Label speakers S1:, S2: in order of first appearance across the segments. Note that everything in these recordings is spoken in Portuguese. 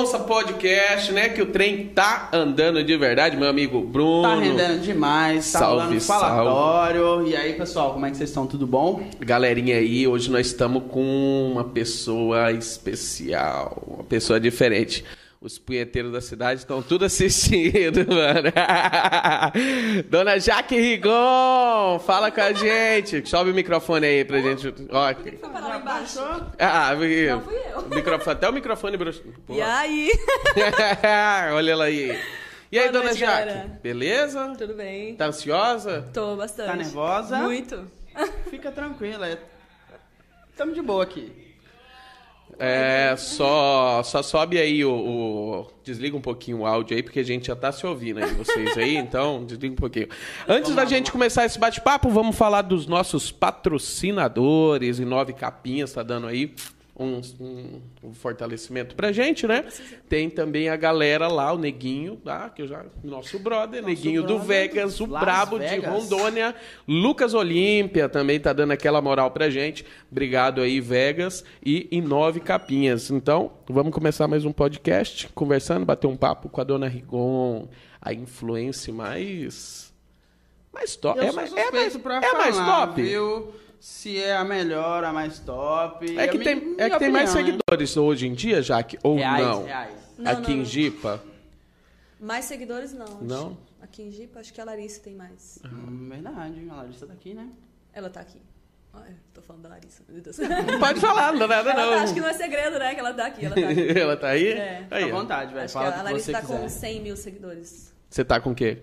S1: Nossa podcast, né? Que o trem tá andando de verdade, meu amigo Bruno.
S2: Tá rendendo demais, tá
S1: Salve,
S2: rolando um
S1: salve.
S2: falatório. E aí, pessoal, como é que vocês estão? Tudo bom?
S1: Galerinha aí, hoje nós estamos com uma pessoa especial, uma pessoa diferente. Os punheteiros da cidade estão tudo assistindo, mano. Dona Jaque Rigon, fala com a gente. Sobe o microfone aí pra gente. Ó,
S3: Foi parar lá embaixo.
S1: ah,
S3: Não fui eu.
S1: Microfone, até o microfone bruxo.
S3: E aí?
S1: Olha ela aí. E aí,
S3: Boa
S1: Dona
S3: noite,
S1: Jaque?
S3: galera.
S1: Beleza?
S3: Tudo bem?
S1: Tá ansiosa?
S3: Tô bastante.
S2: Tá nervosa?
S3: Muito.
S2: Fica tranquila. Estamos de boa aqui.
S1: É, só, só sobe aí o, o- Desliga um pouquinho o áudio aí, porque a gente já tá se ouvindo aí, vocês aí, então desliga um pouquinho. Antes da gente começar esse bate-papo, vamos falar dos nossos patrocinadores e nove capinhas, tá dando aí. Um, um- um fortalecimento pra gente, né? Tem também a galera lá, o Neguinho, tá? que eu já, nosso brother, Neguinho do
S2: brother do
S1: Vegas, o
S2: Las
S1: brabo de
S2: Vegas.
S1: Rondônia. Rondônia. Lucas Olímpia também tá dando aquela moral pra gente. Obrigado aí, Vegas. E em nove capinhas. Então, vamos começar mais um podcast, conversando, bater um papo com a dona Rigon, a influência mais. Mais top.
S2: Eu
S1: é
S2: sou
S1: mais, é
S2: suspeito
S1: mais,
S2: pra
S1: é
S2: falar,
S1: mais top.
S2: Viu? Se é a melhor, a mais top.
S1: É que,
S2: a
S1: tem,
S2: minha-
S1: é que
S2: minha
S1: tem mais
S2: opinião, né?
S1: seguidores hoje em dia, Jaque? Ou
S2: Reais,
S1: não?
S2: reais.
S3: Não,
S1: Aqui
S3: não,
S1: em
S3: não.
S1: Jipa?
S3: Mais seguidores, não. acho.
S1: Não?
S3: Aqui em Jipa, acho que a Larissa tem mais.
S2: Hum, verdade, a Larissa tá aqui, né?
S3: Ela tá aqui. Olha, tô falando da Larissa, meu Deus.
S1: Não pode falar, não dá nada
S3: Ela tá-
S1: não.
S3: acho que não é segredo, né? Que ela tá aqui. Ela tá aqui.
S1: Ela tá aí?
S3: É.
S1: Aí,
S2: Fica à
S1: ó.
S2: vontade, velho.
S3: acho que
S2: Fala o
S3: a
S2: que você
S3: Larissa tá
S2: quiser.
S3: com 100 mil seguidores.
S1: Você tá com o quê?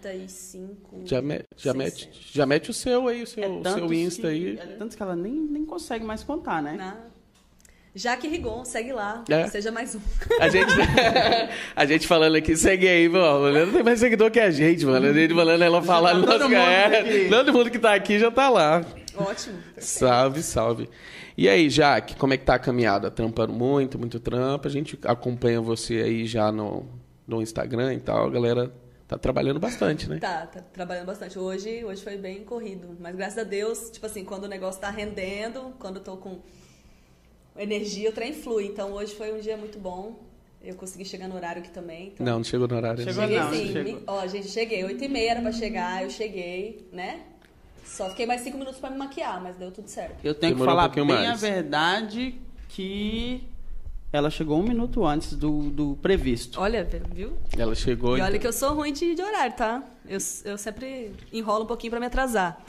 S3: 45.
S1: Já, me- já mete,
S3: 600.
S1: já mete o seu aí, o seu, É, o
S2: É tanto
S1: seu
S2: que-
S1: Insta aí.
S2: É tanto que ela nem, nem consegue mais contar, né?
S3: Na... Jaque Rigon, segue lá.
S1: É.
S3: Seja mais um.
S1: A gente, a gente falando aqui, segue aí, mano. Não tem mais seguidor que a gente, mano. A gente falando, ela fala,
S2: tá todo
S1: nossa,
S2: mundo
S1: é,
S2: aqui."
S1: todo mundo que tá aqui já tá lá.
S3: Ótimo.
S1: Salve, salve. E aí, Jaque, como é que tá a caminhada? Trampando muito, muito trampa. A gente acompanha você aí já no, no Instagram e tal. A galera tá trabalhando bastante, né?
S3: Tá, tá trabalhando bastante. Hoje, hoje foi bem corrido. Mas graças a Deus, tipo assim, quando o negócio tá rendendo, quando eu tô com energia, o trem flui. Então hoje foi um dia muito bom. Eu consegui chegar no horário aqui também. então-
S1: Não, não chegou no horário.
S2: Chegou
S1: ainda.
S3: Cheguei
S2: não,
S3: sim.
S2: chegou.
S3: Me- Ó, gente, cheguei. 8 e meia era pra chegar, eu cheguei, né? Só fiquei mais cinco minutos pra me maquiar, mas deu tudo certo.
S2: Eu tenho
S1: Demorou um
S2: que falar
S1: pouquinho
S2: bem
S1: mais.
S2: a verdade que ela chegou um minuto antes do, do previsto.
S3: Olha, viu?
S1: Ela chegou.
S3: E olha
S1: então.
S3: que eu sou ruim de, de horário, tá? Eu, eu sempre enrolo um pouquinho pra me atrasar.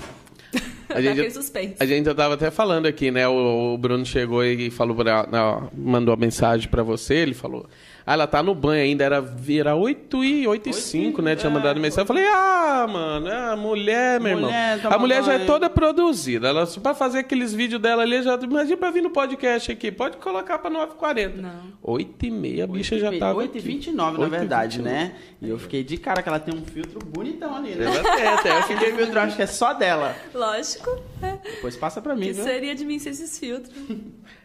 S1: A gente,
S3: Daquele suspense.
S1: a gente já tava até falando aqui, né? O, o Bruno chegou e falou pra, não, mandou uma mensagem pra você, ele falou. Ah, ela tá no banho ainda, era, era 8 e 8 e 5, né?
S2: é.
S1: Tinha mandado mensagem. Eu falei, ah, mano, a mulher, meu
S2: Mulher,
S1: irmão.
S2: toma
S1: A mulher já é
S2: banho.
S1: toda produzida. Ela, só pra fazer aqueles vídeos dela ali, já. Imagina pra vir no podcast aqui. Pode colocar pra 9h40.
S3: Não.
S1: 8 e meia, a bicha já tava.
S2: 8h29, na verdade,
S1: um.
S2: né? E eu fiquei de cara que ela tem um filtro bonitão ali, né?
S1: Ela tem, até eu
S2: Aquele filtro acho que é só dela.
S3: Lógico. né?
S2: Depois passa pra mim,
S3: Que
S2: viu?
S3: seria de mim sem esses filtros?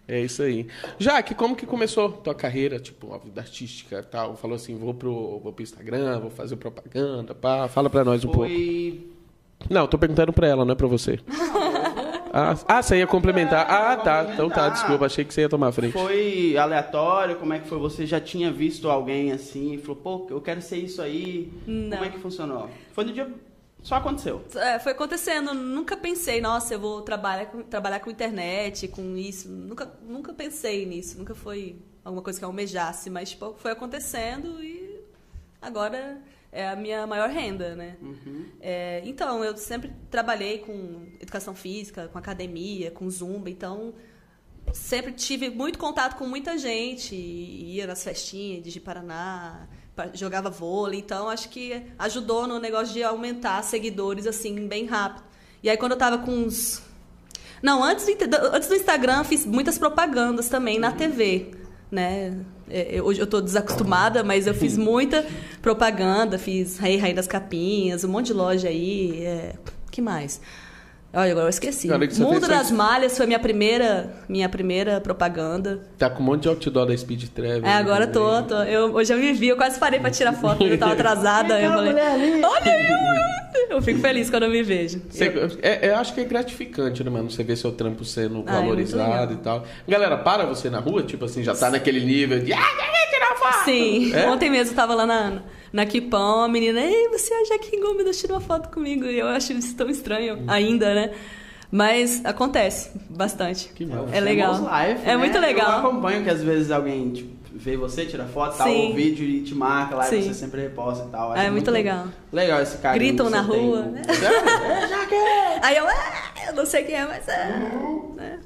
S1: É isso aí. Jaque, como que começou tua carreira, tipo, a vida artística e tal? Falou assim, vou pro, vou pro Instagram, vou fazer propaganda, pá. Fala pra nós um pouco.
S2: Foi...
S1: Não, tô perguntando pra ela, não é pra você. ah, ah, você ia complementar. Ah, tá. Então tá, desculpa, achei que você ia tomar a frente.
S2: Foi aleatório? Como é que foi? Você já tinha visto alguém assim e falou, pô, eu quero ser isso aí?
S3: Não.
S2: Como é que funcionou? Foi no dia... Só aconteceu.
S3: É, foi acontecendo, nunca pensei, nossa, eu vou trabalhar com, trabalhar com internet, com isso. Nunca, nunca pensei nisso, nunca foi alguma coisa que eu almejasse, mas tipo, foi acontecendo e agora é a minha maior renda, né? É, então, eu sempre trabalhei com educação física, com academia, com zumba, então sempre tive muito contato com muita gente, e ia nas festinhas de Paraná, pa- jogava vôlei, então acho que ajudou no negócio de aumentar seguidores assim bem rápido. E aí quando eu tava com uns Não, antes do, inte- antes do Instagram eu fiz muitas propagandas também na TV, né? É, eu- Hoje eu tô desacostumada, mas eu fiz muita propaganda, fiz Rei Rainha das Capinhas, um monte de loja aí, é, que mais? Olha, agora eu esqueci.
S1: Olha que você
S3: Mundo
S1: fez-
S3: das Malhas foi minha primeira, minha primeira propaganda.
S1: Tá com um monte de outdoor da Speed Travel. né?
S3: É, agora eu tô, tô- eu, hoje eu me vi, eu quase parei pra tirar foto, porque eu tava atrasada. eu
S2: Aquela
S3: falei,
S2: mulher ali.
S3: olha eu! Eu fico feliz quando eu me vejo.
S1: Você- é- é, eu acho que é gratificante, né, mano? Você ver seu trampo sendo
S3: Ah, é muito
S1: valorizado
S3: legal.
S1: e tal. Galera, para você na rua, tipo assim, já tá naquele nível de. "Ah,
S2: fato.
S3: Sim,
S1: É?
S3: ontem mesmo eu tava lá na, na Kipão, a menina, ei, você é a Jaquim Gomes, tira uma foto comigo. E eu acho isso tão estranho ainda, né? Mas acontece bastante.
S1: Que massa.
S3: É legal.
S2: Famoso live,
S3: É
S2: né?
S3: muito
S2: Eu
S3: legal.
S2: acompanho que às vezes alguém tipo, vê você, tira foto, tal,
S3: Sim.
S2: um vídeo e te marca lá, e
S3: Sim.
S2: você sempre reposta e tal.
S3: Ah, é muito legal.
S2: Legal esse cara.
S3: Gritam na rua, né?
S2: É, já que...
S3: Aí eu, ah, eu não sei quem é, mas é. né?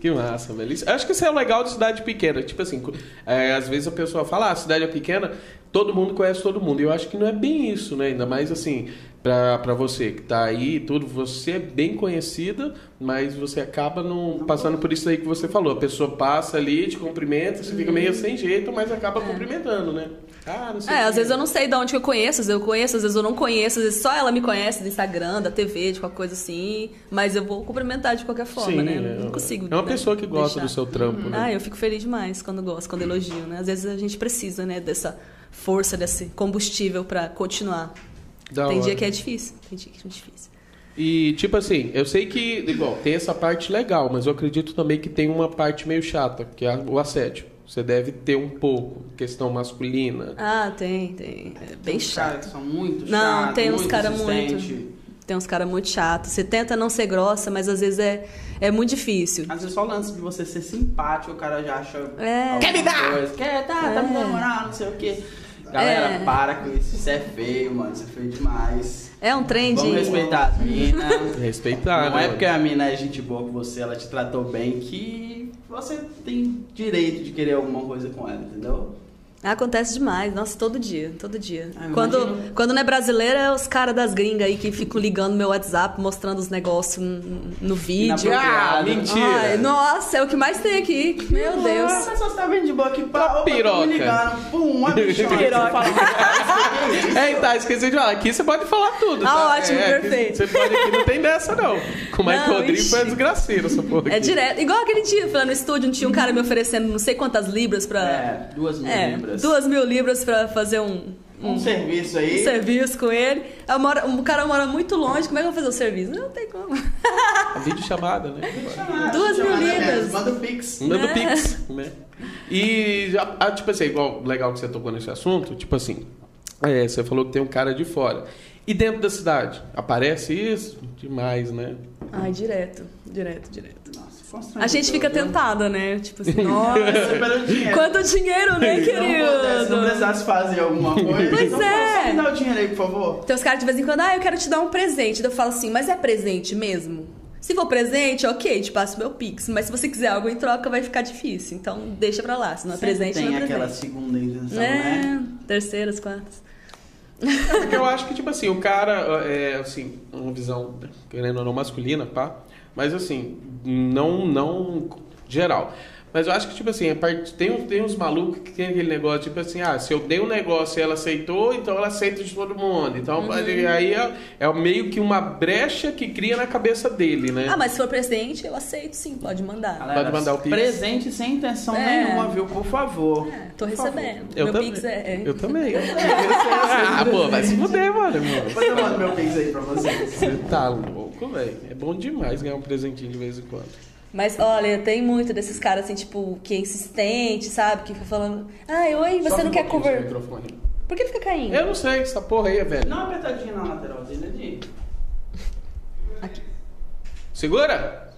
S1: Que massa, Melissa. Acho que isso é o legal de cidade pequena. Tipo assim, cu- é, às vezes a pessoa fala, ah, a cidade é pequena, todo mundo conhece todo mundo. E eu acho que não é bem isso, né? Ainda mais assim, pra, pra você que tá aí e tudo, você é bem conhecida, mas você acaba não passando por isso aí que você falou. A pessoa passa ali, te cumprimenta, você fica meio sem jeito, mas acaba cumprimentando, né? Ah, não sei
S3: Uhum. É,
S1: o
S3: às
S1: quê.
S3: vezes eu não sei de onde que eu conheço, às vezes eu conheço, às vezes eu não conheço, às vezes só ela me conhece do Instagram, da TV, de qualquer coisa assim. Mas eu vou cumprimentar de qualquer forma,
S1: Sim,
S3: né?
S1: é,
S3: não consigo.
S1: É uma
S3: né,
S1: pessoa que gosta
S3: deixar.
S1: do seu trampo, né?
S3: Ah, eu fico feliz demais quando gosto, quando elogio, né? Às vezes a gente precisa, né, dessa força, desse combustível pra continuar.
S1: Da
S3: tem
S1: hora.
S3: dia que é difícil, tem dia que é difícil.
S1: E, tipo assim, eu sei que, igual, tem essa parte legal, mas eu acredito também que tem uma parte meio chata, que é o assédio. Você deve ter um pouco, questão masculina.
S3: Ah, tem, tem. É bem
S2: Os caras
S3: chato.
S2: que são muito chatos.
S3: Não, tem uns
S2: muito
S3: cara
S2: insistente.
S3: Tem uns caras muito chatos. Você tenta não ser grossa, mas às vezes é, é muito difícil.
S2: Às vezes só o lance de você ser simpático, o cara já acha.
S3: É.
S2: Quer me dar? Quer, tá, tá me dando moral, não sei o quê. Galera,
S3: É.
S2: para com isso. Isso é feio, mano. Isso é feio demais.
S3: É um trem de.
S2: Vamos respeitar as minas.
S1: Respeitar,
S2: Não
S1: né?
S2: é porque a mina é gente boa com você, ela te tratou bem, que você tem direito de querer alguma coisa com ela, entendeu?
S3: Acontece demais, nossa, todo dia, todo dia.
S2: Ah, eu
S3: quando,
S2: imagino.
S3: quando não é brasileira, é os caras das gringas aí que ficam ligando meu WhatsApp, mostrando os negócios no- no vídeo.
S2: Inapropriado.
S1: Ah, mentira!
S3: Ai, nossa, é o que mais tem aqui. Meu Deus. É
S2: Ah, mas você tá vendo de boa aqui, pá, opa, tão
S1: Piroca.
S2: me ligando, pum, um uma bichona.
S3: Piroca.
S2: Você fala, assim.
S1: É, tá, esqueci de falar. Aqui você pode falar tudo,
S3: Ah,
S1: tá?
S3: ótimo,
S1: É, aqui
S3: perfeito.
S1: Você pode aqui, não tem dessa, não. Com o Michael
S3: Não,
S1: Rodrigues foi
S3: ixi.
S1: desgraceiro essa porra
S3: É
S1: aqui.
S3: direto. Igual aquele dia, lá no estúdio, tinha um cara me oferecendo não sei quantas libras pra.
S2: É, duas mil
S3: É,
S2: libras.
S3: duas mil libras pra fazer um, um,
S2: Um serviço aí.
S3: serviço com ele. Eu moro- o cara mora muito longe, como é que eu vou fazer o serviço? Não tem como.
S1: Vídeo chamada, né?
S2: Ah,
S3: Duas mil
S2: chamada
S3: libras.
S2: mesmo, Manda o pix.
S1: Dando
S3: Né?
S1: pix, né? E, já- ah, tipo assim, igual, legal que você tocou nesse assunto, tipo assim, é, você falou que tem um cara de fora. E dentro da cidade? Aparece isso? Demais, né?
S3: Ai, direto, direto, direto.
S2: Nossa,
S3: A
S2: constrangedor,
S3: gente fica
S2: viu?
S3: tentada, né? Tipo assim, nossa.
S2: Nossa, pelo dinheiro.
S3: Quanto dinheiro, né,
S2: Se É. não pudesse, se não
S3: querido?
S2: precisasse fazer alguma coisa.
S3: Pois
S2: então,
S3: é.
S2: Só me dá o dinheiro aí, por favor.
S3: Então os caras de vez em quando, ah, eu quero te dar um presente. Daí Eu falo assim, mas é presente mesmo? Se for presente, ok, te passo meu pix. Mas se você quiser algo em troca, vai ficar difícil. Então deixa pra lá. Se não é
S2: Sempre
S3: presente,
S2: tem
S3: não é presente.
S2: aquela segunda intenção, né?
S3: né? Terceiras, quartas.
S1: É porque eu acho que, tipo assim, o cara, é, assim, uma visão, né, querendo ou não, masculina, pá. Mas, assim, não, não geral. Mas eu acho que, tipo assim, a parte- tem, um- tem uns malucos que tem aquele negócio, tipo assim, ah, se eu dei um negócio e ela aceitou, então ela aceita de todo mundo. Então, aí é, é meio que uma brecha que cria na cabeça dele, né?
S3: Ah, mas se for presente, eu aceito sim, pode mandar.
S2: Galera,
S1: mandar o Pix.
S2: Presente sem intenção
S3: É.
S2: nenhuma, viu? Por favor.
S3: É, tô
S2: Por
S3: recebendo. meu
S1: também.
S3: pix é. é.
S1: Eu também. ah, pô, vai se fuder, mano. mano.
S2: Depois eu mando um meu Pix aí pra vocês.
S1: Você tá louco, velho. É bom demais ganhar um presentinho de vez em quando.
S3: Mas olha, tem muito desses caras assim, tipo, que é insistente, sabe? Que fica falando. Ai, oi, você
S1: Sobe
S3: não
S1: um
S3: quer
S1: pouquinho seu
S3: conversar.
S1: microfone.
S3: Por que fica caindo?
S1: Eu não sei essa porra aí, é velho.
S2: Dá uma apertadinha na lateralzinha né, ali.
S3: Aqui.
S1: Segura!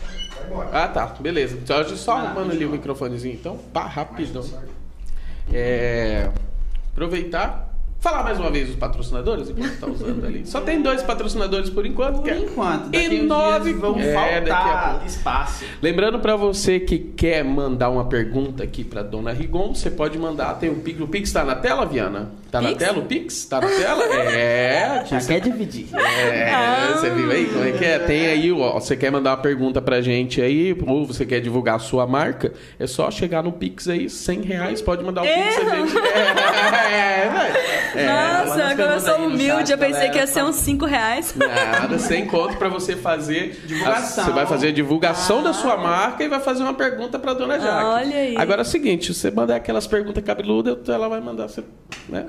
S4: Vai embora.
S1: Ah, tá. Beleza. Só, só
S2: Vai lá,
S1: arrumando ali o
S2: continua.
S1: microfonezinho, então. Pá,
S4: Mais
S1: rapidão.
S4: um sorte.
S1: É... Aproveitar. Falar mais uma vez os patrocinadores, enquanto tá usando ali. Só tem dois patrocinadores por enquanto.
S2: Por
S1: que é-
S2: enquanto,
S1: E
S2: daqui uns
S1: nove-
S2: dias vão
S1: É, daqui a
S2: faltar
S1: pouco.
S2: espaço.
S1: Lembrando pra você que quer mandar uma pergunta aqui pra Dona Rigon, você pode mandar. Tem o Pix. O Pix tá na tela, Viana? Tá na
S3: Pix?
S1: tela o Pix? Tá na tela? É.
S2: Já quer dividir.
S1: É, você viu aí como é que é? Tem aí, ó, você quer mandar uma pergunta pra gente aí, ou você quer divulgar a sua marca, é só chegar no Pix aí, 100 reais, pode mandar o Pix, a gente... É, velho. é,
S2: manda as
S3: Nossa, como eu
S2: perguntas aí
S3: sou
S2: no
S3: humilde,
S2: chat,
S3: eu pensei
S2: galera,
S3: que ia ser um
S2: tá?
S3: uns 5 reais.
S1: Nada, sem conto pra você fazer.
S2: Divulgação.
S1: a- Você vai fazer a divulgação da sua marca e vai fazer uma pergunta pra dona Jaque.
S3: Ah. Olha aí.
S1: Agora é o seguinte: se você mandar aquelas perguntas cabeludas, ela vai mandar. Você, né?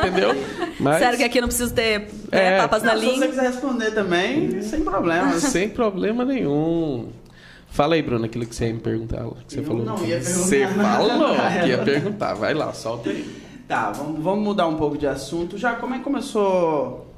S1: Entendeu? Mas,
S3: Sério que é aqui eu não preciso ter né,
S1: É.
S3: papas na
S2: Não, se você
S3: língua.
S2: quiser responder também, sem problema.
S1: Sem problema nenhum. Fala aí, Bruno, aquilo que você ia me perguntar, que você
S2: Eu
S1: falou.
S2: não ia perguntar
S1: Você
S2: nada.
S1: falou que ia perguntar. Vai lá, solta aí.
S2: Tá, vamos, vamos mudar um pouco de assunto. Já, como é que começou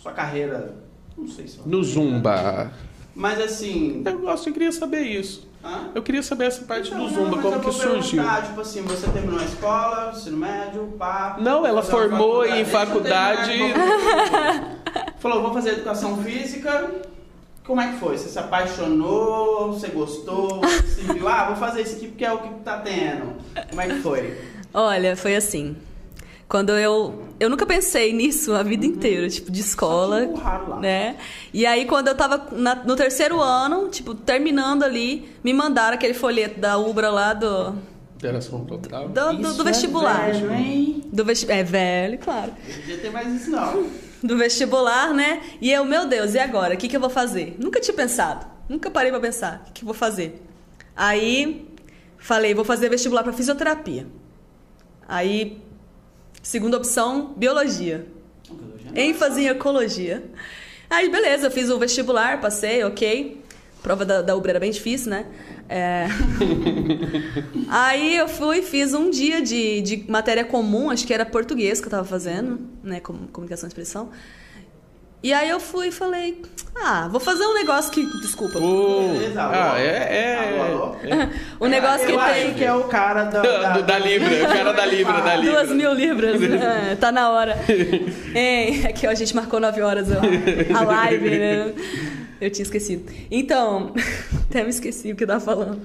S2: sua carreira? Não sei se...
S1: No Zumba.
S2: Mas assim...
S1: Eu gosto, eu queria saber isso.
S2: hã?
S1: Eu queria saber essa parte
S2: Não,
S1: do
S2: não,
S1: Zumba,
S2: Então, mas
S1: como
S2: eu
S1: que
S2: vou
S1: surgiu.
S2: perguntar, Tipo assim, você terminou a escola, ensino médio, pá...
S1: Não, ela
S2: fez uma
S1: formou em
S2: faculdade, deixa eu
S1: faculdade-
S2: terminar, vou- Falou, vou fazer educação física. Como é que foi? Você se apaixonou? Você gostou? Você viu? Ah, vou fazer isso aqui porque é o que tá tendo. Como é que foi?
S3: Olha, foi assim. Quando eu. Eu nunca pensei nisso a vida inteira, tipo, de
S2: Só
S3: escola.
S2: te empurraram Tá lá.
S3: Né? E aí, quando eu tava na- no terceiro ano, tipo, terminando ali, me mandaram aquele folheto da Ubra lá do.
S1: Interação total.
S3: Do, do- do
S2: Isso é
S3: vestibular.
S2: velho, hein?
S3: do vesti É velho, claro.
S2: Não podia ter mais isso, não.
S3: do vestibular, né? E eu, meu Deus, e agora? O que, que eu vou fazer? Nunca tinha pensado. Nunca parei pra pensar. O que, que eu vou fazer? Aí, falei, vou fazer vestibular pra fisioterapia. Aí, segunda opção, biologia. ênfase em ecologia. Aí, beleza, eu fiz o vestibular, passei, ok. Prova da, da Ubra era bem difícil, né? É. Aí eu fui, fiz um dia de, de matéria comum, acho que era português que eu tava fazendo, né? com- Comunicação e expressão. E aí eu fui e falei, ah, vou fazer um negócio que. Desculpa.
S1: Oh,
S2: Beleza, alô.
S1: ah, é. é,
S2: Alô, alô.
S1: é.
S3: O um negócio
S2: eu
S3: que
S2: acho
S3: tem.
S2: que é o cara da...
S1: Do- da Libra, o cara da Libra, da Libra.
S3: Tá Duas mil libras. É, tá na hora. Hein, aqui ó, a gente marcou nove horas ó, a live, né? Eu tinha esquecido. Então, até me esqueci o que eu tava falando.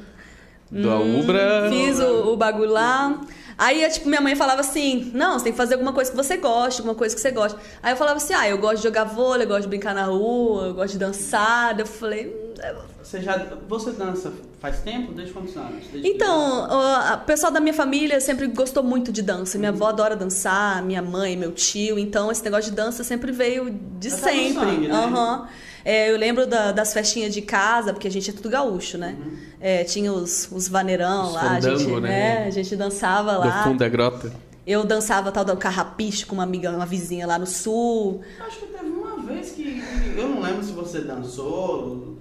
S3: Hum,
S1: Da Ubra.
S3: Fiz o, o bagulho lá. Aí, é, tipo, minha mãe falava assim: Não, você tem que fazer alguma coisa que você gosta, alguma coisa que você gosta. Aí eu falava assim: Ah, eu gosto de jogar vôlei, eu gosto de brincar na rua, eu gosto de dançar. Daí Eu falei: "Hum, eu
S2: Você já... Você dança faz tempo? Desde quantos anos? Desde
S3: Então, o- o pessoal da minha família sempre gostou muito de dança. Minha avó adora dançar, minha mãe, meu tio. Então, esse negócio de dança sempre veio de
S2: Já tá
S1: é
S2: no
S3: sempre.
S2: sangue, né?
S3: Aham. É, eu lembro da- das festinhas de casa, porque a gente é tudo gaúcho, né? É, tinha os, os vaneirão
S1: Uhum. Os
S3: lá, a gente,
S1: fandango, né?
S3: é, a gente dançava lá.
S1: Do fundo da grota.
S3: Eu dançava tal do carrapicho com uma amiga, uma vizinha lá no sul.
S2: Acho que teve uma vez que. Eu não lembro se você dançou.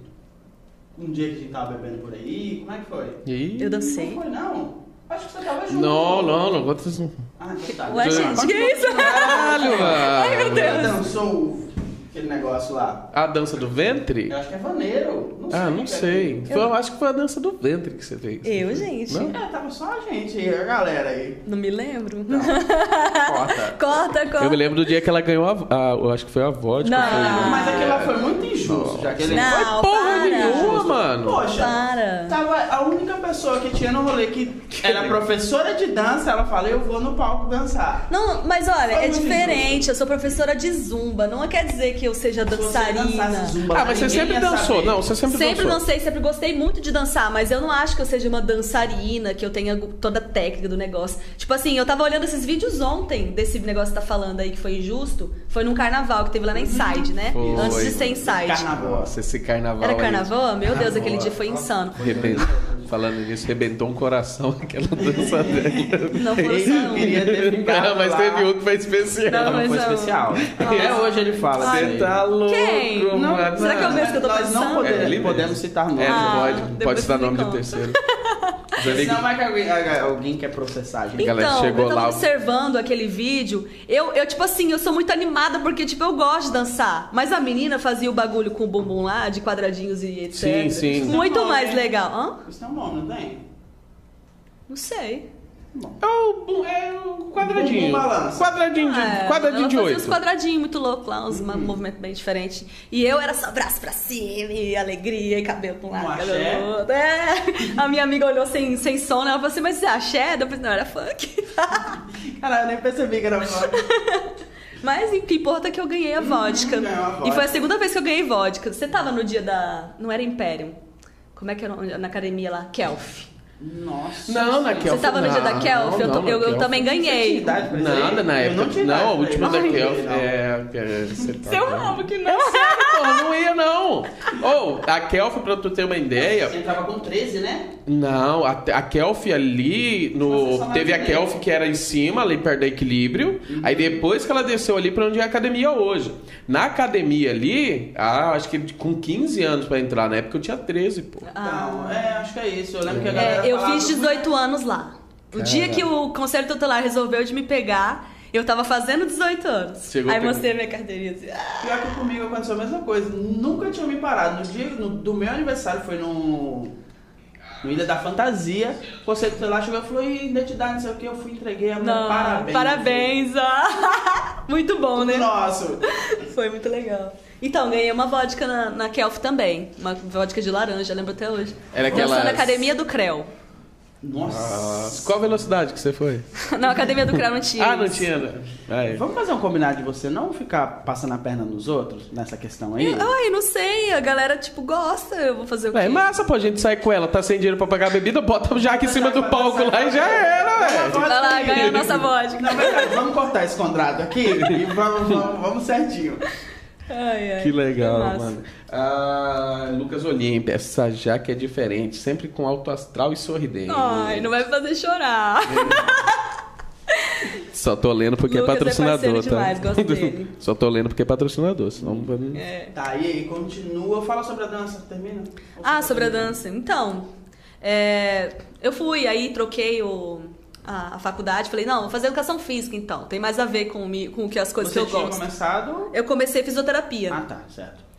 S2: Um dia que a gente tava bebendo por aí. Como é que foi?
S1: E...
S3: Eu
S2: Não
S3: dancei.
S2: foi, não? Acho que você tava junto.
S1: Não, não, não um- conta isso.
S2: Ah, então tá.
S3: Ué,
S2: Então,
S1: gente,
S2: pode
S3: que é isso?
S2: continuar.
S1: Caralho, Ai,
S3: meu
S2: Você
S3: Deus.
S2: dançou aquele negócio lá?
S1: A dança do ventre?
S2: Eu acho que é vaneiro. Não sei
S1: Ah,
S2: o
S1: não
S2: que é
S1: sei.
S2: aquilo.
S1: Foi- eu acho que foi a dança do ventre que você fez.
S3: Eu, gente.
S1: Não?
S2: É, tava só a gente aí, a galera aí.
S3: Não me lembro.
S2: Não. Corta.
S3: corta, corta.
S1: Eu me lembro do dia que ela ganhou a, a eu acho que foi a vodka.
S3: Não.
S1: foi, né?
S2: Mas aquilo lá foi muito injusto, já que ele
S3: Ah. Não.
S1: Mas porra
S3: para.
S1: nenhuma, mano.
S2: Poxa,
S3: Para.
S2: Tava a única pessoa que tinha no rolê que era professora de dança, ela fala, eu vou no palco dançar.
S3: Não, mas olha,
S2: Foi
S3: é
S2: muito
S3: diferente. Eu sou professora de zumba. Não quer dizer que eu seja
S2: Se você
S3: dançarina.
S2: dançasse zumba,
S1: Ah, mas você
S2: ninguém
S1: sempre
S2: ia
S1: dançou.
S2: saber.
S1: Não, você sempre,
S3: Sempre
S1: dançou.
S3: dancei, sempre gostei muito de dançar, mas eu não acho que eu seja uma dançarina, que eu tenha toda a técnica do negócio. Tipo assim, eu tava olhando esses vídeos ontem desse negócio que tá falando aí que foi injusto. Foi num carnaval que teve lá na Inside, né?
S1: Foi.
S3: Antes de ser Inside.
S2: Carnaval.
S1: Nossa, esse carnaval.
S3: Era
S1: aí.
S3: carnaval? Meu Deus, aquele dia foi insano.
S1: Arrebentou- Falando nisso, rebentou um coração aquela dança dela.
S3: Não foram só
S2: assim, Eu
S3: um.
S2: queria ter ficado
S1: Não, mas
S2: lá.
S1: teve um que foi especial.
S3: Não,
S2: Não,
S3: mas
S2: foi
S3: eu-
S2: especial. Até hoje ele fala.
S1: Você
S2: assim,
S1: tá louco,
S3: Quem? Não,
S1: mano.
S3: será que é o mesmo que eu tô
S2: Nós não
S3: pensando?
S2: podemos,
S1: É, ele mesmo.
S2: podemos citar nomes.
S1: É, não
S3: Ah,
S1: pode, não
S3: depois
S1: pode citar
S3: me
S1: nome de
S3: conta.
S1: terceiro. Os amigos-
S2: Senão vai que alguém, alguém quer processar a gente.
S1: galera
S3: Então,
S1: chegou
S3: eu tava
S1: lá-
S3: observando aquele vídeo, eu, eu, tipo assim, eu sou muito animada porque, tipo, eu gosto de dançar. Mas a menina fazia o bagulho com o bumbum lá, de quadradinhos e etc.
S1: Sim, sim.
S3: Muito
S2: Não,
S3: mais
S2: né?
S3: legal. Hã?
S2: Isso tem um nome, não tem?
S3: Não sei.
S1: É o, bu- é o quadradinho.
S2: Bumbum balança.
S1: Quadradinho de,
S3: É,
S1: quadradinho
S3: ela
S1: de
S3: fazia
S1: oito. Uhum.
S3: uns quadradinhos muito loucos lá, uns ma- movimentos bem diferentes. E eu era só braço pra cima, e alegria, e cabelo pra um
S2: Um
S3: lado,
S2: axé.
S3: cabelo pro outro. É. A minha amiga olhou sem, sem sono, ela falou assim, mas isso é axé? Eu falei, não, era funk.
S2: Caralho, eu nem percebi que era um fora.
S3: Mas o que importa é que eu ganhei a vodka.
S2: ganhou a vodka.
S3: E foi a segunda vez que eu ganhei vodka. Você tava no dia da. Não era Imperium. Como é que era o nome? na academia lá? Kelf.
S2: Nossa.
S1: Não, é na Kelf.
S3: Você tava no dia da
S1: Não,
S3: Kelf? Eu,
S1: não,
S3: to- eu- eu
S1: Kelf.
S3: também ganhei.
S2: idade pra isso aí?
S1: Nada na
S2: Eu
S1: época.
S2: não tinha
S1: Não,
S2: idade
S1: a
S2: pra
S1: última
S2: isso.
S1: da
S2: Ai,
S1: Kelf.
S2: não.
S1: É, é, você tá
S3: Seu
S1: doido.
S3: rabo que não.
S1: porra, não ia não. Ou, a Kelf, pra tu ter uma ideia,
S2: Você entrava com 13, né?
S1: Não, a, a Kelf ali
S2: Nossa,
S1: no.
S2: só Uhum. na
S1: Teve a
S2: primeira.
S1: Kelf que era em cima, ali perto da equilíbrio. Aí depois que ela desceu ali pra onde é a academia hoje. Na academia ali, ah, acho que com 15 anos pra entrar, na época eu tinha 13, pô.
S2: Então, é, acho que é isso. Eu lembro que a galera
S3: Ah. É, eu
S2: falava
S3: fiz 18 anos lá. O dia que o Conselho Tutelar resolveu de me pegar, eu tava fazendo 18 anos.
S1: Chegou
S3: Aí
S1: o tempo.
S3: mostrei a minha carteirinha assim. "Ah".
S2: Pior que comigo aconteceu a mesma coisa. Nunca tinha me parado. No dia no- do meu aniversário, foi no. No Ilha da Fantasia. O conselho tutelar chegou e falou: "Ih, identidade, não sei o que. Eu fui, entreguei a mão.
S3: Não,
S2: Parabéns.
S3: parabéns. ah. muito bom, né?
S2: Nosso.
S3: Foi muito legal. Então, ganhei uma vodka na, na Kelf também. Uma vodka de laranja, lembro até hoje.
S1: Era
S3: Lançou
S1: aquelas-
S3: na Academia do Creu.
S2: Nossa.
S1: Qual a velocidade que você foi?
S3: Não, Academia do Creu não tinha.
S1: Ah, não
S3: isso.
S1: tinha. né? Aí.
S2: Vamos fazer um combinado de você não ficar passando a perna nos outros nessa questão aí?
S3: Eu- Ai, não sei. A galera, tipo, gosta. Eu vou fazer o quê?
S1: É massa, pô, a gente sai com ela, tá sem dinheiro pra pagar a bebida, bota o jaque em cima do palco lá e já era, velho.
S3: Vai lá, ganha a nossa vodka.
S2: Na verdade, vamos cortar esse contrato aqui e vamos, vamos, vamos certinho.
S3: Ai, ai.
S1: Que legal,
S3: É massa.
S1: mano. Ah, Lucas Olímpia, essa jaque é diferente, sempre com alto astral e sorridente.
S3: Ai, não vai me fazer chorar.
S1: Só tô lendo porque
S3: Lucas
S1: é
S3: é
S1: patrocinador,
S3: parceiro demais,
S1: tá?
S3: gosto dele.
S1: Só tô lendo porque é patrocinador, senão não vai me-
S3: É.
S2: Tá, e aí, continua. Fala sobre a dança, termina? Ou
S3: Ah,
S2: você
S3: sobre a
S2: termina?
S3: dança. Então, é, eu fui, aí troquei o- a, a faculdade. Falei, não, vou fazer educação física então. Tem mais a ver com, mi- com o que as coisas
S2: Você
S3: que eu
S2: tinha
S3: gosto.
S2: começado.
S3: Eu comecei fisioterapia.
S2: Ah, tá, certo.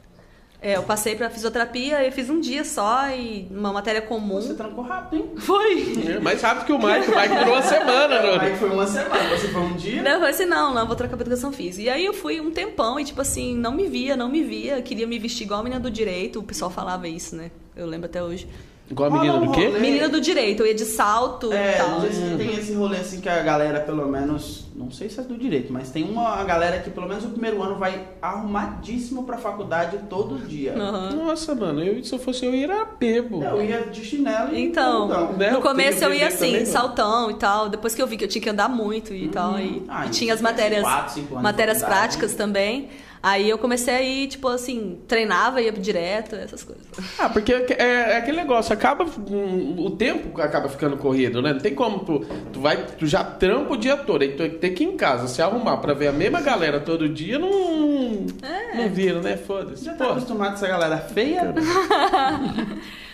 S3: É, eu passei pra fisioterapia e fiz um dia só e uma matéria comum.
S2: Você tá- trancou rápido, hein?
S3: Foi?
S1: É Mais rápido que o Mike, o Mike durou uma semana,
S2: Aí
S1: mano.
S2: foi uma semana, você foi um dia.
S3: Daí eu falei assim, não, não, vou trocar pra educação física. E aí eu fui um tempão e, tipo assim, não me via, não me via. Queria me vestir igual a menina do direito. O pessoal falava isso, né? Eu lembro até hoje.
S1: Igual a menina do quê?
S2: Rolê.
S3: Menina do direito, eu ia de salto e
S2: É,
S3: tal.
S2: diz que tem esse rolê assim que a galera, pelo menos, não sei se é do direito, mas tem uma galera que pelo menos o primeiro ano vai arrumadíssimo pra faculdade todo dia.
S3: Aham.
S1: Nossa, mano, eu, se eu fosse eu ia era bebo.
S2: Eu ia de chinelo e
S3: Então,
S2: não.
S1: né?
S3: no
S1: Eu
S3: começo
S1: tenho
S3: eu ia
S1: bebê
S3: assim,
S2: né?
S1: também, não.
S3: saltão e tal. Depois que eu vi que eu tinha que andar muito e tal. E,
S2: Ah,
S3: e
S2: isso
S3: tinha as
S2: tem
S3: matérias,
S2: quatro, cinco anos de
S3: matérias
S2: faculdade, né?
S3: práticas também. Aí eu comecei a ir, tipo assim, treinava, ia direto, essas coisas.
S1: Ah, porque é, é aquele negócio, acaba. hum, O tempo acaba ficando corrido, né? Não tem como tu. Tu, vai, tu já trampa o dia todo, aí tu tem que ir em casa se arrumar pra ver a mesma galera todo dia, não.
S3: É.
S1: Não vira, né? Foda-se.
S2: Já tá
S1: Pô,
S2: acostumado com essa galera feia?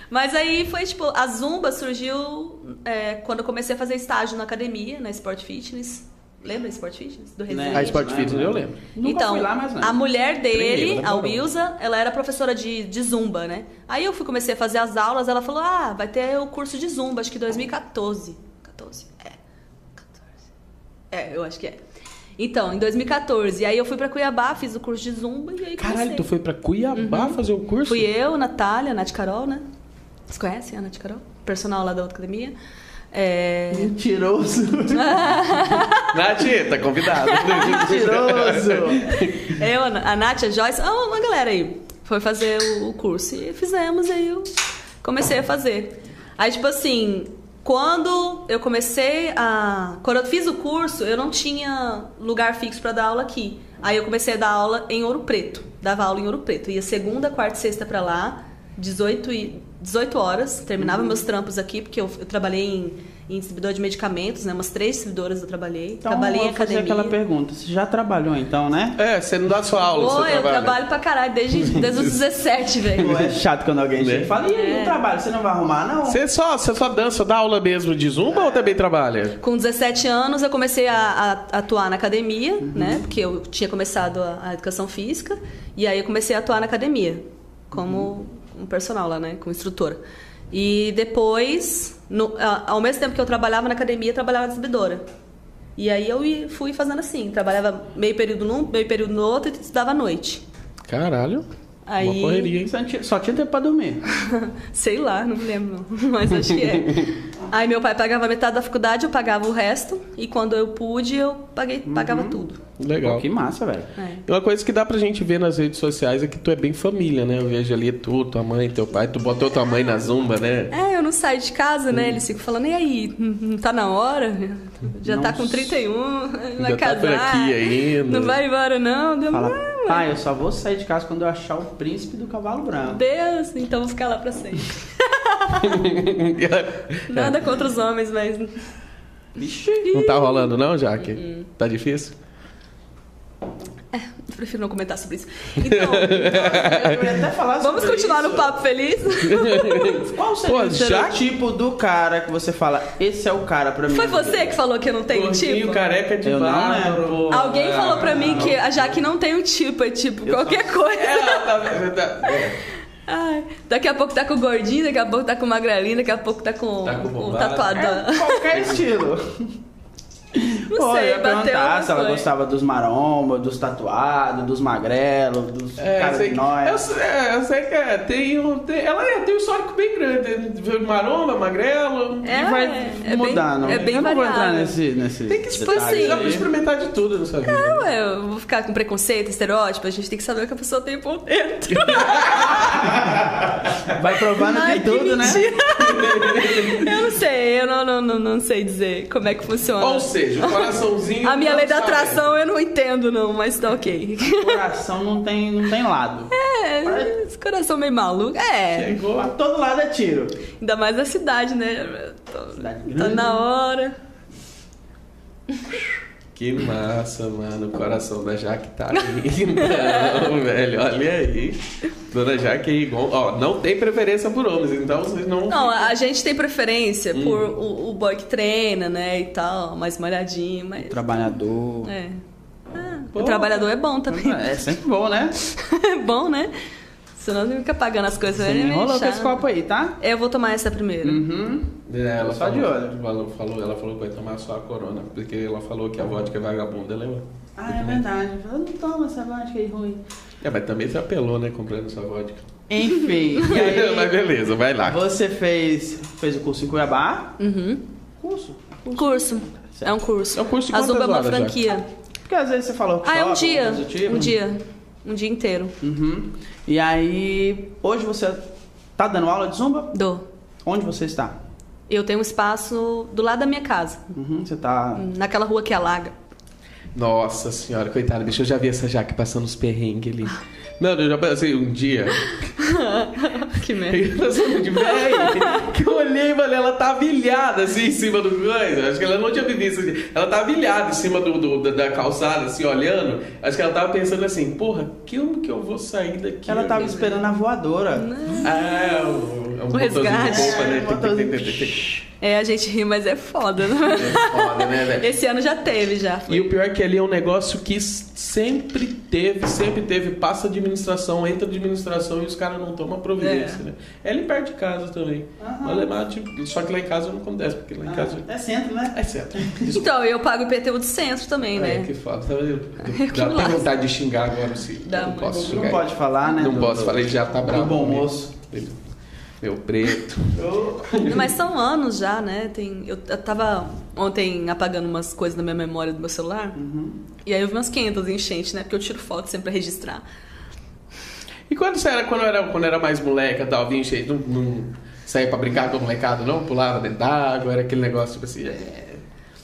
S3: Mas aí foi tipo, a Zumba surgiu é, quando eu comecei a fazer estágio na academia, na Sport Fitness. Lembra Sport Fitness? Do Resident?
S1: a Né, Sport Fitness, eu lembro.
S2: Nunca
S3: Né? então,
S2: fui lá, mas não.
S3: a mulher dele,
S1: Primeiro, tá
S3: a
S1: bom.
S3: Wilsa, ela era professora de, de zumba, né? Aí eu fui, comecei a fazer as aulas, ela falou: ah, vai ter o curso de zumba, acho que 2014. 14? É. 14. É, eu acho que é. Então, em 2014. Aí eu fui pra Cuiabá, fiz o curso de zumba e aí
S1: Caralho,
S3: comecei.
S1: tu foi pra Cuiabá fazer o curso?
S3: Fui eu, Natália, Nath Carol, né? Vocês conhecem a Nath Carol? Personal lá da outra academia.
S2: Uhum.
S3: É...
S2: Mentiroso.
S1: Nath, tá convidado.
S2: Mentiroso.
S3: Eu, a Nath, a Joyce, ah, uma galera aí foi fazer o, o curso e fizemos, aí eu comecei a fazer. Aí, tipo assim, quando eu comecei a. Quando eu fiz o curso, eu não tinha lugar fixo pra dar aula aqui. Aí eu comecei a dar aula em Ouro Preto. Dava aula em Ouro Preto. Ia segunda, quarta e sexta pra lá, 18, e, 18 horas.
S2: Uhum.
S3: Terminava meus trampos aqui, porque eu, eu trabalhei em, em distribuidor de medicamentos, né? Umas três distribuidoras eu trabalhei.
S2: Então,
S3: trabalhei em
S2: eu vou fazer
S3: academia.
S2: aquela pergunta. Você já trabalhou então, né?
S1: É, você não dá sua aula,
S3: Pô,
S1: você
S3: eu
S1: trabalha.
S3: trabalho pra caralho desde, desde os 17,
S2: Pô,
S3: velho.
S2: é chato quando alguém chega e fala, e aí,
S3: É.
S2: o trabalho, você não vai arrumar, não?
S1: Né? Você só, você só dança, dá aula mesmo de zumba ou também trabalha?
S3: Com 17 anos eu comecei a, a atuar na academia,
S1: Uhum.
S3: né? Porque eu tinha começado a, a educação física. E aí eu comecei a atuar na academia, como
S1: Uhum.
S3: um personal lá, né? Como instrutora. E depois, no- a- ao mesmo tempo que eu trabalhava na academia, eu trabalhava na distribuidora. E aí eu ia- fui fazendo assim, trabalhava meio período num, meio período no outro e estudava à noite.
S1: Caralho.
S3: Aí-
S1: Uma correria, hein?
S2: Só tinha- Só tinha tempo pra dormir.
S3: Sei lá, não me lembro, não. mas acho que é. Aí
S1: Uhum.
S3: meu pai pagava metade da faculdade, eu pagava o resto, e quando eu pude, eu paguei, pagava tudo.
S1: Legal.
S2: Pô, que massa, velho.
S3: É.
S1: E Uma coisa que dá pra gente ver nas redes sociais é que tu é bem família, né? Eu vejo ali tu, tua mãe, teu pai. Tu botou tua mãe na zumba, né?
S3: É, eu não saio de casa, né? Eles ficam falando, e aí, não tá na hora? Já tá com
S2: Nossa.
S3: 31, vai
S1: Ainda tá
S3: casar.
S1: por aqui ainda.
S3: Não vai embora, não. Deu,
S2: Fala,
S3: "Ah,
S2: pai, eu só vou sair de casa quando eu achar o príncipe do cavalo branco.
S3: Deus, então vou ficar lá pra sempre.
S1: não
S3: Nada contra os homens, mas.
S2: Vixe.
S1: tá rolando, É. não, Jaque?
S3: Uhum.
S1: Tá difícil?
S3: É, Prefiro não comentar sobre isso. Então,
S2: Eu ia até falar
S3: vamos
S2: sobre
S3: continuar
S2: isso.
S3: no papo feliz?
S2: Qual seria
S1: Pô,
S2: o
S1: já-
S2: tipo do cara que você fala, esse é o cara pra mim?
S3: Foi você que falou que eu não tenho
S1: Gordinho,
S3: tipo?
S1: careca de
S2: Eu não
S1: barba.
S2: lembro. É,
S3: Alguém falou pra mim que a Jaque não tem um tipo, é tipo qualquer coisa.
S1: Ela tá- tá-
S3: Ai, daqui a pouco tá com o gordinho, daqui a pouco tá com o magrelinho, daqui a pouco tá com,
S1: Tá com
S3: o
S1: bombado.
S3: tatuador.
S2: Qualquer estilo.
S3: Não
S2: Pô, eu
S3: sei,
S2: ia
S3: bateu.
S2: perguntar
S3: mas
S2: se ela
S3: foi.
S2: gostava dos maromba, dos tatuados, dos magrelos, dos
S1: É, eu
S2: caras
S1: sei,
S2: de
S1: que-
S2: nós.
S1: eu, sei- é, eu sei que é, tem um. tem- ela é, tem um histórico bem grande. tem Maromba, magrelo.
S3: É,
S2: vai
S3: é
S2: mudar,
S3: bem,
S2: não.
S3: é bem
S2: eu não vou entrar
S3: variável.
S2: nesse, nesse
S1: Tem que tipo
S3: Tipo assim,
S1: Dá pra experimentar de tudo nessa vida. né?
S3: Não, eu vou ficar com preconceito, estereótipo, a gente tem que saber o que a pessoa tem por dentro.
S2: Vai provar no
S3: Ai,
S2: de
S3: que
S2: tudo, né?
S3: mentira. é eu não sei, eu não, não, não, não sei dizer como é que funciona.
S1: Ou seja, o coraçãozinho.
S3: a minha
S1: não
S3: lei da
S1: sabe.
S3: atração eu não entendo, não, mas tá ok.
S2: O coração não tem, não tem lado.
S3: É, esse coração meio maluco. É,
S2: Chegou, a todo lado é tiro.
S3: ainda mais na cidade, né? Tô-
S2: Cidade
S3: Tá
S2: grande.
S3: na hora.
S1: Que massa, mano. O coração da Jaque tá lindo, velho. Olha aí. Dona Jaque é igual. Ó, não tem preferência por homens, então vocês não.
S3: Não, a gente tem preferência por o, o boy que treina, né? E tal, mais malhadinho, mas.
S2: Trabalhador.
S3: É. Ah,
S1: Pô.
S3: o trabalhador é bom também.
S2: É sempre bom, né?
S3: É bom, né? Senão ele fica pagando as coisas.
S2: Você
S3: ele é
S2: me
S3: meio
S2: enrolou com
S3: chato.
S2: esse copo aí, tá?
S3: Eu vou tomar essa primeiro.
S2: Uhum.
S1: É, ela
S2: Só de
S1: falou,
S2: olho.
S1: Falou, falou- ela falou que vai tomar só a corona, porque ela falou que a vodka é vagabunda, lembra?
S2: Ah, é verdade. Eu não tomo essa vodka aí ruim.
S1: É, mas também você apelou, né, comprando essa vodka.
S2: Enfim, e
S1: mas
S2: aí,
S1: beleza, vai lá.
S2: você fez, fez o curso em Cuiabá?
S3: Uhum.
S2: Curso.
S3: Curso. É um curso.
S1: É um curso de
S3: A Zumba é
S1: quantas
S3: uma
S1: horas, Jaque?
S3: franquia.
S2: Porque às vezes você falou
S3: Ah, é um dia.
S2: Positivo.
S3: Um dia. Um dia inteiro.
S2: tipo, né? Uhum. E aí, hoje você tá dando aula de zumba?
S3: Dou.
S2: Onde você está?
S3: Eu tenho um espaço do lado da minha casa,
S2: Uhum, você tá.
S3: naquela rua que alaga.
S1: Nossa senhora, coitada, bicho, eu já vi essa Jaque passando uns perrengues ali.
S2: Ah.
S1: Não, eu já passei um dia.
S3: que merda.
S1: Eu passando de velho, que eu olhei, mano, ela tava ilhada assim em cima do coisa. Acho que ela não tinha vivido isso. Ela tava ilhada em cima do, do- da, da calçada, assim, olhando. Acho que ela tava pensando assim, porra, que ano que eu vou sair daqui?
S2: Ela tava esperando a voadora.
S1: Ah, o,
S3: O resgate.
S2: É,
S1: Bomba, né?
S3: É, a gente ri, mas é foda, né?
S1: É foda, né, velho?
S3: Esse ano já teve, já.
S1: E o pior é que ali é um negócio que s- sempre teve, sempre teve, passa administração, entra administração e os caras não tomam providência,
S3: É.
S1: né? É ali perto de casa também.
S2: Aham.
S1: Mas lá, tipo, só que lá em casa não acontece, porque lá em casa
S2: Ah, é centro, né?
S1: é certo.
S3: Então, eu pago o IPTU do centro também,
S1: É,
S3: né?
S1: que foda. Tá vendo?
S3: Que
S1: Dá até
S3: massa.
S1: vontade de xingar agora se
S3: Dá,
S1: não
S3: mãe.
S1: posso
S2: Não
S1: xingar. ele.
S2: pode falar, né?
S1: Não
S2: do-
S1: posso
S2: do-
S1: falar, ele já tá
S2: do
S1: bravo.
S2: bom
S1: comigo.
S2: moço.
S1: Ele- Meu preto.
S3: Mas são anos já, né? Tem, eu, eu tava ontem apagando umas coisas da minha memória do meu celular.
S1: Uhum.
S3: E aí eu vi umas 500 enchentes, né? Porque eu tiro foto sempre pra registrar.
S1: E quando você era, quando era, quando era mais moleca, tal, vinha cheio, não, não saía pra brincar com o molecado, não? Pulava dentro d'água, era aquele negócio tipo assim. é.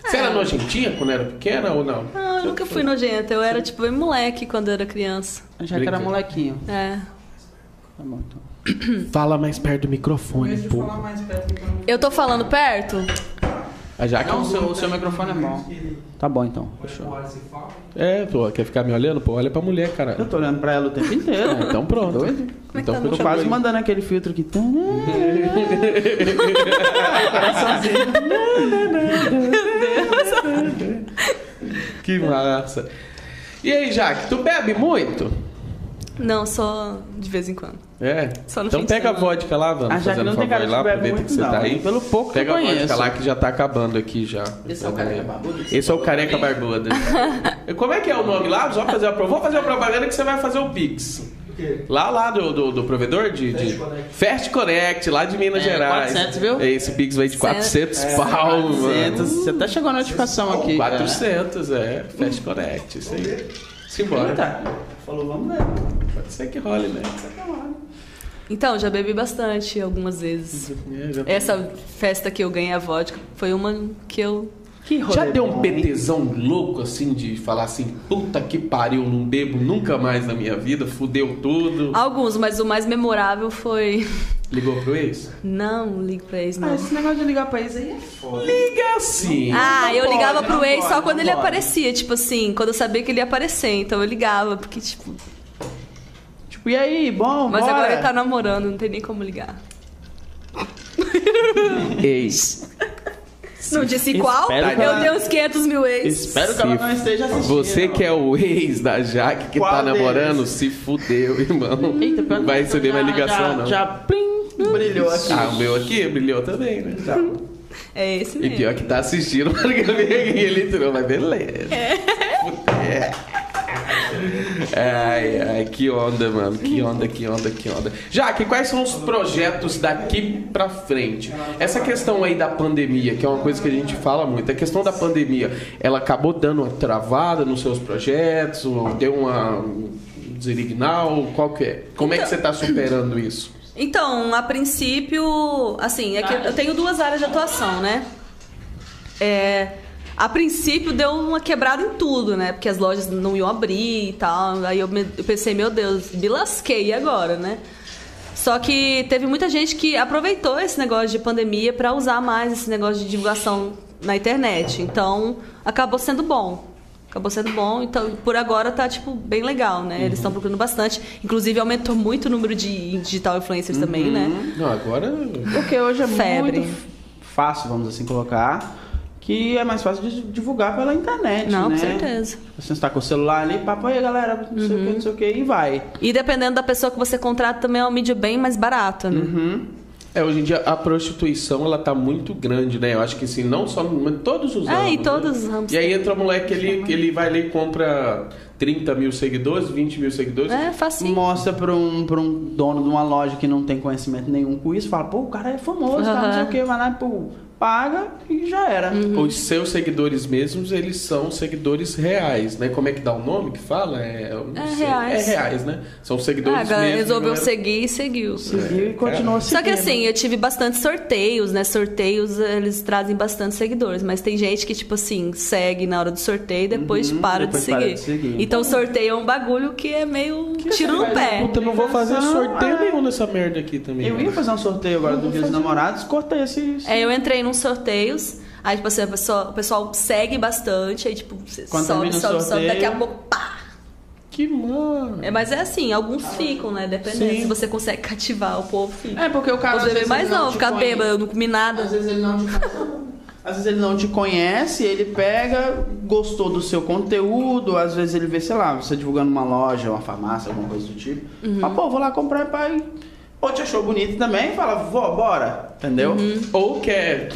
S1: Você era nojentinha quando era pequena ou não?
S3: Ah, eu nunca fui nojenta. Eu era, tipo, bem moleque quando eu era criança.
S2: Já que era molequinho.
S3: É.
S2: Tá bom, então.
S1: Fala mais perto do microfone, pô.
S2: mais perto
S3: Eu tô falando perto?
S1: A Jaque.
S2: Ah, Não, o seu, o seu microfone é bom. Tá bom, então. Fechou.
S1: É, pô, quer ficar me olhando? Pô, olha pra mulher, cara.
S2: Eu tô olhando pra ela o tempo inteiro.
S1: Ah, então pronto.
S2: Doido?
S3: que
S1: Então
S3: tá
S1: foi
S2: Tô
S3: no
S2: quase
S1: mandando.
S2: mandando aquele filtro que tá. Coraçãozinho.
S1: Que massa. E aí, Jaque, tu bebe muito?
S3: Não, só de vez em quando.
S1: É.
S3: Só no
S1: então
S3: fim de
S1: pega a
S3: semana.
S1: vodka lá, Vando,
S2: A Jaque
S1: fazendo
S2: não
S1: favor
S2: tem cara de
S1: lá,
S2: que bebe
S1: aproveita que
S2: muito,
S1: você tá
S2: não.
S1: aí.
S2: Pelo pouco que
S1: Pega
S2: eu
S1: a vodka
S2: conheço.
S1: lá que já tá acabando aqui já.
S2: Esse é o careca barbudo?
S1: Esse é o careca barbuda. Como é que é o nome lá? Só fazer a pro- Vou fazer a propaganda que você vai fazer o Pix. quê? Lá, lá do, do, do provedor de. de... Fast Connect. lá de Minas
S5: É,
S1: Gerais. É,
S5: 400, viu?
S1: Esse Pix veio de 400
S2: É,
S1: pau, mano.
S5: 400. Você
S2: tá
S5: até chegou a notificação aqui.
S1: 400, é. Fast Connect, isso aí. Simbora.
S2: Eita. Falou, vamos ver.
S1: Pode ser que role, né?
S3: Então, já bebi bastante algumas vezes.
S1: É, já-
S3: Essa festa que eu ganhei a vodka foi uma que eu.
S5: Que
S1: Já deu um PTzão louco, assim, de falar assim, puta que pariu, não bebo nunca mais na minha vida, fudeu tudo.
S5: Ah.
S3: Alguns, mas o mais memorável foi.
S1: Ligou pro ex?
S3: Não ligue pra ex, não.
S5: Ah, esse negócio de ligar pra ex aí é
S1: Liga sim.
S3: Ah, eu
S2: pode,
S3: ligava
S2: não
S3: pro ex
S2: pode,
S3: só
S2: não
S3: quando ele
S2: pode.
S3: aparecia, tipo assim, quando eu sabia que ele ia aparecer, então eu ligava, porque, tipo.
S5: Tipo, e aí, bom,
S3: Mas
S5: bora?
S3: agora ele tá namorando, não tem nem como ligar.
S1: Ex.
S3: Não disse qual?
S5: espero que
S3: Eu
S5: ela-
S3: dei uns 500 mil ex.
S5: Espero que ela
S1: Se
S5: não esteja assistindo.
S1: Você que é o ex da Jaque que
S2: Qual
S1: tá
S2: deles?
S1: namorando, se fudeu, irmão.
S5: Eita, pior que
S1: Vai
S5: eu
S1: receber
S5: já-
S1: mais ligação,
S5: já,
S1: não.
S5: Já, plim.
S2: Brilhou aqui.
S1: Ah, o meu aqui brilhou também, né?
S5: Hum.
S3: É esse
S1: E
S3: mesmo.
S1: pior que tá assistindo para que ele entrou, mas beleza. É. Ai, ai, que onda, mano. Que onda, que onda, que onda. Jaque, quais são os projetos daqui pra frente? Essa questão aí da pandemia, que é uma coisa que a gente fala muito, a questão da pandemia, ela acabou dando uma travada nos seus projetos, ou deu uma um desirignal, qual que é? Como é que você tá superando isso?
S3: Então, a princípio, assim, é que eu tenho duas áreas de atuação, né? É, a princípio deu uma quebrada em tudo, né? Porque as lojas não iam abrir e tal. Aí eu, me- eu pensei, meu Deus, me lasquei e agora, né? Só que teve muita gente que aproveitou esse negócio de pandemia para usar mais esse negócio de divulgação na internet. Então, acabou sendo bom. Acabou sendo bom, então por agora tá, tipo, bem legal, né? Eles
S5: Uhum.
S3: estão procurando bastante. Inclusive, aumentou muito o número de digital influencers também, né?
S1: Não, agora.
S5: Porque Uhum. hoje é
S3: Febre.
S5: muito...
S2: Fácil, vamos assim colocar. Que é mais fácil de divulgar pela internet,
S3: Não,
S2: né?
S3: com certeza. Uhum.
S2: Você está com o celular ali, papo aí, galera, não sei o que, não sei o que, e vai.
S3: E dependendo da pessoa que você contrata, também é uma mídia bem mais barata, né?
S1: É, hoje em dia a prostituição ela tá muito grande, né? Eu acho que assim, não só no- mas todos os
S3: É,
S1: ramos.
S3: em todos
S1: né?
S3: os ramos.
S1: E aí entra o moleque, ele, ele vai ali e compra 30 mil seguidores, 20 mil seguidores.
S3: É, facinho.
S2: Mostra pra um, pra um dono de uma loja que não tem conhecimento nenhum com isso, fala, pô, o cara é famoso, tá, não sei o
S3: Aham. Uhum.
S2: que, vai lá, pô, paga e já era.
S1: Os seus seguidores mesmos, eles são seguidores reais, né? Como é que dá o nome que fala? É, eu não
S3: É,
S1: sei.
S3: reais.
S1: É reais, né? São seguidores
S3: Ah, a galera
S1: mesmos.
S3: resolveu
S1: galera-
S3: seguir e seguiu.
S2: Seguiu e continuou
S3: Só que
S2: seguindo.
S3: assim, eu tive bastante sorteios, né? Sorteios, eles trazem bastante seguidores, mas tem gente que, tipo assim, segue na hora do sorteio e depois,
S2: Uhum,
S3: para,
S2: depois
S3: de
S2: para
S3: seguir.
S2: de seguir.
S3: Então, sorteio é um bagulho que é meio tiro no pé.
S1: Puta, eu não vou fazer
S2: Não,
S1: sorteio
S2: é.
S1: nenhum nessa merda aqui também.
S2: Eu ia fazer um sorteio agora do Dia dos Namorados, cortei esse.
S3: É, eu entrei nos sorteios, aí, tipo assim, a pessoa- o pessoal segue bastante, aí, tipo, você
S2: Quando
S3: sobe,
S2: termina o
S3: sobe, sobe,
S2: sorteio-
S3: daqui a pouco, pá!
S1: Que mano.
S3: É, mas é assim, alguns ficam, né? Dependendo.
S1: Sim.
S3: Se você consegue cativar, o povo fica.
S5: É, porque o cara...
S3: Os
S5: às
S3: bebês
S5: vezes,
S3: mais
S5: ele
S3: não,
S5: te
S2: tipo,
S3: ficar
S5: conhece.
S3: bêbado, eu não comi nada.
S2: Às vezes ele não te Às vezes ele não te conhece, ele pega, gostou do seu conteúdo, às vezes ele vê, sei lá, você divulgando uma loja, uma farmácia, alguma coisa do tipo. Fala, pô, vou lá comprar pai. Ou te achou bonito também, fala, vó, bora. Entendeu?
S1: Ou quer.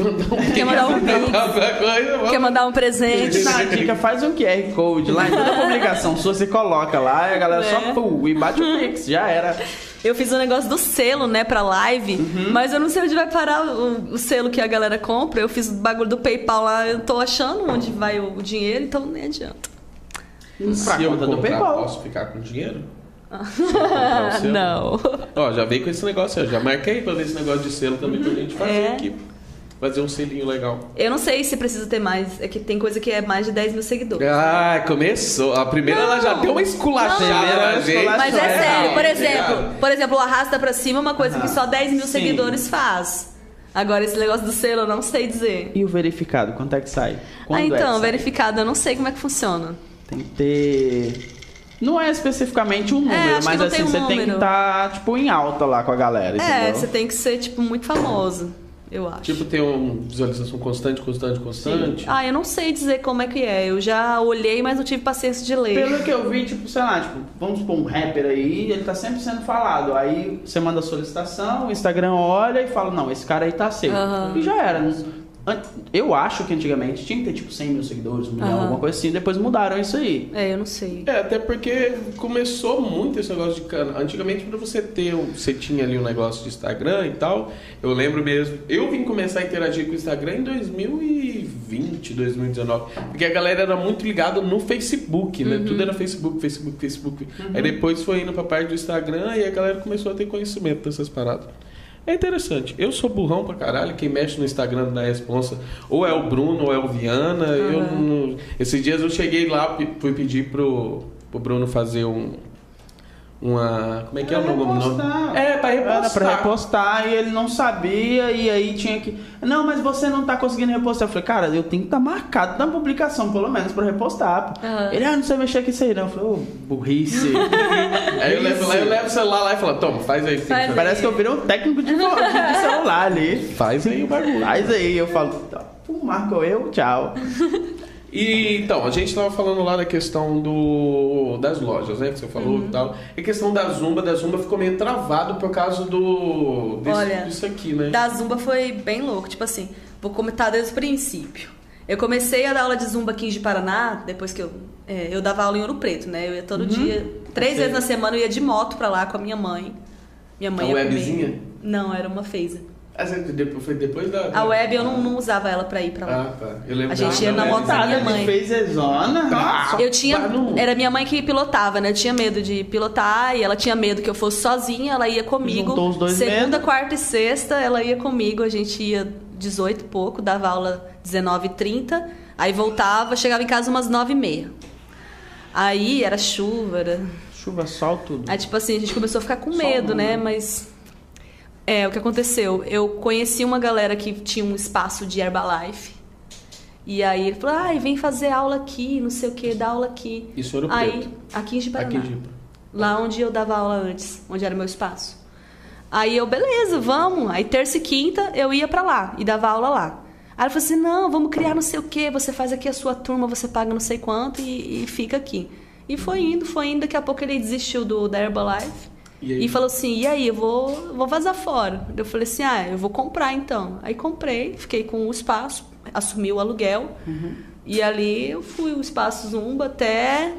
S3: Quer mandar um pix,
S1: Outra coisa, vamos-
S3: quer mandar um presente.
S2: Dá uma dica, faz um QR Code lá em toda publicação sua, você coloca lá, e a galera só
S3: É.
S2: pum, e bate o pix, já era.
S3: Eu fiz o negócio do selo, né, pra live,
S2: Uhum.
S3: mas eu não sei onde vai parar o, o selo que a galera compra. Eu fiz o bagulho do PayPal lá, eu tô achando onde vai o, o dinheiro, então nem adianta.
S2: Pra
S1: Se eu
S2: conta do
S1: comprar,
S2: PayPal.
S1: posso ficar com dinheiro? Se eu
S2: é
S1: comprar o
S3: Ah,
S1: selo?
S3: não.
S1: Ó, já veio com esse negócio, ó. já marquei pra ver esse negócio de selo também pra gente fazer
S3: É.
S1: aqui. Fazer um selinho legal.
S3: Eu não sei se precisa ter mais, é que tem coisa que é mais de 10 mil seguidores.
S1: Ah, começou. A primeira ela já
S3: Não.
S1: deu uma
S3: Não.
S1: esculachada na
S2: Primeira
S1: gente.
S2: esculachada.
S3: Mas é
S2: Legal,
S3: sério, por
S1: legal.
S3: exemplo, por exemplo, o arrasta pra cima é uma coisa que só 10 mil
S2: Sim.
S3: seguidores faz. Agora, esse negócio do selo, eu não sei dizer.
S2: E o verificado, quanto é que sai? Quando
S3: ah,
S2: é que
S3: então,
S2: sai?
S3: verificado, eu não sei como é que funciona.
S2: Tem que ter. Não é especificamente um número,
S3: acho que
S2: mas
S3: não
S2: assim,
S3: tem um
S2: você tem que
S3: número.
S2: estar, tipo, em alta lá com a galera,
S3: É,
S2: entendeu?
S3: você tem que ser, tipo, muito famoso, eu acho.
S1: Tipo, tem uma visualização constante, constante, constante.
S3: Ah, eu não sei dizer como é que é. Eu já olhei, mas não tive paciência de ler.
S2: Pelo que eu vi, tipo, sei lá, tipo, vamos supor um rapper aí, ele tá sempre sendo falado. Aí você manda a solicitação, o Instagram olha e fala, não, esse cara aí tá aceito.
S3: Aham.
S2: E já era. an- Eu acho que antigamente tinha que ter tipo 100 mil seguidores, um milhão,
S3: Aham.
S2: alguma coisa assim. Depois mudaram isso aí.
S3: É, eu não sei.
S1: É, até porque começou muito esse negócio de cana. Antigamente, pra você ter, um- você tinha ali um negócio de Instagram e tal. Eu lembro mesmo, eu vim começar a interagir com o Instagram em 2020, 2019. Porque a galera era muito ligada no Facebook, né? Tudo era Facebook, Facebook, Facebook. Aí depois foi indo pra parte do Instagram e a galera começou a ter conhecimento dessas paradas. É interessante. Eu sou burrão pra caralho. Quem mexe no Instagram da responsa ou é o Bruno ou é o Viana. Eu
S3: Aham.
S1: não- Esses dias eu cheguei lá, pe- fui pedir pro, pro Bruno fazer um. Uma. Como é que é o
S2: Pra
S1: nome? o nome?
S2: repostar.
S1: É,
S3: Ah,
S1: pra
S2: Era
S1: repostar.
S2: pra repostar e ele não sabia, e aí tinha que. Não, mas você não tá conseguindo repostar. Eu falei, cara, eu tenho que estar marcado na publicação, pelo menos, pra repostar. pô.
S3: Aham.
S2: Ele, ah, não sei mexer com isso aí, não. Eu falei, ô, burrice.
S1: Aí eu levo, lá, eu levo o celular lá e falo, toma, faz aí.
S3: Faz
S1: filho.
S2: Parece que eu virei um técnico de, vo- de celular ali.
S1: Faz aí o bagulho.
S2: Mas aí eu falo, tá, pô, marcou eu, tchau.
S1: E então, a gente tava falando lá da questão do das lojas, né? Que você falou
S3: Uhum.
S1: e tal. E a questão da Zumba, da Zumba ficou meio travado por causa do. Desse,
S3: Olha,
S1: disso aqui, né?
S3: Da Zumba foi bem louco. Tipo assim, vou comentar desde o princípio. Eu comecei a dar aula de Zumba aqui em de Paraná, depois que eu... é, eu dava aula em Ouro Preto, né? Eu ia
S1: Uhum.
S3: todo dia, três vezes na semana, eu ia de moto pra lá com a minha mãe. Minha mãe
S1: A
S3: ia comigo.
S1: webzinha?
S3: Não, era uma phaser.
S1: Ah, você- depois, foi depois da.
S3: A web eu não, não usava ela pra ir pra lá.
S1: Ah, tá. Eu lembro
S3: A gente
S1: da- Tá.
S3: ia
S1: da
S3: na
S1: webzinha.
S3: motada. Minha mãe.
S2: fez a zona. nossa.
S3: Eu tinha.
S1: Vai no-
S3: Era minha mãe que pilotava, né? Eu tinha medo de pilotar e ela tinha medo que eu fosse sozinha, ela ia comigo.
S2: Juntou os dois
S3: Segunda,
S2: medos.
S3: quarta e sexta, ela ia comigo. A gente ia 18 e pouco, dava aula 19 e 30 Aí voltava, chegava em casa umas 9 e meia. Aí era chuva, era.
S2: Chuva, sol, tudo.
S3: Aí, tipo assim, a gente começou a ficar com
S2: Só
S3: medo,
S2: uma,
S3: né?
S2: né?
S3: Mas. É, o que aconteceu? Eu conheci uma galera que tinha um espaço de Herbalife. E aí ele falou: ai, vem fazer aula aqui, não sei o que, dá aula aqui.
S1: Isso era o
S3: Aí,
S1: preto.
S3: aqui em Paraná.
S1: Aqui em Jipa.
S3: Lá onde eu dava aula antes, onde era meu espaço. Aí eu, beleza, vamos. Aí terça e quinta eu ia pra lá e dava aula lá. Aí ela falou assim: não, vamos criar não sei o quê, você faz aqui a sua turma, você paga não sei quanto e, e fica aqui. E foi indo, foi indo, daqui a pouco ele desistiu do, da Herbalife.
S1: E
S3: E,
S1: aí?
S3: falou assim: e aí, eu vou, vou vazar fora. Eu falei assim: ah, eu vou comprar então. Aí comprei, fiquei com o espaço, assumi o aluguel.
S1: Uhum.
S3: E ali eu fui o espaço Zumba até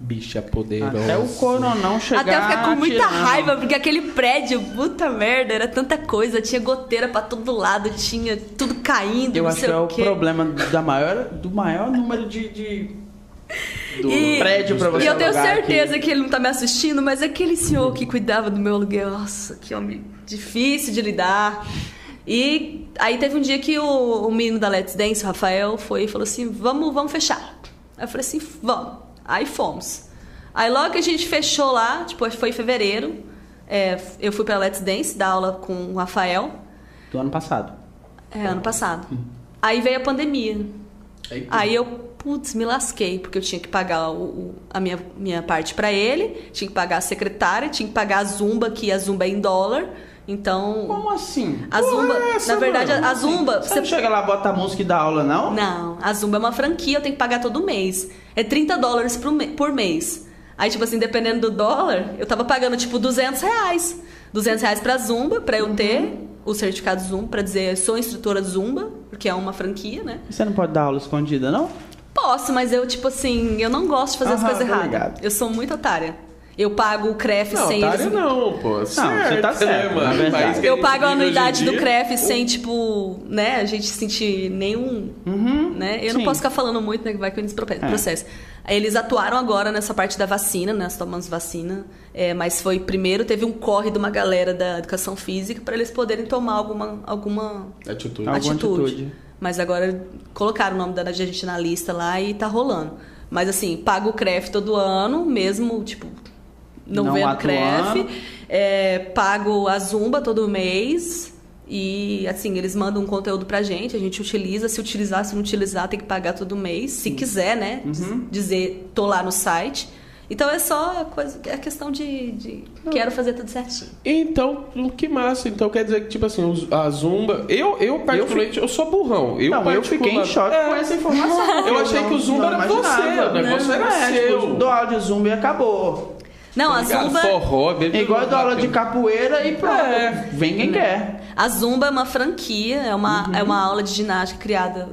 S1: Bicha poderosa.
S2: Até o coronão chegar.
S3: até eu ficar com muita
S2: atirando.
S3: raiva, porque aquele prédio, puta merda, era tanta coisa. Tinha goteira pra todo lado, tinha tudo caindo,
S2: Eu
S3: não
S2: acho
S3: sei
S2: que é o
S3: o quê.
S2: problema da maior, do maior número de, de- do
S3: E-
S2: prédio pra você
S3: E eu tenho
S2: alugar aqui.
S3: certeza que ele não tá me assistindo, mas aquele senhor que cuidava do meu aluguel, nossa, que homem difícil de lidar. E aí teve um dia que o, o menino da Let's Dance, o Rafael, foi e falou assim: vamos, vamos fechar. Aí eu falei assim: vamos. Aí fomos. Aí logo que a gente fechou lá, tipo, acho que foi em fevereiro, é, eu fui pra Let's Dance dar aula com o Rafael,
S2: Do ano passado.
S3: é, ano passado.
S2: Hum.
S3: Aí veio a pandemia.
S1: Aí,
S3: Aí eu, putz, me lasquei, porque eu tinha que pagar o- o- a minha, minha parte pra ele, tinha que pagar a secretária, tinha que pagar a Zumba, que a Zumba é em dólar. Então,
S2: Como assim?
S3: a Zumba,
S1: Porra, é essa,
S3: na verdade,
S1: mano?
S3: a, a Zumba,
S2: é Você
S3: você-
S2: não chega lá, bota a música e dá aula, não?
S3: Não, a Zumba é uma franquia, eu tenho que pagar todo mês. É 30 dólares por, me- por mês. Aí, tipo assim, dependendo do dólar, eu tava pagando, tipo, 200 reais. 200 reais pra Zumba, pra
S1: Uhum.
S3: eu ter o certificado Zumba, pra dizer, eu sou instrutora de Zumba, porque é uma franquia, né?
S2: Você não pode dar aula escondida, não?
S3: Posso, mas eu, tipo assim, eu não gosto de fazer as
S2: Aham,
S3: coisas
S2: tô
S3: erradas.
S2: ligado.
S3: Eu sou muito otária. Eu pago o CREF
S1: Não,
S3: sem.
S1: otário não, pô. Não,
S2: você tá certo, na
S1: mano? No
S2: verdade.
S1: país que a
S3: Eu
S1: gente
S3: pago
S1: vive hoje
S3: a
S1: em
S3: anuidade do
S1: dia,
S3: CREF sem, tipo, né, a gente sentir nenhum. né? Eu não
S2: Uhum. sim. É.
S3: posso ficar falando muito, né? Que vai que eu desprope- processo. Eles atuaram agora nessa parte da vacina, né? Nós tomamos vacina. é, mas foi primeiro, teve um corre de uma galera da educação física pra eles poderem tomar alguma, alguma
S1: Atitude.
S2: Alguma
S3: atitude.
S2: atitude.
S3: Mas agora colocaram o nome da gente na lista lá e tá rolando. Mas assim, paga o CREF todo ano, mesmo, tipo, não,
S2: Não
S3: vendo o
S2: atuando.
S3: CREF. É, pago a Zumba todo mês. E assim, eles mandam um conteúdo pra gente, a gente utiliza. Se utilizar, se não utilizar, tem que pagar todo mês, se quiser, né? Dizer, tô lá no site. Então é só coisa, é questão de, de quero fazer tudo certinho.
S1: Então, que massa. Então quer dizer que, tipo assim, os- a Zumba. Eu, eu particularmente, eu, sou burrão. Eu,
S2: não, eu fiquei em
S1: particular- É.
S2: choque com essa informação.
S1: Eu achei
S2: não-
S1: que o Zumba
S2: não
S1: era você,
S2: imaginava.
S1: o negócio
S2: Não,
S1: era
S2: é, tipo,
S1: seu.
S2: dou aula de Zumba e acabou.
S3: Não, a
S1: Cara,
S3: Zumba.
S1: Forró, bebê.
S2: É igual eu dou aula de
S1: Bateu.
S2: capoeira e pronto.
S1: É.
S2: Vem quem quer.
S3: A Zumba é uma franquia, é uma, é uma aula de ginástica criada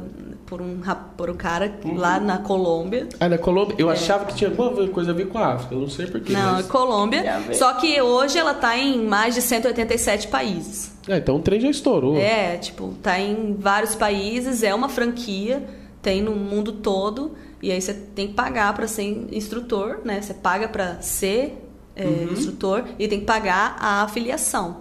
S3: por um, rap- por um cara lá na Colômbia.
S1: Ah, na Colômbia,
S2: É.
S1: eu achava que tinha alguma coisa a ver com a África, eu não sei porquê.
S3: Não, é
S1: mas...
S3: Colômbia. Só que hoje ela tá em mais de 187 países.
S1: Ah, então o trem já estourou.
S3: É, tipo, tá em vários países, é uma franquia, tem no mundo todo. E aí você tem que pagar pra ser instrutor, né? Você paga pra ser é, instrutor e tem que pagar a afiliação.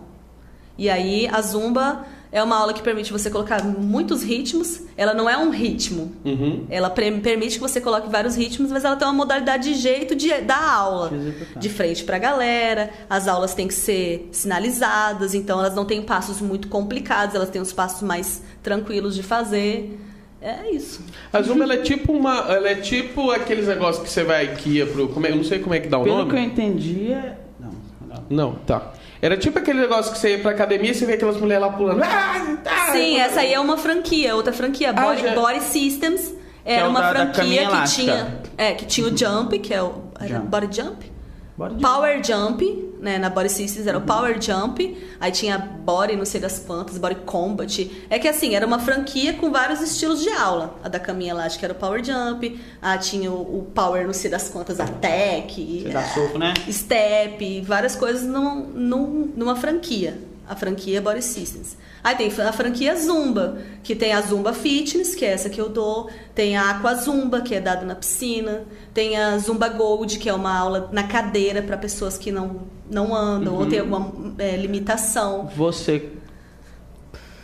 S3: E aí a Zumba é uma aula que permite você colocar muitos ritmos. Ela não é um ritmo.
S1: Uhum.
S3: Ela pre- permite que você coloque vários ritmos, mas ela tem uma modalidade de jeito de dar aula.
S2: De executar.
S3: De frente pra galera, as aulas têm que ser sinalizadas, então elas não têm passos muito complicados, elas têm os passos mais tranquilos de fazer. É isso.
S1: A Zumba ela é tipo uma. Ela é tipo aqueles negócios que você vai que ia pro. como é- eu não sei como é que dá o
S2: Pelo
S1: nome.
S2: que eu entendi, é. Não, não.
S1: Não, tá. Era tipo aquele negócio que você ia pra academia e você vê aquelas mulheres lá pulando. Ah, tá.
S3: Sim, essa aí é uma franquia, outra franquia, Body,
S1: já-
S3: Body Systems. Era
S2: é o
S3: uma
S2: da- da
S3: franquia
S2: caminha
S3: que
S2: elástica.
S3: tinha, é, que tinha o Jump, que é o era
S2: Jump.
S3: Body Jump.
S2: Bora de
S3: Power Jump, né? Na Body Systems era o Power Jump, aí tinha Body não sei das quantas, Body Combat. É que assim, era uma franquia com vários estilos de aula. A da caminha elástica era o Power Jump, a tinha o, o Power não sei das quantas, a Tech,
S2: Você dá soco, né?
S3: Step, várias coisas num, num- numa franquia. A franquia Body Systems. Aí tem a franquia Zumba, que tem a Zumba Fitness, que é essa que eu dou. Tem a Aqua Zumba, que é dada na piscina. Tem a Zumba Gold, que é uma aula na cadeira para pessoas que não, não andam ou tem alguma é, limitação.
S2: Você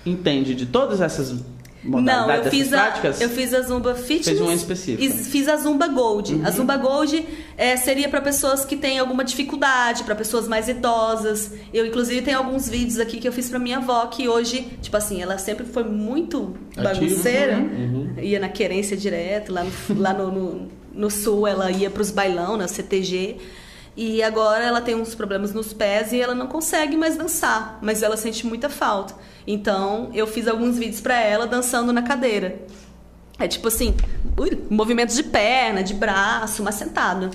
S2: entende de todas essas
S3: Não,
S2: modalidades,
S3: eu fiz,
S2: essas
S3: a,
S2: práticas?
S3: eu fiz a Zumba Fitness.
S2: Fez um uma específica.
S3: e Fiz a Zumba Gold.
S2: Uhum.
S3: A Zumba Gold é, seria para pessoas que têm alguma dificuldade, para pessoas mais idosas. Eu, inclusive, tenho alguns vídeos aqui que eu fiz para minha avó, que hoje, tipo assim, ela sempre foi muito
S2: né?
S1: Ativa.
S3: bagunceira.
S1: Uhum.
S3: Ia na querência direto, lá no, lá no, no- no sul ela ia pros bailão, na CTG. E agora ela tem uns problemas nos pés e ela não consegue mais dançar, mas ela sente muita falta. Então eu fiz alguns vídeos pra ela dançando na cadeira. É tipo assim, ui, movimentos de perna, de braço, mas sentada.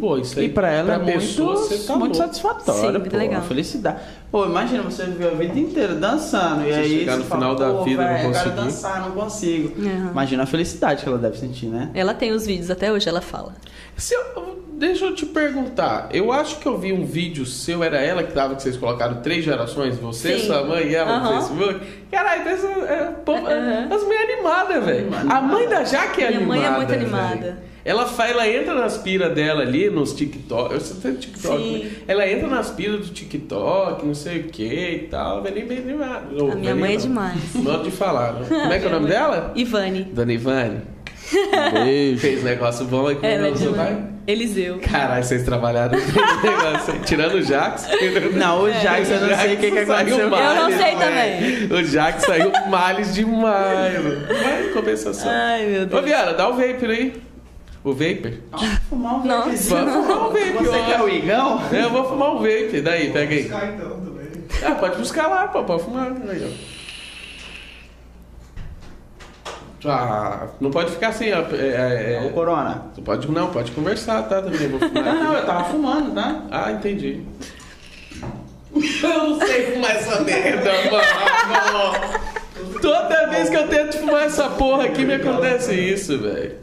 S1: Pô, isso aí.
S2: Uhum. E pra ela é muito,
S1: pessoa, você tá louco.
S2: muito satisfatório,
S3: Sim, muito
S2: pô,
S3: legal.
S2: felicidade. Pô, imagina, você viveu a vida inteira dançando, e
S1: Você
S2: aí
S1: chegar
S2: você
S1: no
S2: fala,
S1: final da
S2: "Pô,
S1: vida, não
S2: véi, eu quero
S1: conseguir."
S2: dançar, não consigo.
S3: Uhum.
S2: Imagina a felicidade que ela deve sentir, né?
S3: Ela tem os vídeos até hoje, ela fala.
S1: Se eu- deixa eu te perguntar. Eu acho que eu vi um vídeo seu, era ela que tava, que vocês colocaram três gerações, você,
S3: Sim.
S1: sua mãe e ela no
S3: Aham.
S1: Facebook. Caralho, tem essa, é, pô,
S3: Aham.
S1: as mulheres animadas, velho. A mãe da Jaque é
S3: Minha
S1: animada.
S3: mãe é muito
S1: velho.
S3: animada.
S1: Ela, fa- ela entra nas piras dela ali, nos TikTok. Eu sei que tem TikTok.
S3: Sim.
S1: né? Ela entra nas piras do TikTok, não sei o que e tal. Velho, bem animada.
S3: A minha mãe é demais.
S1: Modo de falar, né? Como é que é o nome
S3: Minha mãe-
S1: dela?
S3: Ivane.
S1: Dona Ivane. Beijo. Fez negócio bom aí com
S3: Ela é
S1: o seu
S3: demais.
S1: pai?
S3: Eliseu.
S1: Caralho, vocês trabalharam nesse negócio aí. Tirando o Jax.
S2: Não, o Jax, eu não sei o que, que
S1: Jax
S2: aconteceu.
S1: saiu
S2: com
S3: Eu não
S1: males,
S3: sei
S1: velho. O Jax saiu males demais. mano. Mas em compensação.
S2: Ah.
S3: Ai, meu
S1: Ô,
S3: Deus.
S1: Viara, dá o vapor aí. O vapor?
S2: Fumar um
S3: Não.
S2: vapezinho.
S1: Vamos fumar um vapor.
S2: Você quer o igão?
S1: É, eu vou fumar um vape. Daí, pega aí.
S4: Buscar então também.
S1: Ah, pode buscar lá, pô, pode fumar. Aí, ó. Ah, não pode ficar assim, ó. É, é,
S2: Ô, Corona.
S1: Você pode, não, pode conversar, tá? Também eu vou fumar.
S2: Não,
S1: aqui.
S2: não, eu tava fumando, tá?
S1: Ah, entendi. Eu não sei fumar essa merda, mano. Toda vez que eu tento fumar essa porra aqui, me acontece isso, velho.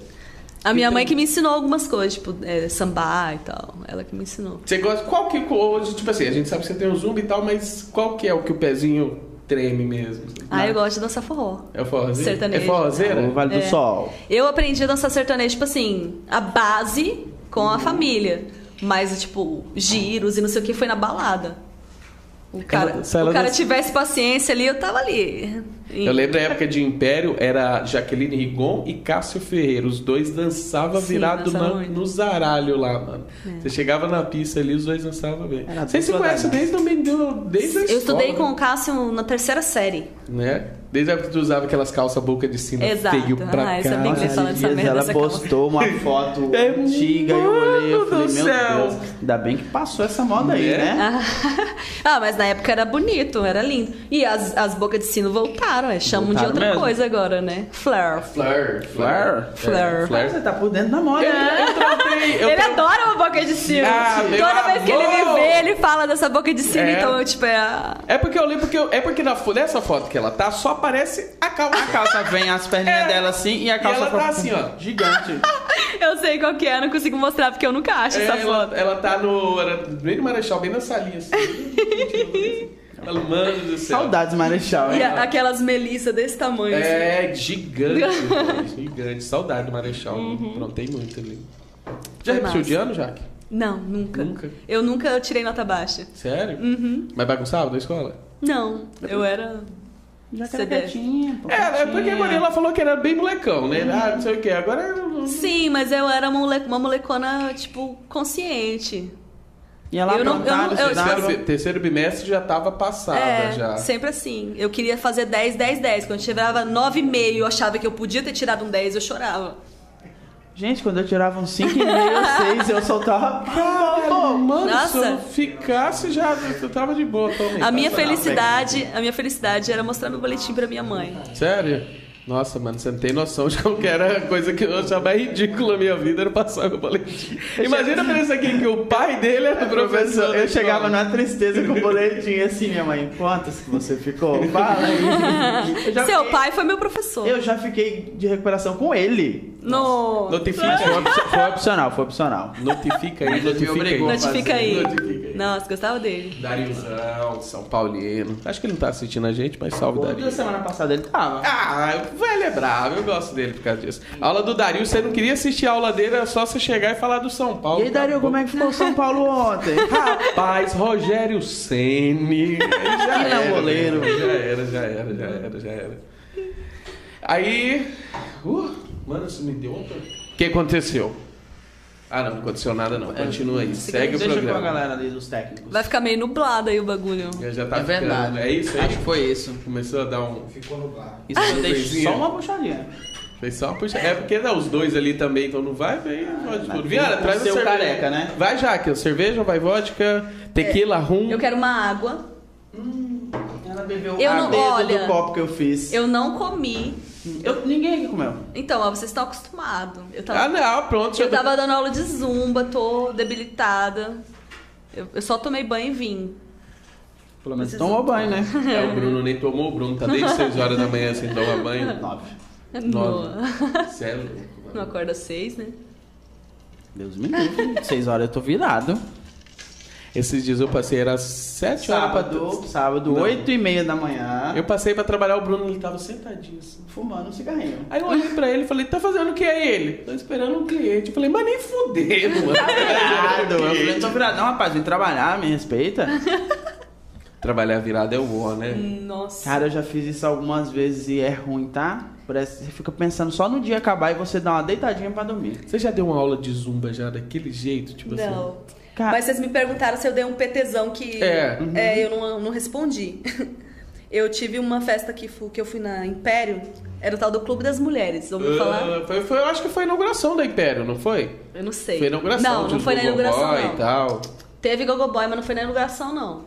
S3: A minha
S1: Então-
S3: mãe que me ensinou algumas coisas, tipo, é, sambar e tal. Ela que me ensinou.
S1: Você gosta. Qual que. hoje, Tipo assim, a gente sabe que você tem um zumba e tal, mas qual que é o que o pezinho treme mesmo?
S3: Ah, eu gosto de dançar forró.
S1: É o forrozinho?
S3: Sertanejo.
S1: É forrozeira?
S2: Ah, O Vale do
S3: É.
S2: Sol.
S3: Eu aprendi a dançar sertanejo, tipo assim, a base com a família. Mas, tipo, giros e não sei o que foi na balada. O cara,
S1: se ela
S3: o cara
S1: dança-
S3: tivesse paciência ali, eu tava ali. E-
S1: Eu lembro da época de Império, era Jaqueline Rigon e Cássio Ferreira. Os dois dançavam
S3: Sim,
S1: virado
S3: dançava
S1: na-
S3: muito. É.
S1: no zaralho lá, mano. Você chegava na pista ali, os dois dançavam bem.
S2: Era
S1: Vocês se
S2: dupla
S1: conhecem
S2: danada.
S1: desde, o men- do- desde a
S3: Eu estudei com
S1: escola,
S3: o Cássio na terceira série.
S1: Né? Desde a época que tu usava aquelas calças boca de cima,
S3: Exato.
S1: feio pra
S3: Ah, isso é
S1: cá.
S3: bem
S2: Nossa,
S3: Você fala
S2: esses
S3: dessa
S2: dias
S3: merda,
S2: ela
S3: essa
S2: postou uma foto
S1: É,
S2: antiga e eu olhei
S1: mano
S2: eu falei,
S1: do
S2: meu
S1: céu.
S2: Deus, ainda bem que passou essa moda aí,
S1: Né?
S2: né?
S3: Ah, mas na época era bonito, era lindo. E as, as bocas de sino voltaram, Mudaram, é. Chamam de
S1: Mudaram
S3: outra
S1: mesmo.
S3: coisa agora, né? Flare.
S2: Flare.
S1: Flare?
S3: Flare.
S1: Flare.
S2: Você tá por dentro da
S3: É.
S2: moda, né?
S1: Tá Eu
S3: ele
S1: tra-
S3: adora uma boca de sino.
S1: Ah, meu
S3: Toda vez que ele me
S1: amor!
S3: vê, ele fala dessa boca de sino.
S1: É.
S3: Então, eu, tipo, é... a-
S1: É porque eu lembro que eu- é porque na, fo- nessa foto que ela tá só aparece a calça.
S2: A calça vem, as perninhas
S1: É.
S2: dela assim
S3: Ah,
S2: e a
S1: E
S2: calça
S1: ela tá
S2: fica
S1: assim, ó.
S2: Gigante.
S3: Eu sei qual que é, não consigo mostrar porque eu nunca acho essa
S1: É,
S3: foto.
S1: ela, ela tá no era- bem no Marechal, bem na salinha assim. Ela, Mano do céu.
S2: Saudades, Marechal.
S3: E
S2: hein?
S3: a- aquelas melissas desse tamanho, assim.
S1: tá É gigante, gente, gigante. Saudade do Marechal. Prontei muito ali. Já
S3: Foi
S1: repetiu
S3: Uhum. massa.
S1: de ano, Jaque?
S3: Não, nunca.
S1: Nunca?
S3: Eu nunca tirei nota baixa.
S1: Sério?
S3: Uhum.
S1: Mas bagunçava da escola?
S3: Não, eu era...
S2: Já que
S3: Você
S2: era
S3: deve.
S2: quietinha,
S3: Um
S2: pô,
S1: É, é
S2: quietinha.
S1: porque a Mariela falou que era bem molecão, né? Ah, não sei o que. Agora eu-
S3: Sim, mas Uhum. eu era uma, mole- uma molecona, tipo, consciente.
S2: E ela assim,
S3: Eu não- eu
S2: aprontava,
S3: não-
S2: estudava.
S3: eu-
S1: assim, terceiro, bi- terceiro bimestre já tava passada
S3: é,
S1: já.
S3: sempre assim. Eu queria fazer 10, 10, 10. Quando chegava 9,5, eu achava que eu podia ter tirado um 10, eu chorava.
S2: Gente, quando eu tirava uns 5 e meio, 6, eu soltava.
S1: Caralho, mano, se
S3: Nossa.
S1: eu ficasse já, eu tava de boa tá? também.
S3: A minha
S1: Tava na
S3: felicidade, a minha felicidade era mostrar meu boletim pra minha mãe.
S1: frente. Sério? Nossa, mano, você não tem noção de como que era a coisa que eu achava mais ridícula na minha vida, era passar meu boletim. Imagina a pensa aqui que o pai dele era professor.
S2: Professor, eu
S1: da
S2: chegava
S1: escola.
S2: na tristeza com o boletim assim, minha mãe, quantas que você ficou? Fala aí. Eu já
S3: Seu
S2: fiquei-
S3: pai foi meu professor.
S2: Eu já fiquei de recuperação com ele.
S3: No...
S1: Notifica,
S2: Foi, opci- foi opcional, foi opcional.
S1: notifica aí,
S2: Ele me
S1: notifica aí.
S2: obrigou. fazer,
S3: Notifica aí.
S1: notifica aí.
S3: Nossa, gostava dele.
S1: Dariuzão, São Paulino. Acho que ele não tá assistindo a gente, mas salve,
S2: Da
S1: Dario.
S2: semana passada ele tava.
S1: Ah, velho é bravo, eu gosto dele por causa disso. A aula do Dario, você não queria assistir a aula dele, era só você chegar e falar do São Paulo.
S2: E aí, Dario, como é que ficou São Paulo ontem?
S1: Rapaz, Rogério Ceni. Aí Já
S2: Que
S1: era,
S2: namoleiro.
S1: né? Já era, já era, já era, já era. Aí. Uh, mano, isso me deu uma. O que aconteceu? Ah, não, não aconteceu nada, não. Continua aí, segue o
S2: É, Deixa com a
S1: programa.
S2: galera ali dos técnicos.
S3: Vai ficar meio nublado aí o bagulho.
S1: Já, já tá
S6: É verdade.
S1: ficando. É isso aí.
S6: Acho que foi isso.
S1: Começou a dar um.
S4: Ficou no bar.
S6: Isso eu
S1: Luizinho.
S6: deixo
S2: Só uma puxadinha.
S1: Fez só uma puxa. É porque não, os dois ali também, então não vai, vem vodka.
S2: mas
S1: Viana,
S2: tem
S1: traz
S2: o
S1: a
S2: seu
S1: cerveja.
S2: careca, né?
S1: Vai, Jaque, cerveja, vai vodka, tequila, rum.
S3: Eu quero uma água.
S2: Ela bebeu
S3: Eu
S2: a
S3: não-
S2: dedo
S3: olha,
S2: do copo que eu fiz.
S3: Eu não comi.
S2: Eu- ninguém aqui comeu.
S3: Então, ó, vocês estão acostumados. Eu tava,
S1: Ah, não, pronto.
S3: eu tava dando aula de zumba, tô debilitada. Eu, eu só tomei banho e vim.
S2: Pelo menos tomou banho, né?
S1: É, o Bruno nem tomou, o Bruno tá desde 6 horas da manhã sem tomar banho.
S2: Nove.
S1: Nove.
S3: No,
S1: Cê é louco,
S3: no
S1: mano.
S3: acorda seis, né?
S2: Deus me livre. Seis horas eu tô virado.
S1: Esses dias eu passei, era 7 horas pra
S2: Sábado, sábado,
S1: Não.
S2: oito e meia da manhã.
S1: Eu passei pra trabalhar, o Bruno ele tava sentadinho assim.
S2: Fumando um cigarrinho.
S1: Aí eu olhei pra ele e falei, tá fazendo o que é ele? Tô esperando um cliente. Eu falei, mas nem fudendo,
S2: Tá Virado. Eu falei, eu
S1: mano.
S2: tô virado. Não, rapaz, vim trabalhar, me respeita.
S1: Trabalhar virado é o ó, né?
S3: Nossa.
S2: Cara, eu já fiz isso algumas vezes e é ruim, tá? Parece que você fica pensando só no dia acabar e você dá uma deitadinha pra dormir.
S1: Você já deu uma aula de zumba já daquele jeito? Tipo assim.
S3: Não.
S2: Cara-
S3: Mas vocês me perguntaram se eu dei um PTzão que
S1: É.
S3: É, eu não, não respondi. Eu tive uma festa que, fu- que eu fui na Império, era o tal do Clube das Mulheres, vamos falar?
S1: Ah, foi, foi- eu acho que foi a inauguração da Império, não foi?
S3: Eu não sei.
S1: Foi a inauguração.
S3: Não,
S1: tinha
S3: não
S1: os
S3: foi na
S1: Gogoboy
S3: inauguração,
S1: e
S3: não.
S1: tal.
S3: Teve Gogoboy, mas não foi na inauguração, não.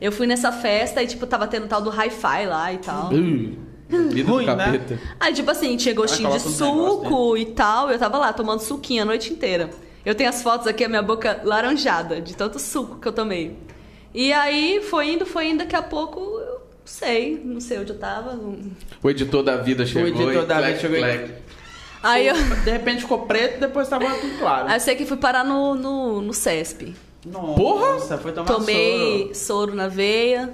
S3: Eu fui nessa festa e, tipo, tava tendo tal do hi-fi lá e tal.
S1: Ih, Vida
S2: Ruim,
S1: do
S2: né?
S1: capeta.
S3: Aí, tipo assim, tinha gostinho
S2: Vai
S3: de
S2: acabar com os negócios
S3: suco e tal. Eu tava lá tomando suquinho a noite inteira. Eu tenho as fotos aqui, a minha boca laranjada, de tanto suco que eu tomei. E aí foi indo, foi indo, daqui a pouco, eu não sei, não sei onde eu tava. não-
S1: O editor da vida chegou.
S2: editor
S1: e
S2: da
S1: clac,
S2: vida chegou e-
S1: clac.
S3: Aí eu,
S2: De repente ficou preto depois tava tudo claro.
S3: aí eu sei que fui parar no, no, no CESP.
S2: Nossa,
S1: Porra!
S2: foi tomar
S3: Tomei
S2: soro.
S3: soro. na veia.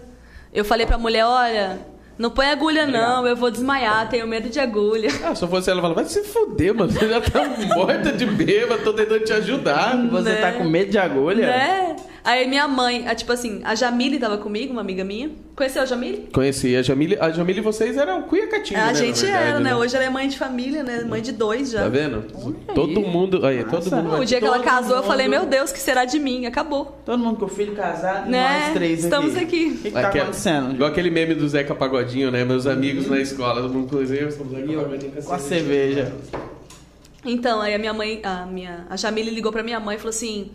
S3: Eu falei pra mulher, olha, não põe agulha não, eu vou desmaiar, tenho medo de agulha.
S1: Ah, se eu fosse ela, eu falava, vai se fuder, mano. Você já tá morta de bêbado, tô tentando te ajudar.
S2: Você
S3: Né?
S2: tá com medo de agulha?
S3: Né? Aí minha mãe, a- tipo assim, a Jamile tava comigo, uma amiga minha. Conheceu a Jamile?
S1: Conheci a Jamile. A Jamile e vocês eram cuiacatinho, né?
S3: a
S1: na
S3: gente
S1: verdade,
S3: era, né? Hoje ela é mãe de família, né? Mãe de dois já. Uh,
S1: Tá vendo? Todo mundo. Aí, todo
S2: Nossa.
S1: mundo.
S3: O dia que ela
S2: Todo
S3: casou, eu falei,
S2: mundo-
S3: meu Deus, que será de mim? Acabou.
S2: Todo mundo com filho casado,
S3: Né?
S2: nós três
S3: Estamos aqui.
S2: O que, que tá
S1: Aquela-
S2: acontecendo?
S1: Igual aquele meme do Zeca Pagodinho, né? Meus amigos na escola, todo mundo inclusive, somos Zeca
S2: Eu
S1: Pagodinho
S2: com a cerveja.
S3: Então, aí a minha mãe, a minha, a Jamile ligou pra minha mãe e falou assim: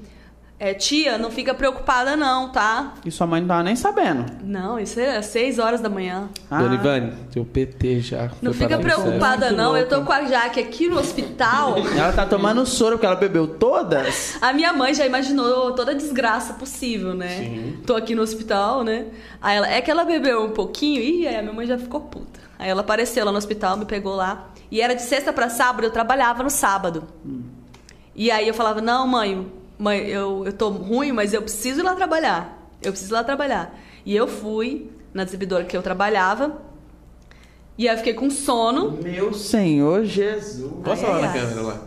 S3: é, tia, não fica preocupada não, tá?
S2: E sua mãe não tava nem sabendo.
S3: Não, isso é seis horas da manhã.
S2: Ah.
S1: Dona Ivane, teu PT já.
S3: Não
S1: foi parar
S3: fica
S1: no céu.
S3: preocupada
S2: Muito
S3: não, eu tô
S2: louco.
S3: com a Jaque aqui no hospital.
S2: Ela tá tomando soro porque ela bebeu todas?
S3: A minha mãe já imaginou toda a desgraça possível, né? Tô aqui no hospital, né? Aí ela, é que ela bebeu um pouquinho e aí a minha mãe já ficou puta. Aí ela apareceu lá no hospital, me pegou lá. E era de sexta pra sábado, eu trabalhava no sábado. E aí eu falava, não, mãe, mãe, eu, eu tô ruim, mas eu preciso ir lá trabalhar. Eu preciso ir lá trabalhar. E eu fui na distribuidora que eu trabalhava. E aí eu fiquei com sono.
S2: Meu Senhor Jesus.
S1: Posso
S3: Ai,
S1: lá
S3: ai,
S1: na
S3: ai.
S1: câmera lá?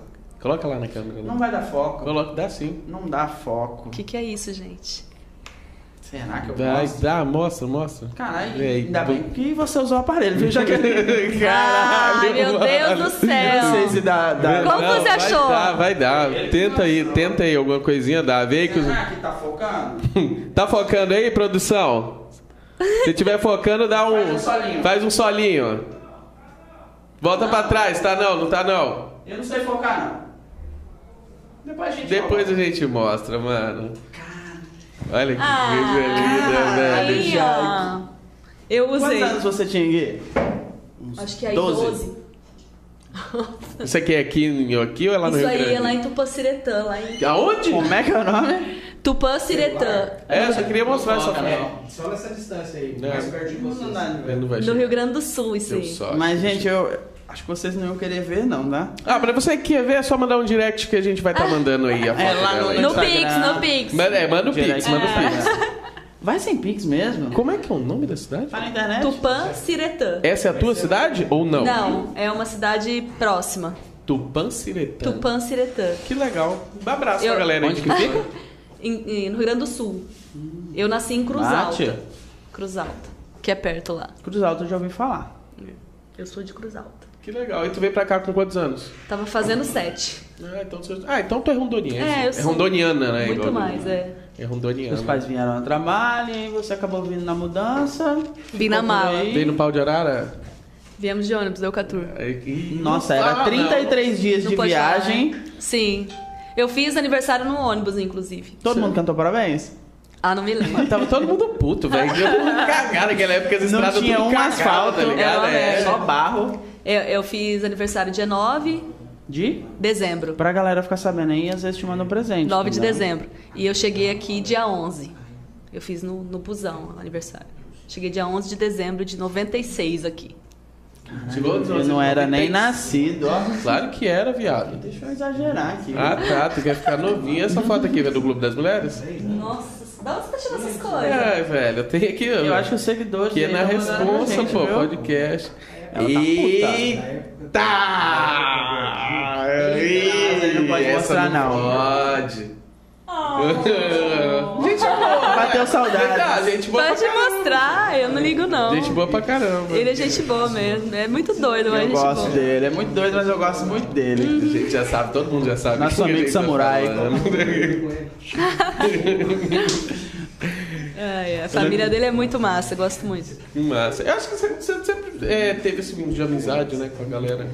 S1: Coloca lá na câmera
S2: Não
S1: lá.
S2: vai dar foco.
S1: Coloca, dá sim.
S2: Não dá foco.
S3: O que, que é isso, gente?
S2: Será que eu
S1: Vai,
S2: posso?
S1: dá, mostra, mostra.
S2: Caralho,
S1: Ei,
S2: ainda
S1: bu-
S2: bem que você usou o aparelho, viu, Jaqueline?
S3: Ai, meu Deus do céu!
S2: Não sei se dá... dá...
S3: Como você
S1: vai
S3: achou?
S1: Dar, vai dar. Tenta aí, tenta aí alguma coisinha dá. Vê que os-
S2: Será que tá focando?
S1: Tá focando aí, produção? Se tiver focando, dá um.
S2: Faz um solinho.
S1: Faz um solinho. Volta pra trás, tá não? Não tá não?
S2: Eu não sei focar, não. Depois a gente
S1: Depois a
S2: fala.
S1: gente mostra, mano. Olha que coisa linda,
S3: Ah,
S1: velho.
S3: aí, ó. Eu usei.
S2: Quantos anos você tinha, Gui?
S3: Acho que aí
S2: 12.
S3: 12.
S1: Isso aqui é aqui, em- aqui ou é lá no
S3: Isso
S1: Rio
S3: aí
S1: Grande?
S3: é lá em Tupaciretã, lá em
S1: Aonde?
S2: Como é que é o nome?
S3: Tupaciretã,
S1: É, eu só queria mostrar essa foto.
S2: Não.
S4: Só nessa distância aí,
S1: Não.
S4: mais perto de
S2: Não
S4: vocês.
S2: dá, velho.
S1: Ele não vai
S3: no
S1: chegar.
S3: Rio Grande do Sul, isso
S1: Eu
S3: aí.
S1: só.
S2: Mas,
S1: acho.
S2: gente, eu acho que vocês não iam querer ver, não, tá?
S1: Ah, pra você que quer ver, é só mandar um direct que a gente vai estar mandando aí a foto dela
S2: lá
S1: aí. tá?
S2: no
S3: Ah. É, No Pix,
S2: Instagram.
S3: no Pix. Ah.
S1: Manda, é, manda o Pix,
S2: Direct.
S1: manda o Pix.
S2: Vai sem Pix mesmo?
S1: Como é que é o nome da cidade?
S2: Tá na internet?
S3: Tupaciretã.
S1: Essa é a tua cidade ou não?
S3: Não, é uma cidade próxima. É.
S1: Tupanciretã.
S3: Tupanciretã,
S1: Que legal. Um abraço pra
S3: Eu-
S1: galera aí
S2: Onde
S1: que
S2: que
S1: fica.
S3: em- em- no Rio Grande do Sul. Eu nasci em Cruz
S2: Mate.
S3: Alta. Cruz Alta, que é perto lá.
S2: Cruz Alta eu já ouvi falar.
S3: Eu sou de Cruz Alta.
S1: Que legal. E tu veio pra cá com quantos anos?
S3: Tava fazendo sete.
S1: Ah, então, tu- ah, então tu é rondoniense.
S3: É, eu sou.
S1: rondoniana, né?
S3: Muito
S1: igual a
S3: mais,
S1: minha.
S3: é.
S1: É rondoniana.
S2: Seus pais vieram a trabalho e você acabou vindo na mudança.
S3: Vim
S2: ficou
S3: na
S2: por
S3: mala.
S2: aí.
S1: Veio no pau de arara?
S3: Viemos de ônibus, deu 14.
S1: Ih,
S2: Nossa,
S1: não
S2: era
S1: fala,
S2: 33 dias
S3: Não
S2: de
S3: pode falar,
S2: viagem.
S3: né? Sim. Eu fiz aniversário no ônibus, inclusive.
S2: Todo mundo cantou parabéns?
S3: Ah, não me
S1: não.
S3: lembro.
S1: Tava todo mundo puto, velho. Todo mundo cagado naquela época. As
S2: Não
S1: estradas
S2: tinha
S1: tudo
S2: um
S1: cagado,
S2: asfalto,
S1: tá ligado?
S3: É,
S1: É.
S2: só barro.
S3: Eu, eu fiz aniversário dia 9
S2: De?
S3: de dezembro.
S2: Pra galera ficar sabendo aí, às vezes te mandam um presente.
S3: 9 de
S2: entendeu?
S3: dezembro. E eu cheguei aqui dia 11. Eu fiz no, no busão aniversário. Cheguei dia 11 de dezembro de 96 aqui.
S1: Chegou nos
S2: Eu não era
S1: 96.
S2: nem nascido, ó.
S1: Claro que era, viado.
S2: Deixa eu exagerar aqui.
S1: Ah, tá. Tu quer ficar novinha. Essa foto aqui é do Globo das Mulheres?
S3: Nossa, da onde você tá tirando essas
S1: É, velho. Eu tenho aqui...
S2: Eu acho que os seguidores.
S1: Que é
S2: aí
S1: na
S2: tão mandando pra
S1: responsa,
S2: gente,
S1: pô,
S2: viu?
S1: podcast.
S2: Ela tá puta.
S4: É,
S1: Eita!
S2: Essa aí não pode
S1: Essa
S2: mostrar, não.
S1: Pode. gente
S2: Bateu saudade.
S1: Tá, gente boa pra
S3: Pode
S1: caramba.
S3: mostrar, eu não ligo não.
S1: Gente boa pra caramba.
S3: Ele é gente boa mesmo. É muito doido, mas é
S2: Eu
S3: gente
S2: gosto
S3: boa.
S2: dele. É muito doido, mas eu gosto muito dele.
S1: A gente já sabe, todo mundo já sabe.
S2: Nosso
S1: quem que a
S2: amigo
S1: gente tá
S2: samurai.
S1: falando.
S3: É, é, a família dele é muito massa, eu gosto muito.
S1: Massa. Eu acho que você, você sempre é, teve esse vínculo de amizade, né, com a galera.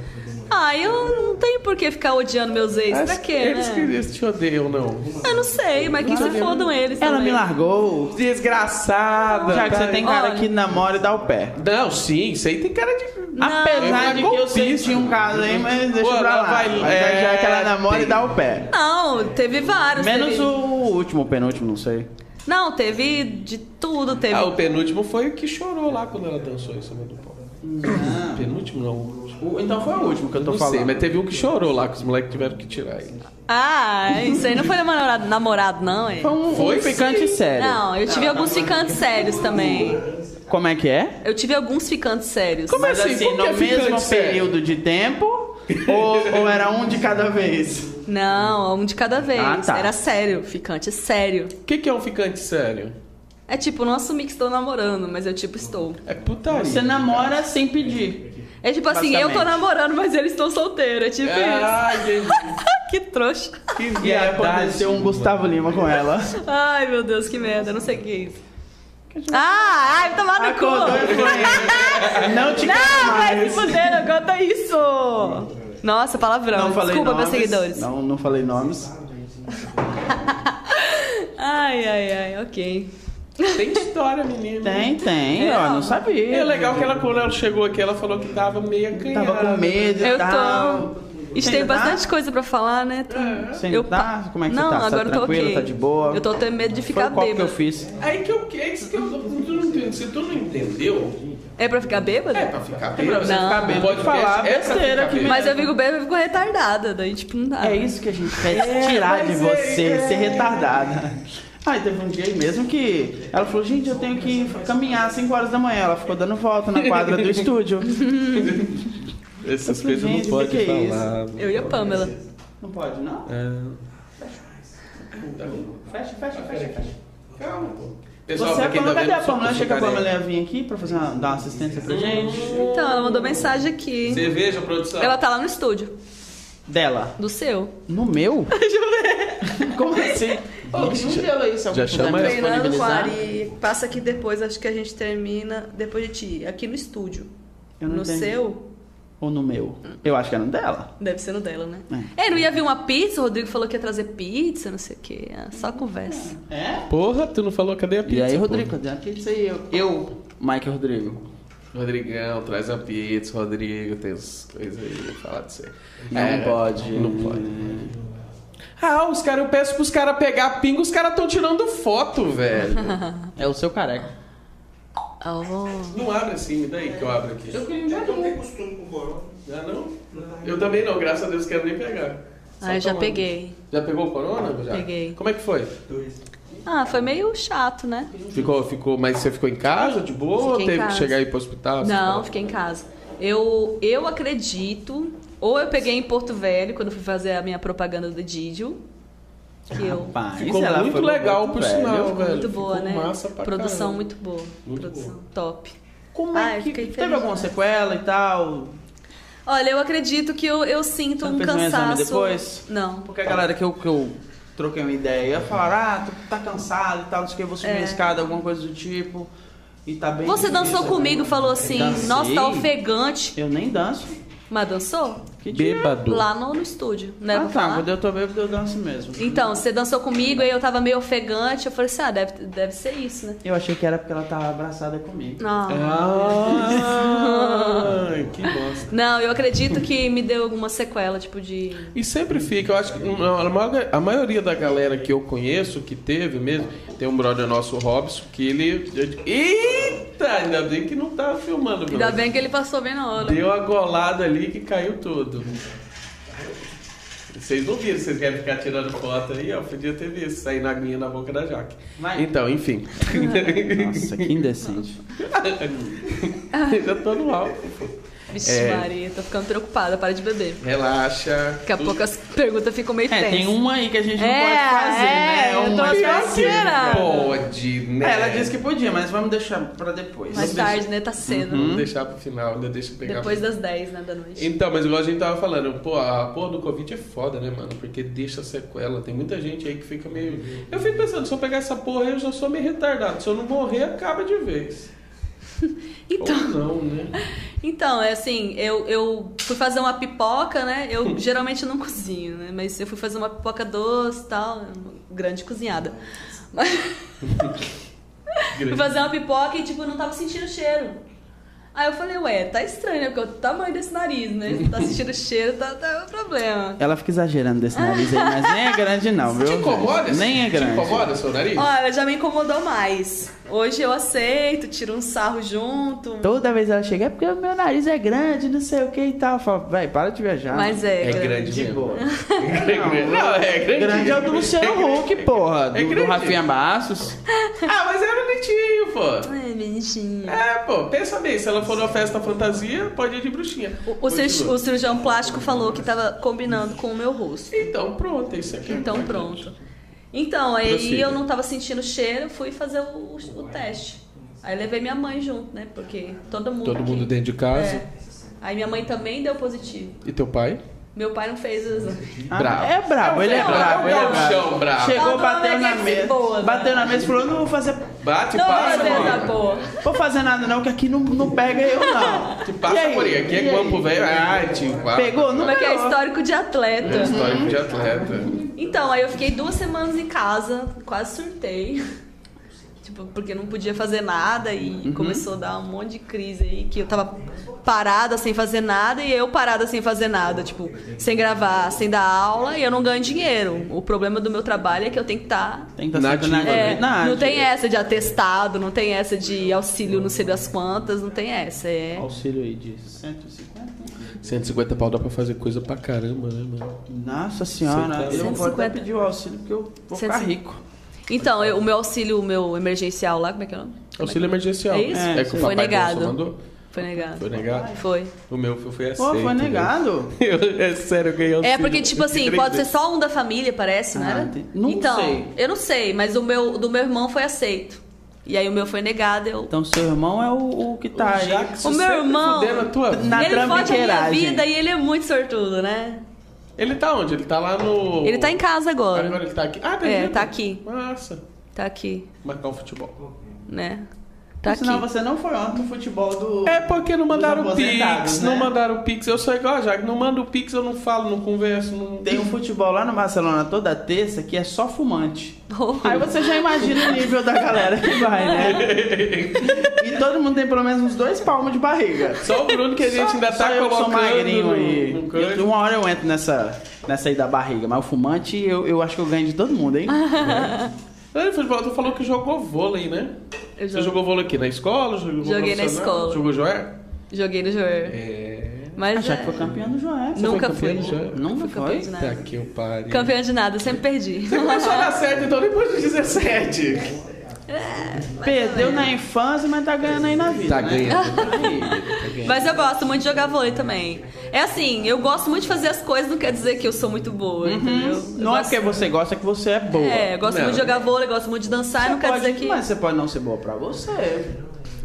S3: Ah, eu não tenho por que ficar odiando meus ex. Pra
S1: Acho que
S3: quê,
S1: Eles que
S3: né?
S1: eles te odeiam, não.
S3: Eu não sei, mas que se fodam eles
S2: Ela me
S3: também.
S2: largou.
S1: Desgraçada.
S2: Já que você
S1: tá-
S2: tem cara
S3: Olha.
S2: que namora e dá o pé.
S1: Não, sim, isso aí tem cara de...
S3: Não.
S2: Apesar de que eu sei que
S1: golpista.
S2: tinha um caso aí, mas deixa
S1: Pô,
S2: pra
S1: ela
S2: lá.
S1: vai-
S2: Mas
S1: é,
S2: já que ela namora e
S1: tem.
S2: dá o pé.
S3: Não, teve vários.
S2: Menos
S3: teve...
S2: o último, o penúltimo, não sei.
S3: Não, teve de tudo, teve.
S1: Ah, o penúltimo foi o que chorou lá quando ela dançou em cima do palco. Penúltimo não.
S2: então foi o último que eu Ah. tô
S1: Não
S2: falando.
S1: sei, mas teve um que chorou lá que os moleques tiveram que tirar ele.
S3: Ah, isso aí não foi namorado, namorado não, é?
S2: Foi um,
S1: Foi
S2: um ficante
S1: sim.
S2: sério.
S3: Não, eu tive alguns ficantes sérios também.
S2: Como é que é?
S3: Eu tive alguns ficantes sérios.
S1: Como é?
S2: Mas
S1: assim,
S2: assim,
S1: como
S2: no
S1: que é ficante
S2: mesmo
S1: sério?
S2: período de tempo? ou, ou era um de cada vez?
S3: Não, um de cada vez.
S2: Ah, tá.
S3: Era sério, ficante sério.
S1: O que, que é um ficante sério?
S3: É tipo, não assumi que estou namorando, mas eu tipo estou.
S1: É putaria.
S2: Você namora sem pedir.
S3: É tipo assim, eu tô
S2: Basicamente.
S3: namorando, mas eles estão solteiros. É tipo
S1: Ah, gente,
S3: isso. que trouxa.
S1: que
S2: E aí
S1: viadagem.
S2: aconteceu um Gustavo Lima com ela.
S3: Ai, meu Deus, que merda. Eu não sei o que é isso. Ah, ai, tomar no
S2: Acordou e
S3: cu.
S2: foi. Não te quero
S3: Não, vai se
S2: mais.
S3: fuder, não conta isso. Nossa, palavrão.
S2: Não falei
S3: Desculpa, meus
S2: nomes.
S3: seguidores.
S2: Não, não falei nomes.
S3: Ai, ai, ai, ok.
S1: Tem história, menina.
S2: Tem, tem,
S3: É,
S2: ó,
S3: ó.
S2: não sabia.
S1: É legal que ela, quando ela chegou aqui, ela falou que tava meio acanhada.
S2: Tava com medo e
S3: Eu
S2: tal.
S3: tô.
S2: Você
S3: Isso tá tem
S2: ainda tá?
S3: bastante coisa pra falar, né? Tem-
S2: Você ainda
S3: eu
S2: tá?
S3: pa-
S2: Como é que você
S3: não,
S2: tá? Você tá
S3: agora eu tô
S2: tranquila?
S3: ok.
S2: Tá de boa?
S3: Eu tô tendo medo de
S2: Foi
S3: ficar
S2: o copo que eu
S3: bêbado.
S2: fiz.
S1: Aí que eu, que é isso que eu, tu não entendo. Se tu não entendeu,
S3: É pra ficar bêbado?
S1: é pra ficar
S2: É pra
S1: bêbado.
S2: você
S3: Não.
S2: ficar bem. Pode falar
S1: É pra ficar
S2: besteira aqui
S1: bem.
S3: Mas eu fico bêbada, eu fico retardada. Daí, tipo, não dá.
S2: É isso que a gente quer
S3: É,
S2: tirar de
S1: mas
S2: você,
S1: é-
S2: ser retardada. Aí teve um dia aí mesmo que ela falou, gente, eu tenho que caminhar às 5 horas da manhã. Ela ficou dando volta na quadra do estúdio.
S1: Essas
S2: Eu falei,
S1: coisas não
S2: gente, o
S1: pode
S2: que que é
S1: falar.
S3: Eu e a Pamela.
S2: Não pode, não?
S1: É.
S2: Fecha, fecha, fecha, fecha.
S1: Calma, pô.
S2: você é
S1: Ah, pra
S2: a
S1: quem
S2: Pamela,
S1: tá
S2: cadê a
S1: vendo,
S2: Pamela?
S1: só
S2: Achei que a
S1: ficarem-
S2: Pamela ia vir aqui pra fazer uma, dar uma assistência pra gente.
S3: Então, ela mandou mensagem aqui.
S1: Você veja, produção.
S3: Ela tá lá no estúdio,
S2: Dela.
S3: do seu.
S2: No meu? Como assim? Ô, que gelo aí, se
S1: Já
S2: alguém puder
S1: chama
S2: me
S1: ela.
S3: Treinando com a
S2: disponibilizar.
S3: Ari. Passa aqui depois, acho que a gente termina. Depois de ti, aqui no estúdio.
S2: Eu não
S3: no
S2: entendi.
S3: seu,
S2: Ou no meu? Eu acho que era no dela.
S3: deve ser no dela, né? É. não ia vir uma pizza, o Rodrigo falou que ia trazer pizza, não sei o quê. É Só conversa.
S2: É?
S1: Porra, tu não falou cadê a pizza?
S2: E aí,
S3: Tipo,
S1: pô?
S2: Rodrigo, cadê a pizza aí? Eu, eu Mike Rodrigo.
S1: Rodrigão, traz a pizza, Rodrigo, tem as coisas aí pra falar de você. É,
S2: Não
S3: É,
S2: pode.
S1: Não pode. Ah, os caras, eu peço pros caras pegar pinga, os caras tão tirando foto, velho.
S2: É o seu careca.
S3: Oh.
S1: não abre assim, me dá aí que eu abro aqui.
S4: Eu não tenho costume com o Corona.
S1: Já não? Eu também não, graças a Deus, quero nem pegar. Só
S3: Ah, eu já
S1: tomando.
S3: peguei.
S1: Já pegou o corona? Já?
S3: Peguei.
S1: Como é que foi?
S4: Dois.
S3: Ah, foi meio chato, né?
S1: Ficou, ficou, mas você ficou em casa, de boa?
S3: Fiquei em
S1: teve que
S3: casa.
S1: chegar aí pro hospital?
S3: Não, fiquei em casa. Eu, eu acredito, ou eu peguei em Porto Velho, quando eu fui fazer a minha propaganda do Didio, que eu...
S2: Rapaz,
S1: Ficou
S2: ela
S1: muito
S2: foi
S1: legal,
S2: muito
S1: por
S2: velha.
S1: sinal.
S3: Ficou
S1: velho,
S3: muito boa,
S1: ficou
S3: né?
S1: massa pra
S3: Produção
S1: caramba.
S3: muito boa.
S1: Muito
S3: Produção
S1: boa.
S3: top.
S2: Como
S3: Ah,
S2: é
S3: eu
S2: que
S3: fiquei
S2: teve
S3: feliz,
S2: alguma
S3: né?
S2: sequela e tal?
S3: Olha, eu acredito que eu, eu sinto
S2: Você
S3: um
S2: fez um exame
S3: cansaço.
S2: depois?
S3: Não.
S2: Porque a galera que eu, que eu troquei uma ideia ia falar, ah, tu tá cansado e tal, não sei o que, eu vou subir
S3: É.
S2: a escada, alguma coisa do tipo. E tá bem.
S3: Você dançou
S2: difícil. né?
S3: comigo, falou assim,
S2: Dancei.
S3: nossa, tá ofegante.
S2: Eu nem danço.
S3: Mas dançou?
S2: Que dia?
S1: Bêbado.
S3: Lá no, no estúdio, né?
S2: Ah, tá, quando eu tô bêbado eu danço mesmo.
S3: Então, você dançou comigo, aí eu tava meio ofegante, eu falei assim, ah, deve, deve ser isso, né?
S2: Eu achei que era porque ela tava abraçada comigo. É.
S3: Ah.
S1: Ah, que bosta.
S3: Não, eu acredito que me deu alguma sequela, tipo de...
S1: E sempre fica, eu acho que não, a maior- a maioria da galera que eu conheço, que teve mesmo, tem um brother nosso, o Robson, que ele. Eita! Ainda bem que não tava filmando, meu.
S3: Ainda bem que ele passou bem na hora.
S1: Deu a golada ali que caiu tudo. Vocês não viram, vocês querem ficar tirando foto aí, ó. Podia ter visto, saindo aguinha na boca da Jaque.
S2: Vai.
S1: Então, enfim.
S2: Nossa, que indecente.
S3: Ah.
S1: Já tô no alto.
S3: Vixe,
S1: É.
S3: Maria, tô ficando preocupada, para de beber.
S1: Relaxa.
S3: Daqui a
S1: Tudo-
S3: pouco as perguntas ficam meio
S2: É,
S3: tensas.
S2: tem uma aí que a gente não
S3: É,
S2: pode fazer,
S3: é,
S2: né?
S3: eu tô
S2: Uma
S3: assim,
S2: específica.
S3: será?
S1: Pode, né?
S2: É, ela disse que podia, mas vamos deixar pra depois.
S3: Mais tarde, né? Tá cedo.
S2: Uhum.
S1: Vamos deixar pro final, ainda deixa eu pegar.
S3: Depois das 10, né, da noite.
S1: Então, mas igual a gente tava falando, pô, a porra do Covid é foda, né, mano? Porque deixa sequela. Tem muita gente aí que fica meio. Eu fico pensando, se eu pegar essa porra aí, eu já sou meio retardado. Se eu não morrer, acaba de vez.
S3: Então,
S1: Ou não, né?
S3: então, é assim, eu, eu fui fazer uma pipoca, né? Eu geralmente não cozinho, né? Mas eu fui fazer uma pipoca doce e tal, grande cozinhada. Mas fui fazer uma pipoca e, tipo, eu não tava sentindo o cheiro. Aí eu falei, ué, tá estranho, né? Porque o tamanho desse nariz, né? Se tá sentindo o cheiro, tá, tá um problema.
S2: Ela fica exagerando desse nariz aí, mas nem é grande não, viu?
S1: Te incomoda? esse-
S2: Nem é
S1: Te
S2: grande.
S1: incomoda seu nariz?
S3: Olha, já me incomodou mais. Hoje eu aceito, tiro um sarro junto.
S2: Toda vez ela chega, é porque o meu nariz é grande, não sei o que e tal. Eu falo, véi, para de viajar.
S3: Mas é.
S1: É grande
S2: De
S1: mesmo.
S2: boa.
S1: É grande. Não, é grande.
S2: Grande é o do Luciano Huck, porra.
S1: É
S2: Do, do
S1: grande.
S2: Rafinha Bastos.
S1: Ah, mas é bonitinho, pô.
S3: Ai, bonitinho.
S1: É, pô, pensa bem, se ela for numa festa fantasia, pode ir de bruxinha.
S3: O, o cir-
S1: Continua.
S3: o cirurgião plástico falou que tava combinando com o meu rosto.
S1: Então pronto, é isso aqui.
S3: Então pronto. Então, aí
S1: Prossiga.
S3: eu não tava sentindo cheiro, fui fazer o, o teste. Aí levei minha mãe junto, né? Porque todo mundo.
S1: Todo
S3: aqui-
S1: mundo dentro de casa.
S3: É. Aí minha mãe também deu positivo.
S1: E teu pai?
S3: Meu pai não fez o exame.
S2: Ah,
S1: Brabo.
S2: É brabo, ele é
S1: É um
S2: brabo, ele é
S1: gauchão
S2: brabo.
S1: brabo.
S2: Chegou,
S3: Falta uma
S2: bateu na
S3: alegria
S2: mesa.
S3: boa, né?
S2: Bateu na mesa e falou, não vou fazer...
S1: Bate,
S3: Não,
S1: passa,
S3: meu Deus,
S1: mano.
S3: tá boa.
S2: Vou fazer nada não, que aqui não, não pega eu não.
S1: Te
S2: E
S1: passa
S2: aí?
S1: por aí. Aqui
S2: E
S1: é
S2: aí?
S1: campo velho. Ah, tio. pá.
S2: Pegou? Não
S3: Como é que é
S2: pegou.
S3: histórico de atleta?
S1: É histórico de atleta.
S3: Então, aí eu fiquei duas semanas em casa, quase surtei. Tipo, porque não podia fazer nada e começou a dar um monte de crise aí, que eu tava parada sem fazer nada e eu parada sem fazer nada, tipo, sem gravar, sem dar aula e eu não ganho dinheiro. O problema do meu trabalho é que eu tenho que estar
S2: Tem que estar sempre na
S1: Nativa,
S3: é,
S2: verdade.
S3: não tem essa de atestado, não tem essa de auxílio não sei das quantas, não tem essa. É...
S2: Auxílio aí de 150.
S1: 150 pau dá pra fazer coisa pra caramba, né, mano?
S2: Nossa senhora, eu vou até
S3: 150.
S2: pedir o auxílio porque eu vou ficar
S3: 150.
S2: rico.
S3: Então, eu- o meu auxílio, o meu emergencial lá, como é que é o nome?
S1: Auxílio emergencial.
S3: É isso?
S1: É, que o
S3: Foi
S1: papai
S3: negado.
S1: Nelson mandou?
S3: Foi negado.
S1: Foi negado?
S3: Foi.
S1: O meu foi, foi aceito.
S2: Pô, foi
S1: né?
S2: negado.
S1: Eu- é sério, eu ganhei auxílio.
S3: É, porque, tipo assim,
S1: Três
S3: pode ser
S1: vezes.
S3: só um da família, parece, não
S2: Ah,
S3: era?
S2: entendi. Não
S3: então,
S2: sei.
S3: eu não sei, mas o meu, do meu irmão foi aceito. E aí o meu foi negado, eu...
S2: Então seu irmão é o, o que tá aí.
S1: Jackson
S3: O meu
S1: sempre
S3: irmão-
S1: fudendo a tua vida.
S2: na
S3: ele fode a minha
S2: trambiqueiragem.
S3: vida e ele é muito sortudo, né?
S1: Ele tá onde? Ele tá lá no...
S3: Ele tá em casa agora.
S1: Agora ele tá aqui? Ah, tá
S3: É,
S1: aqui.
S3: tá aqui.
S1: Massa.
S3: Tá aqui,
S1: Marcar um futebol.
S3: né? Tá aqui.
S2: Senão você não foi ontem no futebol do.
S1: É porque não mandaram
S2: Dos
S1: o
S2: aposentados,
S1: Pix,
S2: né?
S1: não mandaram o Pix. Eu sou igual a Jaque, não manda o Pix, eu não falo, não converso, não...
S2: Tem um futebol lá no Barcelona toda terça que é só fumante.
S3: Oh.
S2: Aí você já imagina o nível da galera que vai, né? E todo mundo tem pelo menos uns dois palmos de barriga.
S1: Só o Bruno que a gente
S2: Só-
S1: ainda
S2: só
S1: tá
S2: eu que sou
S1: colocando
S2: magrinho
S1: no,
S2: aí.
S1: no canto.
S2: Eu- uma hora eu entro nessa, nessa aí da barriga, mas o fumante eu, eu acho que eu ganho de todo mundo, hein?
S3: Ah,
S1: Olha, futebol, tu falou que jogou vôlei, né?
S3: Eu
S1: Você
S3: jogo-
S1: jogou vôlei aqui na escola? Jogou
S3: Joguei na
S1: profissional?
S3: escola.
S1: Jogou joé?
S3: Joguei no Joer.
S1: É...
S3: Mas
S2: Ah, já
S3: é,
S2: que foi campeão do Joé.
S1: Não.
S3: nunca
S1: foi
S3: fui.
S1: campeã do Joer?
S2: Nunca
S3: Fui
S2: foi?
S3: campeã de
S1: Tá
S3: nada.
S1: que eu pariu.
S3: Campeã de nada, sempre perdi.
S1: Você começou a dar certo, então, depois dos 17.
S2: Perdeu
S3: é.
S2: na infância, mas tá ganhando aí na vida.
S1: Tá
S2: né?
S1: ganhando.
S2: Aí.
S3: Mas eu gosto muito de jogar vôlei também. É assim, eu gosto muito de fazer as coisas, não quer dizer que eu sou muito boa, entendeu? Eu
S2: Não é
S3: gosto...
S2: porque você gosta, é que você é boa.
S3: É, eu gosto
S1: Não.
S3: muito de jogar vôlei, gosto muito de dançar,
S2: Você
S3: não quer
S2: pode-
S3: dizer que.
S2: Mas você pode não ser boa pra você.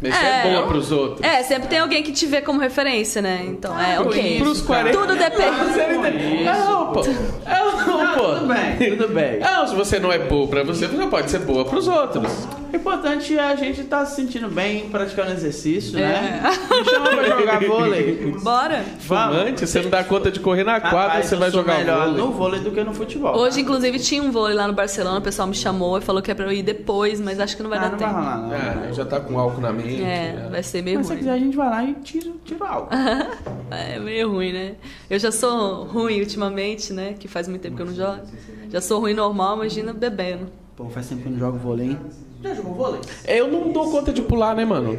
S1: Mas você é
S3: É.
S1: boa pros outros.
S3: É, sempre tem alguém que te vê como referência, né? Então, é, ok.
S1: Pros
S2: tá.
S1: 40.
S3: Tudo depende.
S1: Você não entende?
S3: É.
S1: Não, pô. Não, pô.
S2: Tudo bem, tudo bem.
S1: Não, se você não é boa pra você, você pode ser boa pros outros.
S2: O importante é a gente estar se sentindo bem, praticando exercício, né?
S3: É.
S2: Me chama pra jogar vôlei.
S3: Bora?
S2: Vamos.
S1: Fumante, você não dá conta de correr na quadra,
S2: Rapaz,
S1: você
S2: eu
S1: vai
S2: sou
S1: jogar
S2: melhor
S1: vôlei.
S2: no vôlei do que no futebol. Ah,
S3: Hoje, inclusive, tinha um vôlei lá no Barcelona, o pessoal me chamou e falou que é pra eu ir depois, mas acho que não vai
S2: Ah,
S3: dar
S2: não vai
S3: tempo.
S2: rolar, não.
S1: Ah, já tá com álcool na mente. né?
S3: É, vai ser meio
S2: Mas se você
S3: ruim.
S2: quiser, a gente vai lá e tira, tira o álcool.
S3: É meio ruim, né? Eu já sou ruim ultimamente, né? Que faz muito tempo que eu não jogo. Já sou ruim normal, imagina bebendo.
S2: Pô, faz tempo que eu não jogo vôlei, hein? Já jogou vôlei?
S1: Eu não dou conta de pular, né, mano?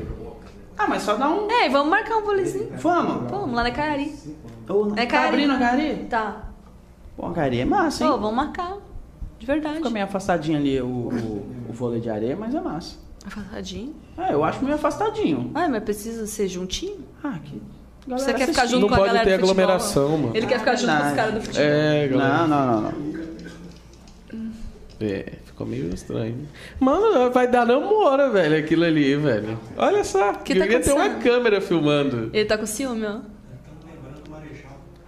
S2: Ah, mas só dá um...
S3: É, e vamos marcar um vôleizinho.
S2: Vamos.
S3: Vamos lá na Cari.
S2: Ou-
S3: É
S2: tá
S3: Cari.
S2: abrindo a Cari?
S3: Tá.
S2: Pô, a Cari é massa, hein?
S3: Pô, vamos marcar. De verdade.
S2: Fica meio afastadinho ali o, o, o vôlei de areia, mas é massa.
S3: Afastadinho.
S2: É, eu acho meio afastadinho.
S3: Ai, mas precisa ser juntinho?
S2: Ah, que... Galera
S3: Você quer
S2: assistiu.
S3: ficar Tá junto
S1: Não
S3: com a
S1: pode
S3: galera
S1: ter
S3: do futebol?
S1: aglomeração, mano.
S3: Ele quer ficar junto com os
S2: Verdade.
S3: caras do futebol.
S1: É, galera.
S2: Não, não, não, não.
S1: É, ficou meio estranho. né? Mano, vai dar namoro, velho, aquilo ali, velho. Olha só,
S3: Que tá
S1: devia ter uma
S3: acontecendo?
S1: câmera filmando.
S3: Ele tá com ciúme, ó.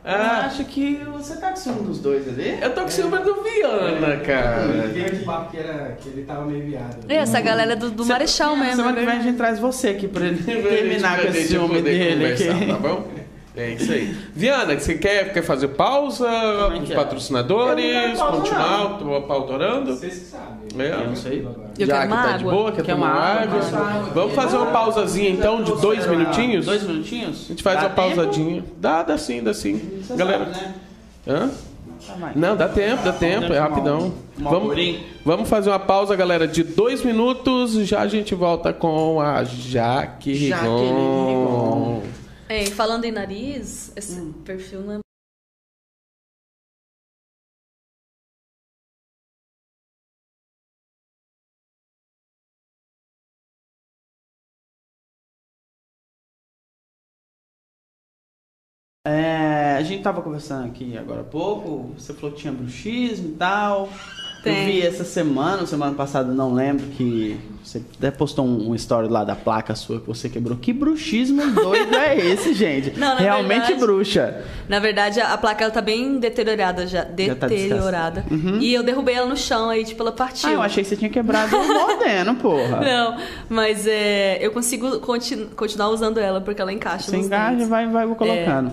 S2: Eu
S1: Ah,
S2: acho que você tá com ciúme dos dois ali.
S1: eu tô com ciúme do Viana,
S2: É,
S1: cara.
S6: Veio de papo que, era, que ele tava meio viado.
S3: É,
S2: Hum.
S3: essa galera é do, do Marechal mesmo.
S1: é
S3: né?
S2: Semana que vem a gente traz você aqui pra ele terminar com esse ciúme dele. aqui.
S1: Tá bom? É isso aí. Viana, você quer, quer fazer pausa?
S2: é que
S1: Os
S2: é? Eu não
S1: patrocinadores?
S2: quero pausa,
S1: Continuar tô pautorando?
S6: Vocês que sabem.
S1: É.
S2: Eu não sei.
S3: Eu
S1: Já que
S3: quero uma
S1: tá de
S3: água.
S1: boa, quer
S2: Quer
S1: tomar
S2: uma
S1: água?
S2: água?
S1: Vamos fazer uma pausazinha então de dois minutinhos?
S2: Dois minutinhos?
S1: A gente faz
S2: Dá
S1: uma
S2: tempo?
S1: pausadinha. Dá, dá sim, dá sim.
S2: Você
S1: Galera.
S2: sabe, né?
S1: Hã?
S2: Tá, vai.
S1: Não, dá tempo, dá tempo,
S2: Deve
S1: é
S2: tomar
S1: rapidão.
S2: um- um
S1: Vamos,
S2: alvorinho.
S1: vamos fazer uma pausa, galera, de dois minutos. Já a gente volta com a Jaque
S2: Jaqueline
S1: Rigon.
S2: Rigon.
S3: Ei, falando em nariz, esse
S2: Hum.
S3: perfil não é.
S2: É, a gente tava conversando aqui agora há pouco, você falou que tinha bruxismo e tal.
S3: Tem.
S2: Eu vi essa semana, ou semana passada, não lembro, que você até postou um, um story lá da placa sua que você quebrou. Que bruxismo doido é esse, gente?
S3: Não, na
S2: Realmente
S3: verdade-
S2: bruxa.
S3: Na verdade, a a placa ela tá bem deteriorada já.
S2: Já tá Uhum.
S3: Deteriorada. E eu derrubei ela no chão, aí, tipo, ela partiu.
S2: Ah, eu achei que você tinha quebrado o modeno, porra.
S3: Não, mas é, eu consigo continu- continuar usando ela porque ela encaixa
S2: Você
S3: nos
S2: engaja,
S3: dentes.
S2: vai, vai colocando.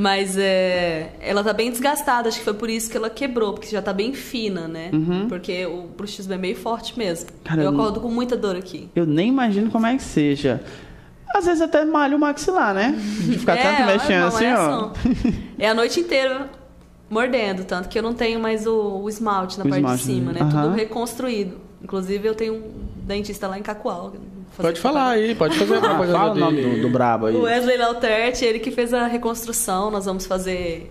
S3: Mas é, ela tá bem desgastada, acho que foi por isso que ela quebrou, porque já tá bem fina, né?
S2: Uhum.
S3: Porque o bruxismo é meio forte mesmo.
S2: Cara,
S3: eu
S2: eu não-
S3: acordo com muita dor aqui.
S2: Eu nem imagino como é que seja. Às vezes até malha o maxilar, né? De ficar tanto
S3: é
S2: mexendo
S3: uma
S2: assim, ó.
S3: malhação. É a noite inteira mordendo, tanto que eu não tenho mais o, o esmalte na
S2: O
S3: parte
S2: esmalte,
S3: de cima,
S2: né?
S3: né? Tudo
S2: Aham.
S3: reconstruído. Inclusive, eu tenho um dentista lá em Cacoal.
S1: Pode falar aí, pode fazer a
S2: Ah, fala
S1: propaganda
S2: o nome
S1: dele.
S2: do, do brabo aí.
S3: O Wesley Lauterte, ele que fez a reconstrução, nós vamos fazer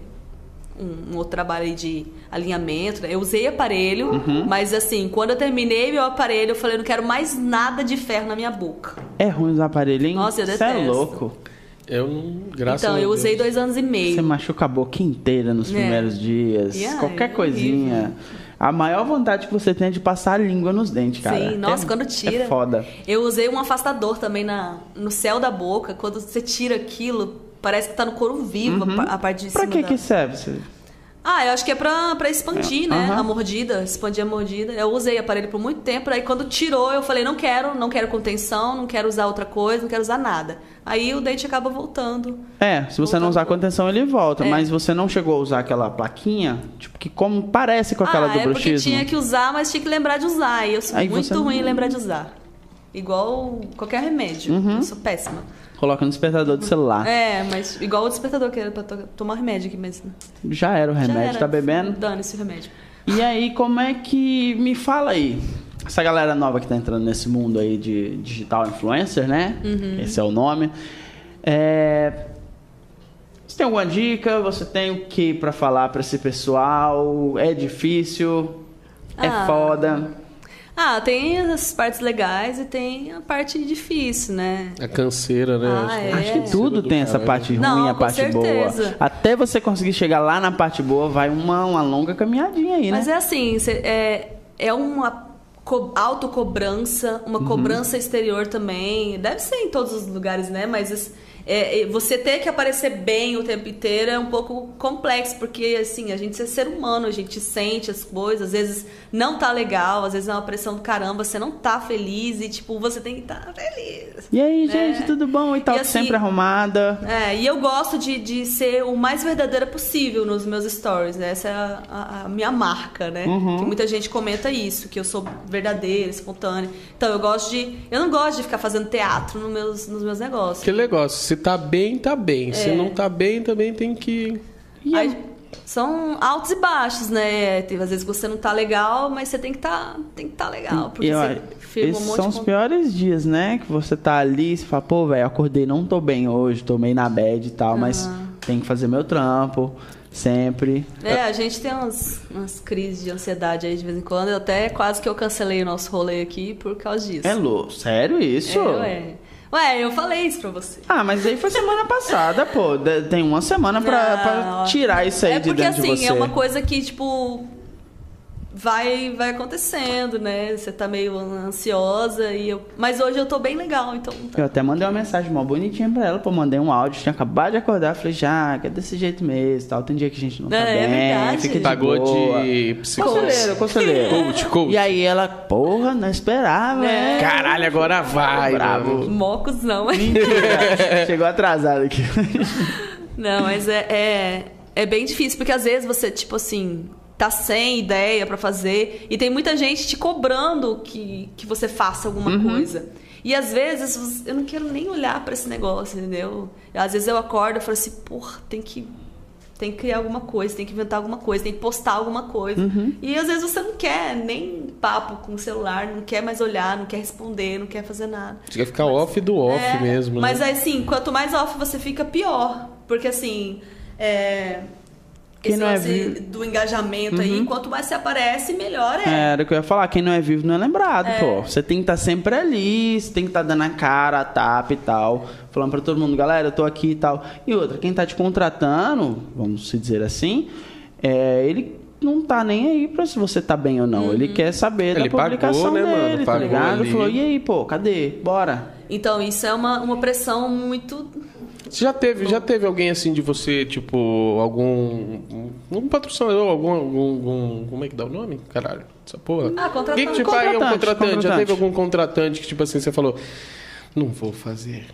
S3: um, um outro trabalho aí de alinhamento. né? Eu usei aparelho,
S2: Uhum.
S3: mas assim, quando eu terminei meu aparelho, eu falei, não quero mais nada de ferro na minha boca.
S2: É ruim os aparelhos, hein?
S3: Nossa, eu
S2: Cê é
S3: detesto.
S2: louco.
S1: Eu não, graças
S3: então,
S1: a
S3: eu
S1: Deus.
S3: usei dois anos e meio.
S2: Você machuca a boca inteira nos
S3: É.
S2: primeiros dias.
S3: E, ai,
S2: Qualquer
S3: é
S2: coisinha. A maior vontade que você tem é de passar a língua nos dentes, cara.
S3: Sim, nossa,
S2: É-
S3: quando tira.
S2: É foda.
S3: Eu usei um afastador também na, no céu da boca. Quando você tira aquilo, parece que tá no couro vivo a pa- a parte de
S2: Uhum. Pra
S3: cima.
S2: que
S3: da-
S2: que serve? Você-
S3: Ah, eu acho que é pra, pra expandir, né?
S2: É, Aham.
S3: A mordida, expandir a mordida. Eu usei aparelho por muito tempo, aí quando tirou, eu falei, não quero, não quero contenção, não quero usar outra coisa, não quero usar nada. Aí o dente acaba voltando.
S2: É, se você não
S3: Voltando.
S2: usar contenção, ele volta.
S3: É.
S2: Mas você não chegou a usar aquela plaquinha, tipo, que como parece com aquela
S3: ah,
S2: do
S3: é porque
S2: bruxismo.
S3: tinha que usar, mas tinha que lembrar de usar. E eu sou
S2: Aí você
S3: muito
S2: não-
S3: ruim em lembrar de usar. Igual qualquer remédio.
S2: Uhum.
S3: Eu sou péssima.
S2: Coloca no despertador do celular.
S3: É, mas igual o despertador que era pra to- tomar remédio aqui, mas.
S2: Já era o remédio,
S3: já era.
S2: tá bebendo?
S3: Dane-se o remédio.
S2: E aí, como é que. Me fala aí. Essa galera nova que tá entrando nesse mundo aí de digital influencer, né?
S3: Uhum.
S2: Esse é o nome. É, Você tem alguma dica? Você tem o que pra falar pra esse pessoal? É difícil?
S3: Ah.
S2: É foda?
S3: Ah, tem as partes legais e tem a parte difícil, né?
S1: A canseira, né?
S3: Ah,
S1: Acho que-
S3: é.
S1: acho que
S2: Tudo
S1: do
S2: tem essa
S1: caralho.
S2: parte ruim
S3: Não,
S2: e a
S3: com
S2: parte boa.
S3: certeza.
S2: Até você conseguir chegar lá na parte boa, vai uma, uma longa caminhadinha aí, né?
S3: Mas é assim, cê- é, é uma co autocobrança,
S2: Uhum.
S3: uma cobrança exterior também. Deve ser em todos os lugares, né? Mas es- é, é, você ter que aparecer bem o tempo inteiro é um pouco complexo, porque assim, a gente é ser humano, a gente sente as coisas, às vezes não tá legal, às vezes é uma pressão do caramba, você não tá feliz e tipo, você tem que estar feliz.
S2: E aí, gente, tudo bom? E tal,
S3: É. E assim-
S2: sempre arrumada.
S3: É, e eu gosto de, de ser o mais verdadeira possível nos meus stories, né? Essa é a, a- a minha marca, né?
S2: Uhum.
S3: Que muita gente comenta isso, que eu sou verdadeira, espontânea. Então eu gosto de. Eu não gosto de ficar fazendo teatro nos meus, nos meus negócios.
S1: Que negócio, se tá bem, tá bem.
S3: É.
S1: Se não tá bem, também tem que.
S2: E
S3: Aí
S2: aí,
S3: são altos e baixos, né? Tem- Às vezes você não tá legal, mas você tem que tá, tem que tá legal. Porque
S2: E, ó,
S3: você firma um
S2: esses
S3: monte
S2: são
S3: de
S2: os piores dias, né? Que você tá ali e você fala, pô, velho, acordei, não tô bem hoje, tô meio na bad e tal, mas tem que fazer meu trampo, sempre.
S3: É, a gente tem umas, umas crises de ansiedade aí de vez em quando. Eu até quase que eu cancelei o nosso rolê aqui por causa disso.
S2: É louco, sério isso?
S3: É, ué. Ué, eu falei isso pra você.
S2: Ah, mas aí foi semana passada, pô. De- Tem uma semana pra,
S3: Não.
S2: pra tirar isso aí
S3: é
S2: de
S3: porque
S2: dentro
S3: assim,
S2: de você.
S3: é uma coisa que, tipo, vai vai acontecendo, né? Você tá meio ansiosa e eu. Mas hoje eu tô bem legal, então. tá.
S2: Eu até mandei uma mensagem mó bonitinha pra ela, pô, mandei um áudio, tinha acabado de acordar, falei, já, que é desse jeito mesmo, e tal, tem dia que a gente não tá
S3: É, é
S2: bem,
S3: verdade.
S2: fica de
S1: Pagou
S2: boa.
S1: de psicólogo.
S2: Conselheiro, conselheiro.
S1: Coach, coach.
S2: E aí ela, porra, não esperava,
S3: Né?
S2: hein?
S1: Caralho, agora vai,
S2: Bravo.
S1: mano.
S3: Mocos não, hein?
S2: Mentira. Chegou atrasado aqui.
S3: Não, mas é, é, é bem difícil, porque às vezes você, tipo assim, tá sem ideia pra fazer e tem muita gente te cobrando que, que você faça alguma coisa. E às vezes você- eu não quero nem olhar pra esse negócio, entendeu? Às vezes eu acordo e falo assim, porra, tem que. Tem que criar alguma coisa, tem que inventar alguma coisa, tem que postar alguma coisa. E às vezes você não quer nem papo com o celular, não quer mais olhar, não quer responder, não quer fazer nada.
S1: Você quer ficar off do off
S3: É,
S1: mesmo.
S3: Mas
S1: né?
S3: aí, assim, quanto mais off você fica, pior. Porque assim. É...
S2: Quem
S3: esse
S2: não é
S3: lance
S2: vi- Uhum.
S3: do engajamento aí, quanto mais você aparece, melhor é.
S2: Era o que eu ia falar, quem não é vivo não é lembrado, pô. Você tem que estar sempre ali, você tem que estar dando a cara, a tapa e tal. Falando pra todo mundo, galera, eu tô aqui e tal. E outra, quem tá te contratando, vamos se dizer assim, é, ele não tá nem aí pra se você tá bem ou não. Ele quer saber
S1: Ele
S2: da
S1: pagou,
S2: publicação
S1: né, mano?
S2: dele, tá
S1: Pagou
S2: ligado?
S1: ali.
S2: Falou, e aí, pô, cadê? Bora.
S3: Então, isso é uma, uma pressão muito.
S1: Você já teve, já teve alguém assim de você, tipo, algum. Um patrocinador, algum, algum, algum- Como é que dá o nome? Caralho, essa porra.
S3: Ah, contratante.
S1: Alguém que, tipo, aí é um
S2: Contratante,
S1: contratante. Já
S2: contratante.
S1: teve algum contratante que, tipo assim, você falou. Não vou fazer.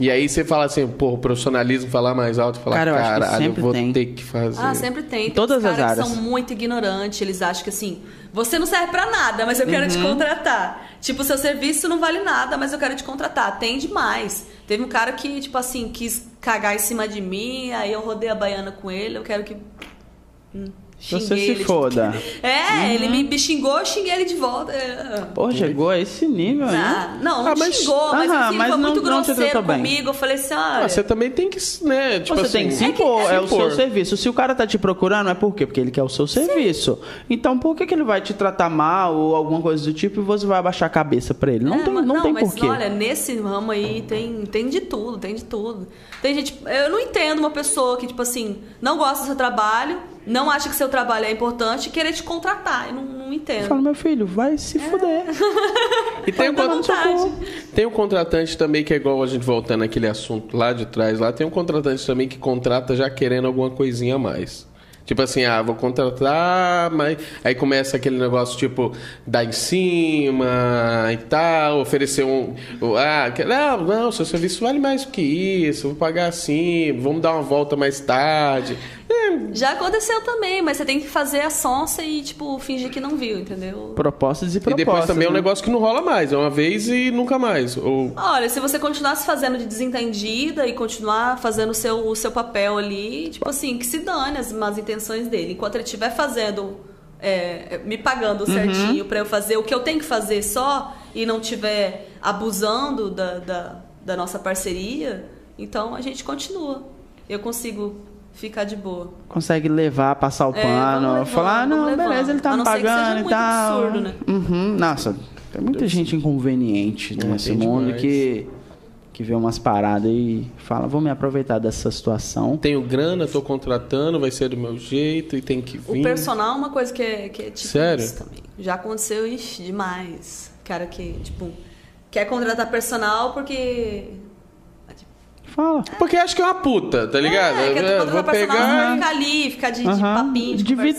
S1: E aí você fala assim, pô, o profissionalismo falar mais alto, falar,
S2: Cara, eu acho que
S1: caralho, eu
S2: sempre
S1: vou
S2: tem."
S1: ter que fazer.
S3: Ah, sempre tem. Tem
S2: Todas
S3: uns
S2: as
S3: caras que
S2: áreas.
S3: são muito ignorantes, eles acham que assim, você não serve pra nada, mas eu quero te
S2: Uhum.
S3: contratar. Tipo, seu serviço não vale nada, mas eu quero te contratar. Tem demais. Teve um cara que, tipo assim, quis cagar em cima de mim, aí eu rodei a baiana com ele, eu quero que. Hum,
S2: Você
S3: xinguei
S2: se Uhum.
S3: ele.
S2: foda.
S3: É, ele me xingou, eu xinguei ele de volta. É.
S2: Pô, chegou a esse nível, né?
S3: Ah, não, não
S2: Ah, mas-
S3: xingou, mas,
S2: Aham,
S3: assim, ele
S2: mas
S3: foi
S2: não-
S3: muito
S2: não te
S3: grosseiro
S2: tratou bem.
S3: comigo. Eu falei assim, olha...
S1: Ah, você também tem que, né? Tipo
S2: você
S1: assim,
S2: tem que se impor, é, o seu serviço. Se o cara tá te procurando, é por quê? Porque ele quer o seu serviço. Então por que, que ele vai te tratar mal ou alguma coisa do tipo e você vai abaixar a cabeça pra ele? Não
S3: É,
S2: tem, não
S3: mas-
S2: tem
S3: mas
S2: porquê.
S3: olha, nesse ramo aí tem, tem de tudo, tem de tudo. Tem gente. Eu não entendo uma pessoa que, tipo assim, não gosta do seu trabalho, não acha que seu trabalho é importante e querer te contratar. Eu não, não
S2: Eu
S3: entendo.
S2: falo, meu filho, vai
S3: É.
S2: se fuder.
S1: E tem o,
S3: Fica à
S1: contra-
S3: vontade.
S1: tem o contratante também, que é igual a gente voltando aquele assunto lá de trás, lá tem um contratante também que contrata já querendo alguma coisinha a mais. Tipo assim, ah, vou contratar, mas. Aí começa aquele negócio, tipo, dar em cima e tal, oferecer um. o- Ah, que- não, não, seu serviço vale mais que isso, vou pagar assim, vamos dar uma volta mais tarde. É,
S3: Já aconteceu também, mas você tem que fazer a sonsa e, tipo, fingir que não viu, entendeu?
S2: Propostas e
S1: e
S2: propostas.
S1: depois também é um
S2: né?
S1: negócio que não rola mais, é uma vez e nunca mais. Ou
S3: Olha, se você continuar se fazendo de desentendida e continuar fazendo o seu, o seu papel ali, tipo assim, que se dane as más intenções dele. Enquanto ele estiver fazendo, é, me pagando certinho pra eu fazer o que eu tenho que fazer só e não estiver abusando da, da, da nossa parceria, então a gente continua. Eu consigo ficar de boa.
S2: Consegue levar, passar o
S3: É,
S2: pano,
S3: vamos levando,
S2: falar, ah, não,
S3: vamos levando."
S2: beleza, ele tá
S3: A
S2: me
S3: não ser que seja
S2: pagando e
S3: muito
S2: tal.
S3: absurdo, né?
S2: Uhum. Nossa, tem muita gente inconveniente
S1: É,
S2: nesse
S1: tem
S2: mundo
S1: demais.
S2: que, que vê umas paradas e fala, vou me aproveitar dessa situação.
S1: Tenho grana, tô contratando, vai ser do meu jeito e tem que vir.
S3: O personal é uma coisa que é, que é tipo
S1: Sério?
S3: isso também. Já aconteceu, ixi, demais. Cara que, tipo, quer contratar personal porque.
S2: Fala.
S1: Porque acho que é uma puta, tá ligado?
S3: É, quer
S1: É,
S3: contratar
S1: vou
S3: personal pra
S1: pegar.
S3: ficar ali, ficar de, de
S2: Aham.
S3: papinho, de,
S2: De
S3: conversinha.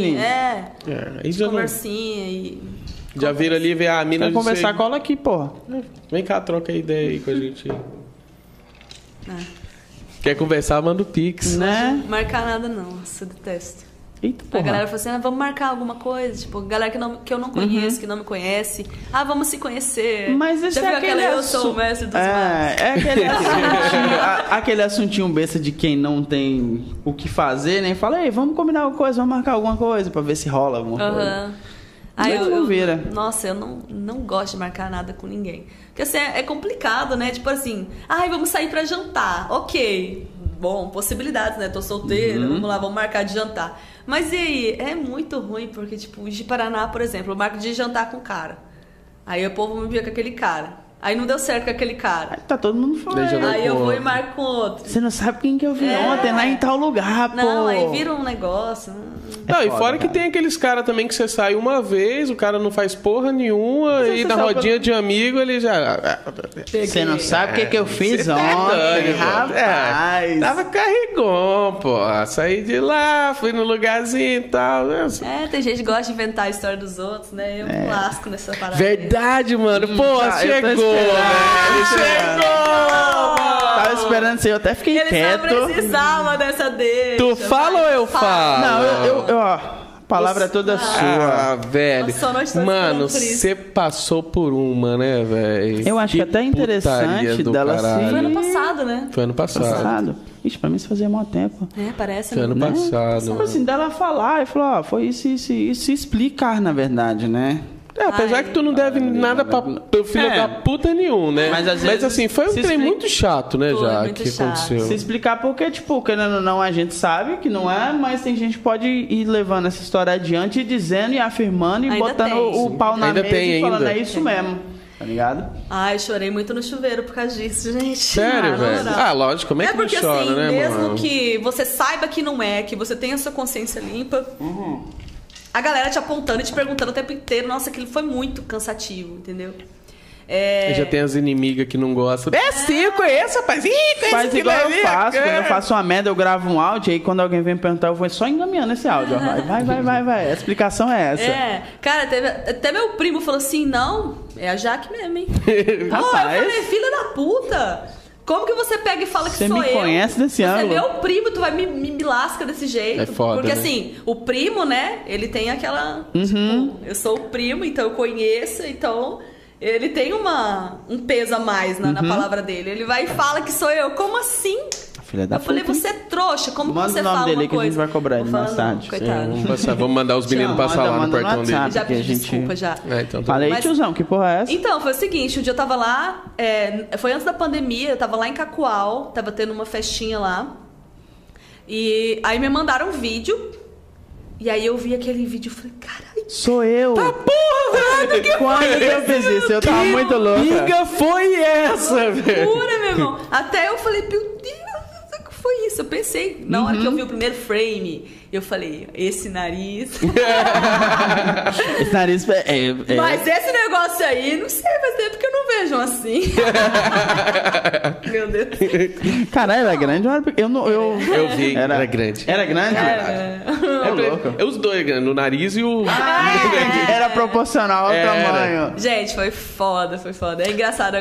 S2: vitrine.
S3: É,
S1: É, aí
S3: de
S1: já, não-
S3: conversinha e.
S1: já vira ali e vê ah, a mina
S2: Quer
S1: de
S2: conversar,
S1: ser-
S2: cola aqui, porra.
S1: Vem cá, troca ideia aí com a gente.
S2: É.
S1: Quer conversar, manda o Pix.
S2: Né?
S3: Marcar nada não, nossa, eu detesto.
S2: Eita,
S3: A
S2: porra. Uhum.
S3: galera falou assim: ah, vamos marcar alguma coisa, tipo, galera que, não, que eu não conheço, que não me conhece. Ah, vamos se conhecer.
S2: Mas esse
S3: Já viu
S2: é aquele
S3: aquela eu sou
S2: assu-
S3: o mestre dos mares?
S2: É, é aquele assuntinho, a- aquele assuntinho besta de quem não tem o que fazer, né? Fala, ei, vamos combinar alguma coisa, vamos marcar alguma coisa pra ver se rola alguma coisa.
S3: Aham.
S2: Mas
S3: eu,
S2: não
S3: eu-
S2: vira.
S3: Nossa, eu não, não gosto de marcar nada com ninguém. Porque assim, é, é complicado, né? Tipo assim, ai, vamos sair pra jantar. Ok. Bom, possibilidades, né? Tô solteira,
S1: Uhum.
S3: vamos lá, vamos marcar de jantar. Mas e aí? É muito ruim, porque, tipo, de Paraná, por exemplo, eu marco de jantar com o cara. Aí o povo me via com aquele cara. Aí não deu certo com aquele cara.
S2: Aí Tá todo mundo
S1: Daí
S2: falando.
S1: já vai
S3: Aí eu
S1: com
S3: vou e
S1: outro.
S3: marco com outro.
S2: Você não sabe quem que eu vi
S3: É.
S2: ontem lá em tal lugar, pô.
S3: Não, aí vira um negócio.
S2: É
S1: não, e
S2: foda,
S1: fora que
S2: cara.
S1: tem aqueles caras também que você sai uma vez, o cara não faz porra nenhuma,
S2: Mas aí
S1: e
S2: você
S1: da
S2: sabe-
S1: rodinha de amigo ele já.
S2: Você não sabe o que, que eu fiz ontem,
S1: É, tá Doido, pô.
S2: rapaz.
S1: É, tava carregom, pô. Saí de lá, fui no lugarzinho e tal. né?
S3: É, tem gente que gosta de inventar a história dos outros, né? Eu me lasco nessa parada.
S1: É. Verdade, mano. Pô,
S2: tá, eu tô
S1: chegou,
S2: esperando,
S1: velho.
S2: eu tô esperando.
S1: Chegou!
S2: Tava esperando você, eu até fiquei
S3: Ele
S2: quieto.
S3: só precisava dessa deixa.
S1: Tu fala ou eu falo?
S2: Não, eu, eu- eu, ó, a palavra é toda sua.
S1: Ah, velho.
S3: Nossa, nós estamos
S1: Mano,
S3: esperando por isso.
S1: você passou por uma, né, velho?
S2: Eu acho que é até
S1: putaria
S2: interessante
S1: do
S2: dela se-
S3: Foi
S1: caralho.
S3: ano passado, né?
S1: Foi ano passado.
S2: Passado. Ixi, pra mim isso fazia mó tempo.
S3: É, parece.
S1: Foi
S3: né?
S1: ano passado.
S2: Tipo
S1: mano.
S2: assim, dela falar e falar, ó, foi isso, isso, isso, explicar, na verdade, né?
S1: É, apesar
S3: Ai.
S1: que tu não deve nada pra teu filho
S2: É.
S1: da puta nenhum, né?
S2: Mas,
S1: Mas,
S2: às vezes,
S1: assim, foi um
S2: se
S1: trem
S2: explica-
S1: muito chato, né,
S3: Foi
S1: já,
S3: muito
S1: que
S3: chato.
S2: Se
S1: aconteceu.
S2: explicar porque, tipo, querendo ou não, a gente sabe que não é, mas tem gente que pode ir levando essa história adiante e dizendo e afirmando e
S3: Ainda
S2: botando
S3: tem.
S2: o- o pau na
S1: Ainda
S2: mesa
S1: tem
S2: e falando,
S1: ainda.
S2: é isso mesmo, tá ligado?
S3: Ai, chorei muito no chuveiro por causa disso, gente.
S1: Sério,
S3: Ah, na
S1: velho?
S3: moral.
S1: Ah, lógico, como é,
S3: é
S1: que não
S3: porque
S1: chora,
S3: assim,
S1: né,
S3: mesmo
S1: mano?
S3: que você saiba que não é, que você tenha a sua consciência limpa, a galera te apontando e te perguntando o tempo inteiro, nossa, aquilo foi muito cansativo, entendeu? É...
S1: Já tem as inimigas que não gostam. É sim, eu conheço, rapaz. Ih, conheço
S2: Faz
S1: esse
S2: igual eu
S1: velhinho,
S2: faço,
S1: cara.
S2: quando eu faço uma merda, eu gravo um áudio, aí quando alguém vem me perguntar, eu vou só encaminhando esse áudio. ó. Vai, vai, vai, vai, vai. A explicação é essa.
S3: É, cara, teve- até meu primo falou assim: não, é a Jaque mesmo, hein? Pô, eu
S2: Rapaz.
S3: falei, filha da puta! Como que você pega e fala que
S2: Você
S3: sou
S2: me
S3: eu?
S2: conhece desse
S3: Você é
S2: ângulo.
S3: meu primo, tu vai me, me, me lasca desse jeito.
S1: É foda,
S3: Porque
S1: né?
S3: assim, o primo, né? Ele tem aquela.
S2: Uhum.
S3: Tipo, eu sou o primo, então eu conheço, então. Ele tem uma, um peso a mais na, na
S2: Uhum.
S3: palavra dele. Ele vai e fala que sou eu. Como assim?
S2: Filha da
S3: Eu falei,
S2: puta.
S3: você é trouxa, como que
S2: Manda
S3: você
S2: o nome
S3: fala
S2: dele
S3: uma
S2: aí que a gente
S3: coisa?
S2: vai cobrar ele
S3: Vou
S2: mais
S3: falar, não,
S2: tarde.
S3: Coitado.
S1: É, Vamos, passar- vamos mandar os meninos
S2: Não,
S1: passar
S2: manda-
S1: lá no
S2: manda no
S1: portão dele.
S2: WhatsApp.
S3: Já
S2: porque
S3: pedi
S2: a gente-
S3: desculpa, já.
S1: É, então tá.
S2: Falei,
S3: Mas-
S2: tiozão, que porra é essa?
S3: Então, foi o seguinte, um dia eu tava lá, é, foi antes da pandemia, eu tava lá em Cacoal, tava tendo uma festinha lá. E aí me mandaram um vídeo. E aí eu vi aquele vídeo e falei, caralho,
S2: Sou eu. Tá
S3: mano, que
S2: Quando que
S1: é
S2: eu fiz isso? Eu tava muito louca.
S1: Liga foi essa, velho?
S3: loucura, meu irmão. Até eu falei, meu Deus, o que foi isso? Eu pensei, na hora que eu vi o primeiro frame, eu falei, esse nariz.
S2: Esse nariz é, é- é-
S3: Mas esse negócio aí, não sei, faz tempo que eu não vejo um assim. meu Deus.
S2: Caralho, era grande ou era pequeno? Eu não. Eu...
S1: Eu vi, era,
S2: Era
S1: grande.
S2: Era grande?
S1: É,
S2: louco. Ah,
S1: é os dois, grande, o nariz e o.
S2: É. Era proporcional ao
S1: Era.
S2: tamanho.
S3: Gente, foi foda, foi foda. É engraçado.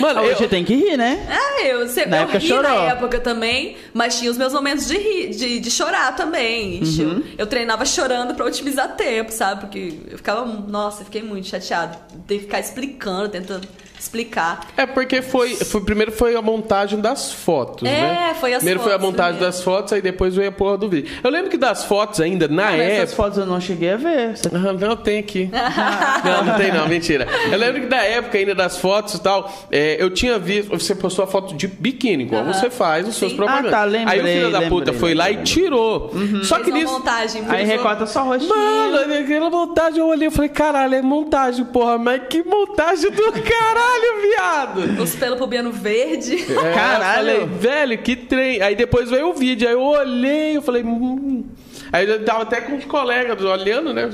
S1: Mano, eu,
S2: Hoje tem que rir, né?
S3: Ah, eu, se-
S2: Na
S3: eu
S2: época
S3: ri
S2: chorou.
S3: na época também, mas tinha os meus momentos de rir, de, de chorar também.
S2: Uhum.
S3: Ixi, Eu, eu treinava chorando pra otimizar tempo, sabe? Porque eu ficava, nossa, eu fiquei muito chateado de ficar explicando, tentando explicar.
S1: É porque foi, foi. Primeiro foi a montagem das fotos,
S3: É,
S1: né?
S3: foi as
S1: Primeiro foi a
S3: fotos
S1: montagem
S3: primeiro.
S1: das fotos, aí depois veio a porra do vídeo. Eu lembro que das fotos ainda, na
S2: Cara, Essas
S1: época.
S2: fotos eu não cheguei a ver. Você-
S1: Ah, Não, tem aqui.
S2: Ah.
S1: Não, não tem não, mentira. Eu lembro que da época ainda das fotos e tal, é, eu tinha visto, você postou a foto de biquíni, igual
S3: Aham.
S1: você faz os seus
S3: Sim.
S1: propagandas.
S2: Ah, tá, lembrei,
S1: Aí o filho da
S2: lembrei,
S1: puta foi lá e
S2: lembrei.
S1: tirou. Só que
S3: Uhum. Fez uma
S1: nisso...
S3: montagem muito
S2: Aí recorta só o rostinho.
S1: Mano, é aquela montagem eu olhei e falei, caralho, é montagem, porra, mas que montagem do caralho, viado!
S3: Os pelos pubiano verde.
S1: É,
S2: Caralho.
S1: eu Falei, velho, que trem. Aí depois veio o vídeo, aí eu olhei, eu falei. Hum. Aí eu tava até com os colegas olhando, né? Eu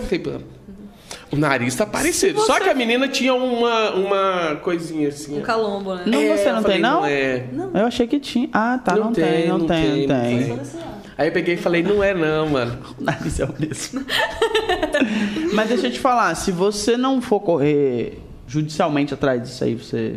S1: falei, "Mano, o nariz tá parecido. Só que a menina tinha uma, uma coisinha assim.
S3: Um calombo, né?
S2: Não,
S1: É,
S2: você
S1: eu
S2: não
S1: falei,
S2: tem, não?
S1: é.
S2: Eu achei que tinha. Ah, tá,
S1: Não
S2: não,
S1: tem,
S2: tem,
S1: não
S2: não tem,
S1: tem,
S2: não tem.
S1: não Aí eu peguei e falei, não é não, mano.
S2: O nariz é o mesmo. Mas deixa eu te falar, se você não for correr judicialmente atrás disso aí, você.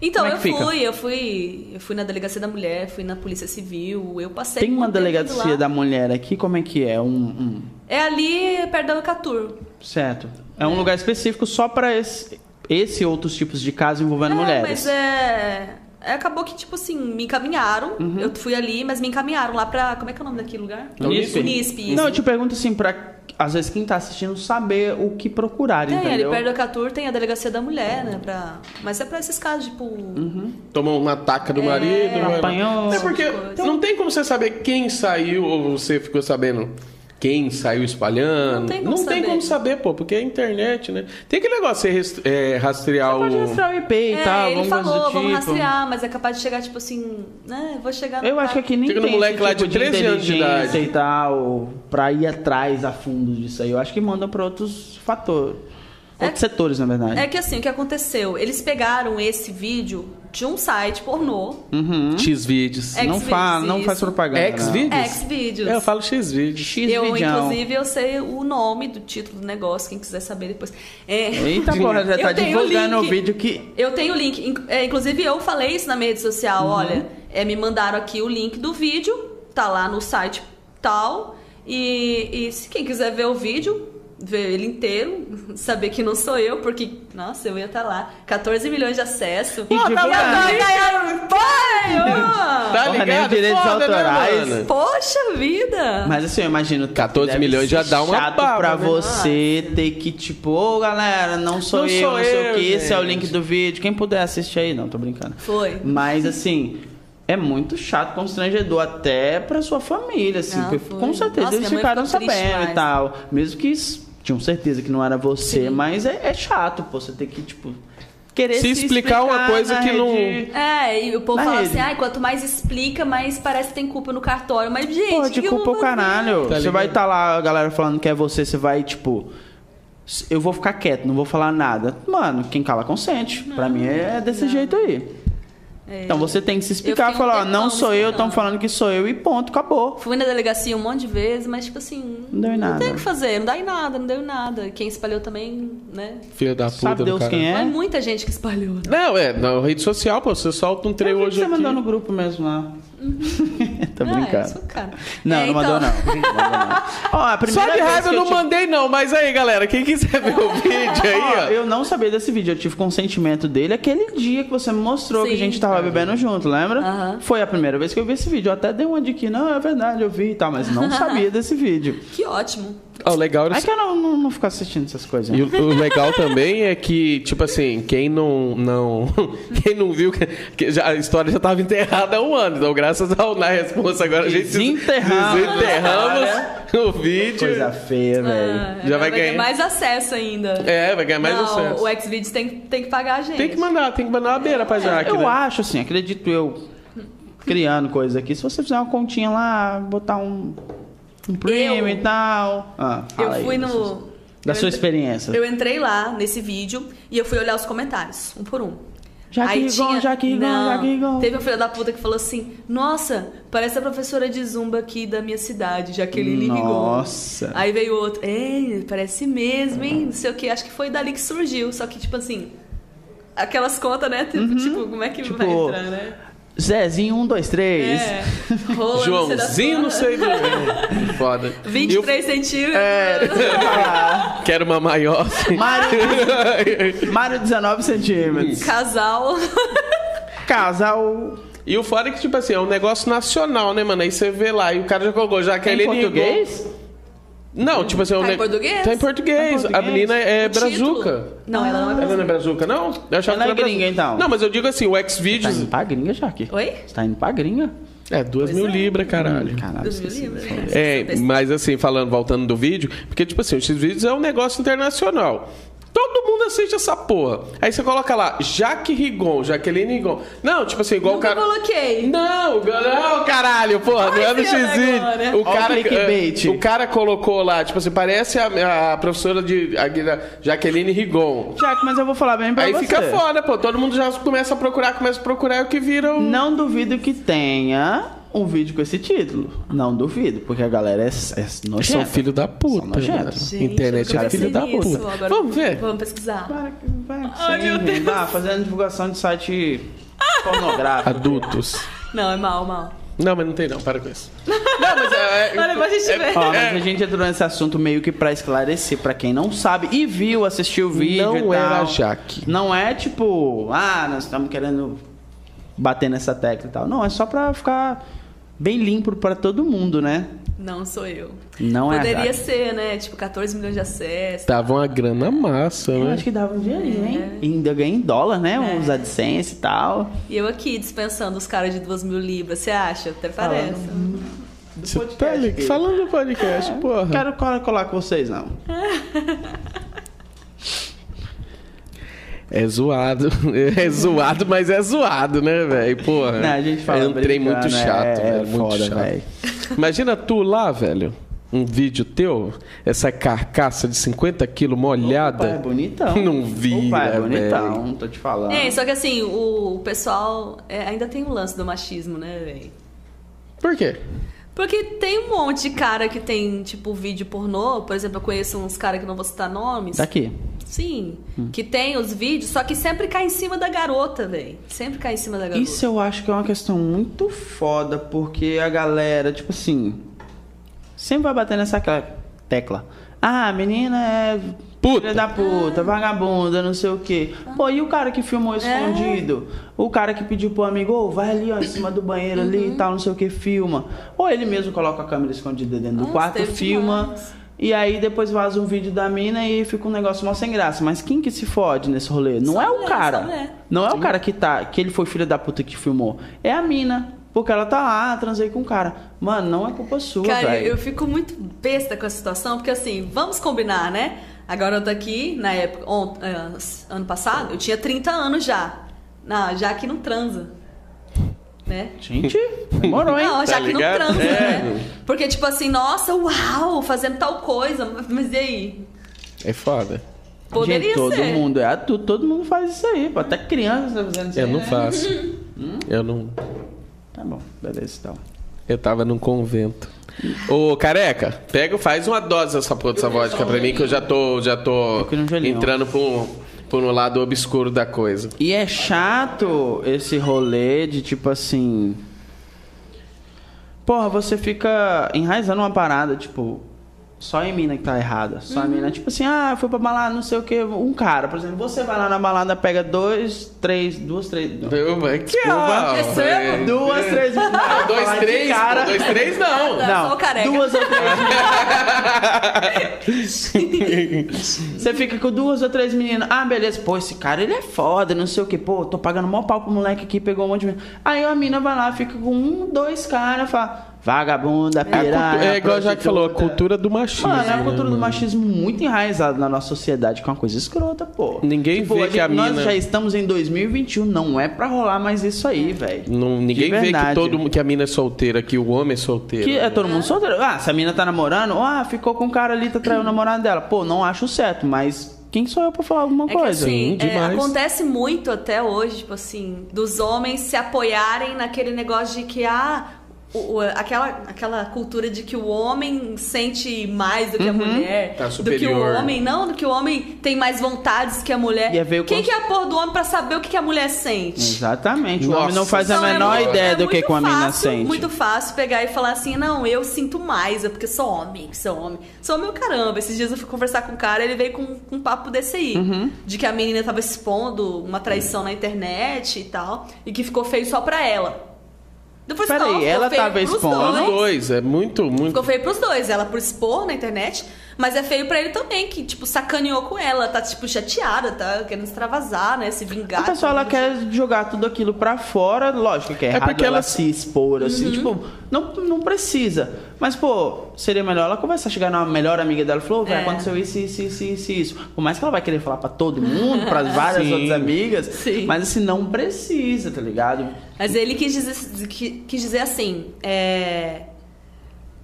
S3: Então,
S2: Como é
S3: eu
S2: que fica?
S3: fui, eu fui, eu fui na delegacia da mulher, fui na polícia civil, eu passei.
S2: Tem uma
S3: muito tempo lá.
S2: delegacia da mulher aqui, como é que é? Um. um-
S3: É ali perto da Catur.
S2: Certo. É um lugar específico só pra esse, esse e outros tipos de casos envolvendo
S3: é,
S2: mulheres.
S3: Mas é... é, Acabou que, tipo assim, me encaminharam.
S2: Uhum.
S3: Eu fui ali, mas me encaminharam lá pra. Como é que é o nome daquele lugar?
S1: Unisp?
S3: Unisp. isso.
S2: Não, eu te pergunto assim, pra às vezes quem tá assistindo saber o que procurar,
S3: Tem, ali
S2: entendeu?
S3: perto da Catur tem a delegacia da mulher, né? Pra... Mas é pra esses casos, tipo.
S2: Uhum.
S1: Tomou uma taca do
S2: É,
S1: marido.
S2: um
S1: mano.
S2: apanhou.
S1: É porque
S2: Então-
S1: não tem como você saber quem saiu ou você ficou sabendo quem saiu espalhando.
S3: Não tem como saber.
S1: como saber, pô, porque é internet, né? Tem aquele negócio de rest- é, rastrear
S2: Pode
S1: o.
S2: registrar o IP e
S3: é,
S2: tal,
S3: ele
S2: alguma coisa
S3: falou,
S2: tá do
S3: vamos
S2: tipo.
S3: rastrear, mas é capaz de chegar, tipo assim, né? Vou chegar no
S2: Eu acho que é
S3: cara.
S2: aqui nem
S1: Chega no
S2: tem
S1: moleque
S2: esse
S1: lá
S2: tipo
S1: de 13 anos de idade.
S2: inteligência e tal, pra ir atrás a fundo disso aí. Eu acho que mandam pra outros fatores.
S3: É
S2: Outros setores, na verdade.
S3: É que assim, o que aconteceu? Eles pegaram esse vídeo de um site pornô,
S2: Uhum.
S1: X-Vídeos.
S3: É
S2: Não, fa
S3: Xvideos,
S2: não faz
S3: isso.
S2: propaganda. não.
S1: Xvideos?
S3: Xvideos.
S1: É, eu falo X-Vídeos.
S2: X
S3: Eu,
S2: vidão.
S3: inclusive, eu sei o nome do título do negócio, quem quiser saber depois. É,
S2: Eita porra, já
S3: Eu
S2: tá
S3: tenho um
S2: divulgando o
S3: link.
S2: vídeo que.
S3: Eu tenho o link. In- é, inclusive, eu falei isso na minha rede
S2: Uhum.
S3: social. Olha, é, me mandaram aqui o link do vídeo, tá lá no site tal. E, e se quem quiser ver o vídeo, ver ele inteiro, saber que não sou eu, porque, nossa, eu ia estar lá. 14 milhões de acesso.
S2: E
S3: Pô,
S2: divulgar.
S3: tá ganhando. Pai,
S1: Tá
S2: Porra, nem
S1: ligado?
S2: direitos
S1: Foda, né,
S2: autorais.
S1: mano?
S3: ô! Poxa vida!
S2: Mas assim, eu imagino. que
S1: 14
S2: deve
S1: milhões
S2: ser
S1: já dá uma
S2: chato
S1: baba,
S2: pra
S1: né?
S2: você ter que, tipo, ô galera, não sou
S1: Não
S2: eu,
S1: sou
S2: não sei
S1: eu,
S2: o que, esse é o
S1: gente.
S2: link do vídeo. Quem puder assistir aí, não, tô brincando.
S3: Foi.
S2: Mas assim, é muito chato, constrangedor, até pra sua família, assim.
S3: Ah,
S2: porque
S3: foi.
S2: com certeza
S3: Nossa,
S2: eles
S3: minha mãe
S2: ficaram
S3: ficou triste
S2: sabendo
S3: demais.
S2: e tal. Mesmo que s- tinham certeza que não era você, mas é, é chato, pô, você ter que, tipo, querer
S1: Se
S2: se,
S1: explicar uma coisa
S2: na
S1: que não-
S2: rede.
S3: É, e o povo
S2: Na
S3: fala
S2: rede.
S3: assim, ai, quanto mais explica, mais parece que tem culpa no cartório. Mas, gente,
S2: Pô,
S3: que né?
S2: de culpa é o
S3: vou fazer?
S2: caralho.
S1: Tá
S2: você vai
S1: ligado?
S2: estar lá, a galera falando que é você, você vai, tipo. s- Eu vou ficar quieto, não vou falar nada. Mano, quem cala consente. pra mim é desse jeito aí.
S3: É.
S2: Então você tem que se explicar,
S3: fiquei um
S2: falar, ó, não
S3: tempão
S2: sou eu, estão
S3: explicando.
S2: falando que sou eu e ponto, acabou.
S3: Fui na delegacia um monte de vezes, mas tipo assim.
S2: Não deu em nada.
S3: Não tem o que fazer, não dá em nada, não deu em nada. Quem espalhou também, né?
S1: Filho da puta
S2: Sabe
S1: do
S2: Deus
S1: cara.
S2: quem
S3: Não é
S2: é?
S3: muita gente que espalhou. né?
S1: Não, é, na rede social, pô, você solta um trem
S2: Eu vi que
S1: hoje
S2: você
S1: aqui.
S2: mandou no grupo mesmo lá. Tô
S3: Ah,
S2: brincando.
S3: é, sou cara.
S2: Não,
S3: É,
S2: não mandou
S3: então-
S2: não. Não mandou, não. Ó, a primeira
S1: Só de
S2: vez
S1: raiva
S2: que
S1: eu não
S2: tive-
S1: mandei não, mas aí, galera, quem quiser ver o vídeo aí, ó.
S2: Ó, eu não sabia desse vídeo, eu tive consentimento dele aquele dia que você me mostrou que a
S3: Sim.
S2: gente tava bebendo junto, lembra?
S3: Aham.
S2: Foi a primeira vez que eu vi esse vídeo. Eu até dei uma de que não, é verdade, eu vi e tal, mas não sabia desse vídeo.
S3: Que ótimo.
S1: Ó, o legal era
S2: É que eu não, não, não fico assistindo essas coisas.
S1: E o, o legal também é que, tipo assim, quem não. não quem não viu, que, que já- a história já estava enterrada há um ano. Então, graças ao Na Responsa, agora a gente des-
S2: Desenterramos.
S1: desenterramos o vídeo.
S2: Coisa feia, velho.
S3: Ah,
S1: Já vai
S3: ter
S1: ganhar.
S3: mais acesso ainda.
S1: É, vai ganhar mais
S3: não,
S1: acesso.
S3: o Xvideos tem, tem que pagar a gente.
S1: Tem que mandar, tem que mandar uma beira pra Jaque.
S2: Eu
S1: né?
S3: é?
S2: acho assim, acredito eu, criando coisa aqui, se você fizer uma continha lá, botar um, um prêmio
S3: Eu-
S2: e tal. Ah, fala
S3: Eu
S2: aí
S3: fui
S2: da sua-
S3: no.
S2: Da
S3: eu
S2: sua
S3: entre-
S2: experiência.
S3: Eu entrei lá nesse vídeo e eu fui olhar os comentários, um por um.
S2: Jaque
S3: Aí
S2: Rigon,
S3: tinha...
S2: Jaque Rigon,
S3: Não.
S2: Jaque Rigon.
S3: Teve um filho da puta que falou assim: Nossa, parece a professora de zumba aqui da minha cidade, Jaqueline Rigon.
S2: Nossa.
S3: Aí veio outro: Ei, parece mesmo, hein? Não sei o que. Acho que foi dali que surgiu. Só que, tipo assim, aquelas contas, né? Tipo, tipo, como é que
S2: Tipo,
S3: vai entrar, né?
S2: Zezinho, um, dois, três.
S3: É. Rola,
S1: Joãozinho, não sei do que. Foda. E eu É.
S3: 23 centímetros.
S1: quero uma maior. assim.
S2: Mário, Mário 19 centímetros.
S3: Casal.
S2: Casal.
S1: E o foda é que, tipo assim, é um negócio nacional, né, mano? Aí você vê lá e o cara já colocou Jaqueline
S2: É Em
S1: Rigon.
S2: português?
S1: Não, tipo assim... é um
S3: Tá em
S1: ne-
S3: português?
S1: Tá em português.
S2: Tá em
S1: A menina é
S3: O título-
S1: brazuca.
S3: Não, ela não
S2: Ah.
S3: é
S1: Ela
S3: brazuca.
S1: não é brazuca, não? Eu achava
S2: Ela é
S1: que brazuca.
S2: gringa, então.
S1: Não, mas eu digo assim, o
S2: Tá
S1: Xvideos...
S2: indo pra gringa, Jaque?
S3: Oi?
S2: Você tá indo pra gringa?
S1: É, duas
S3: Pois
S1: mil
S3: é.
S1: libras, caralho.
S2: Caralho.
S3: Dos né? mil
S2: Ah, esqueci. né?
S3: livros.
S1: É, mas assim, falando, voltando do vídeo, porque, tipo assim, o Xvideos é um negócio internacional. Todo mundo assiste essa porra. Aí você coloca lá, Jaque Rigon, Jaqueline Rigon. Não, tipo assim, igual
S3: Nunca
S1: o cara...
S3: coloquei.
S1: Não, não, caralho, porra, não é no
S3: ser
S1: X-Video.
S3: agora.
S1: O
S2: Ó o
S1: cara,
S2: clickbait.
S1: eh, o cara colocou lá, tipo assim, parece a, a professora de a, guia- Jaqueline Rigon.
S2: Jaque, mas eu vou falar bem pra
S1: Aí
S2: você.
S1: fica foda, pô. Todo mundo já começa a procurar, começa a procurar é o que vira um...
S2: Não duvido que tenha um vídeo com esse título. Não duvido, porque a galera é, é nojenta.
S1: da
S2: São nojentos.
S3: Gente, eu
S1: é
S3: nunca pensei nisso. Agora
S1: Vamos ver.
S3: Vamos pesquisar.
S2: Para que vai que
S3: Ai,
S2: você
S3: meu
S2: vem,
S3: Deus. Ah!
S2: tá fazendo divulgação de site pornográfico.
S1: Adultos.
S3: Não, é mal, mal.
S1: Não, mas não tem não, para com isso. Não, mas é... é-
S3: Olha, depois a gente vê.
S2: Ó, mas a gente entrou nesse assunto meio que pra esclarecer pra quem não sabe e viu, assistiu o vídeo
S1: Não
S2: e tal.
S1: era Jaque.
S2: Não é tipo, ah, nós estamos querendo bater nessa tecla e tal. Não, é só pra ficar bem limpo pra todo mundo, né?
S3: Não sou eu.
S2: Não é Tá. a
S3: Poderia
S2: Jaque.
S3: ser, né? Tipo, 14 milhões de acessos.
S1: Tava uma grana massa,
S2: Eu
S1: né?
S2: acho que dava um dinheirinho, hein? E Ainda ganha em dólar, né? Uns AdSense e tal.
S3: E eu aqui dispensando os caras de 2 mil libras, você acha? Até parece.
S1: Você
S3: é um
S1: tá ali falando do podcast, porra.
S2: Quero colar, colar com vocês, não.
S1: É zoado. É zoado, mas é zoado, né, velho? Porra.
S2: Não, a gente fala
S1: É um trem
S2: brincando,
S1: muito chato,
S2: é, é
S1: velho. Muito
S2: foda,
S1: chato.
S2: velho.
S1: Imagina tu lá, velho. Um vídeo teu, essa carcaça de 50 quilos molhada.
S2: Opa, é bonitão.
S1: Não vi.
S2: Opa, é bonitão, tô te falando.
S3: É, só que assim, o pessoal é, ainda tem o lance do machismo, né, velho?
S1: Por quê?
S3: Porque tem um monte de cara que tem, tipo, vídeo pornô. Por exemplo, eu conheço uns caras que não vou citar nomes.
S2: Tá aqui.
S3: Sim. Que tem os vídeos, só que sempre cai em cima da garota, velho. Sempre cai em cima da garota.
S2: Isso eu acho que é uma questão muito foda, porque a galera, tipo assim, sempre vai bater nessa aquela tecla. Ah, menina é
S1: Puta.
S2: filha da puta, vagabunda, não sei o quê. Pô, e o cara que
S3: É.
S2: filmou escondido? O cara que pediu pro amigo, ô, vai ali, ó, em cima do banheiro ali
S3: Uhum.
S2: e tal, não sei o que, filma. Ou ele mesmo coloca a câmera escondida dentro do
S3: Nossa,
S2: quarto,
S3: teve
S2: filma.
S3: demais.
S2: E aí depois vaza um vídeo da mina e fica um negócio mó sem graça. Mas quem que se fode nesse rolê? Não
S3: Só
S2: é o
S3: mulher,
S2: cara.
S3: só mulher.
S2: Não é o cara que tá, que ele foi filho da puta que filmou. É a mina. Porque ela tá lá, transei com o cara. Mano, não é culpa sua,
S3: Cara,
S2: velho.
S3: eu, eu fico muito besta com a situação, porque assim, vamos combinar, né? A garota aqui, na época, ont- eh, ano passado, eu tinha 30 anos já. Não, já que não transa. Né?
S2: Gente, demorou, hein?
S3: Não, já que não
S1: ligado?
S3: transa,
S1: É.
S3: né? Porque, tipo assim, nossa, uau, fazendo tal coisa, mas e aí?
S1: É foda.
S3: Poderia
S2: Gente, todo
S3: ser.
S2: mundo é adulto, todo mundo faz isso aí. pô. Até criança tá fazendo isso
S1: Eu
S2: aí,
S1: não
S2: né?
S1: faço. Eu não.
S2: Tá bom, beleza então.
S1: Eu tava num convento. Ô, careca, pega, faz uma dose dessa porra dessa vodka pra mim, que eu já tô, já tô
S2: queria um gelinho.
S1: entrando por, um- por um lado obscuro da coisa.
S2: E é chato esse rolê de tipo assim. Porra, você fica enraizando uma parada, tipo. Só em mina que tá errada. Só em mina. Tipo assim, ah, eu fui pra balada, não sei o que. Um cara, por exemplo, você vai lá na balada, pega dois, três, duas, três.
S1: Desculpa. Que
S2: Desculpa.
S1: é,
S2: Duas, três.
S1: Não, dois,
S2: Vai de
S1: três.
S2: Cara,
S1: Dois, três, não.
S3: Não, só o careca.
S2: duas ou três. Você fica com duas ou três meninas. Ah, beleza. Pô, esse cara ele é foda, não sei o que. Pô, tô pagando mó pau pro moleque aqui, pegou um monte de menina. Aí a mina vai lá, fica com um, dois caras, fala,
S1: É,
S2: vagabunda,
S1: a
S2: piranha.
S1: cultu- é igual já que falou, a
S2: prostituta."
S1: cultura do machismo.
S2: Mano, é a
S1: né,
S2: cultura do
S1: mano?
S2: machismo muito enraizada na nossa sociedade, que é uma coisa escrota, pô. Tipo,
S1: Ninguém vê que a
S2: gente- Nós
S1: mina-
S2: já estamos em 2021, não é pra rolar mais isso aí, velho.
S1: Não, ninguém
S2: De
S1: vê que,
S2: verdade.
S1: todo, mu- que a mina é solteira, que o homem é solteiro.
S2: Que
S1: né?
S2: é todo mundo solteiro. Ah, se a mina tá namorando, ah, ficou com um cara ali, tá traindo o namorado dela. Pô, não acho certo, mas quem sou eu pra falar alguma
S3: É que,
S2: coisa?
S1: Sim,
S3: assim, é,
S1: demais.
S3: acontece muito até hoje, tipo assim, dos homens se apoiarem naquele negócio de que ah, o- o- aquela, aquela cultura de que o homem sente mais do que
S2: Uhum.
S3: a mulher,
S1: Tá
S3: do que
S1: superior.
S3: o homem não, do que o homem tem mais vontades que a mulher.
S2: E é veio
S3: Quem
S2: com-
S3: que é a porra do homem pra saber o que, que a
S2: Uhum.
S3: mulher sente?
S2: Exatamente. o homem
S1: Nossa
S2: não faz a
S1: Não, é
S2: menor
S1: muito-
S2: ideia do que,
S3: muito
S2: que uma mina
S3: fácil,
S2: sente.
S3: Muito fácil pegar e falar assim: não, eu sinto mais, é porque sou homem, que sou homem. Sou meu caramba. Esses dias eu fui conversar com um cara, ele veio com um papo desse aí.
S2: Uhum.
S3: De que a menina tava expondo uma traição na internet e tal, e que ficou feio só pra ela. assim, Depois
S2: Peraí,
S3: é
S2: ela tava expondo?
S1: Os dois, é muito, muito.
S3: Ficou feio pros dois, ela por expor na internet, mas é feio pra ele também, que, tipo, sacaneou com ela, tá, tipo, chateada, tá querendo extravasar, né, se vingar.
S2: A pessoa ela
S3: tudo.
S2: quer jogar tudo aquilo pra fora, lógico que é, errado
S1: porque
S2: porque ela,
S1: ela-
S2: se expor assim,
S3: Uhum.
S2: tipo, não, não precisa. Mas pô, seria melhor ela conversar, chegar na melhor amiga dela e falou, vai
S3: É.
S2: aconteceu isso, isso, isso, isso, isso. Por mais que ela vai querer falar pra todo mundo, pra várias
S1: Sim.
S2: outras amigas,
S3: Sim.
S2: mas assim não precisa, tá ligado?
S3: Mas ele quis dizer, qui- quis dizer assim, é,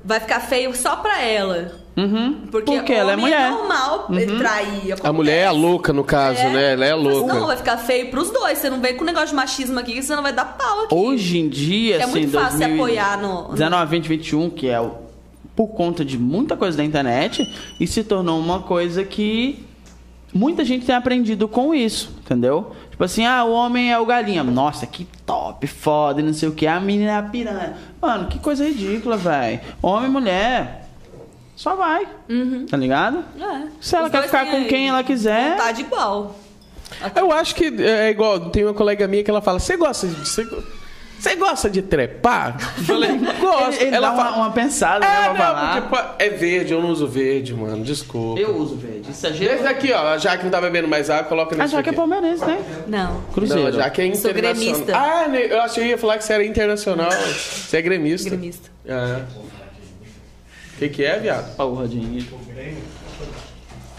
S3: vai ficar feio só pra ela.
S2: Uhum.
S3: Porque,
S2: Porque ela é
S3: homem
S2: mulher.
S3: normal trair.
S1: A mulher é a louca, no caso, né? Ela é a
S3: Não,
S1: louca.
S3: vai ficar feio pros dois. Você não vem com negócio de machismo aqui, que você não vai dar pau aqui.
S2: Hoje em dia,
S3: É
S2: assim,
S3: muito fácil se
S2: 2000 e-
S3: apoiar no-
S2: 19, 20, 21, que é o- por conta de muita coisa da internet, e se tornou uma coisa que muita gente tem aprendido com isso, entendeu? Tipo assim, ah, o homem é o galinha. Nossa, que top, foda, e não sei o que. A menina é a piranha. Mano, que coisa ridícula, velho. Homem e mulher, só vai,
S3: Uhum.
S2: tá ligado?
S3: É.
S2: Se ela
S3: Os
S2: quer
S3: dois
S2: ficar
S3: têm
S2: com
S3: aí
S2: quem ela quiser.
S3: Vontade igual.
S1: Eu acho que é igual. Tem uma colega minha que ela fala: Você gosta de. Você você gosta de trepar? Eu falei, gosto.
S2: Ele, ele
S1: ela
S2: dá
S1: fala.
S2: uma, uma pensada, né,
S1: É,
S2: pra falar.
S1: não, porque, pô, é verde, eu não uso verde, mano. Desculpa.
S2: Eu uso verde. Isso é
S1: Esse daqui, ó, a Jaque não tá bebendo mais água, coloca nesse
S2: A Jaque é
S1: aqui.
S2: palmeirense, né?
S3: Não.
S2: Cruzeiro.
S1: Não, a Jaque é
S3: Sou
S1: internacional.
S3: gremista.
S1: Ah, né, eu achei que ia falar que você era internacional. Você é gremista.
S3: Gremista.
S1: Ah. O que, que é, viado?
S2: Porra, Dinho.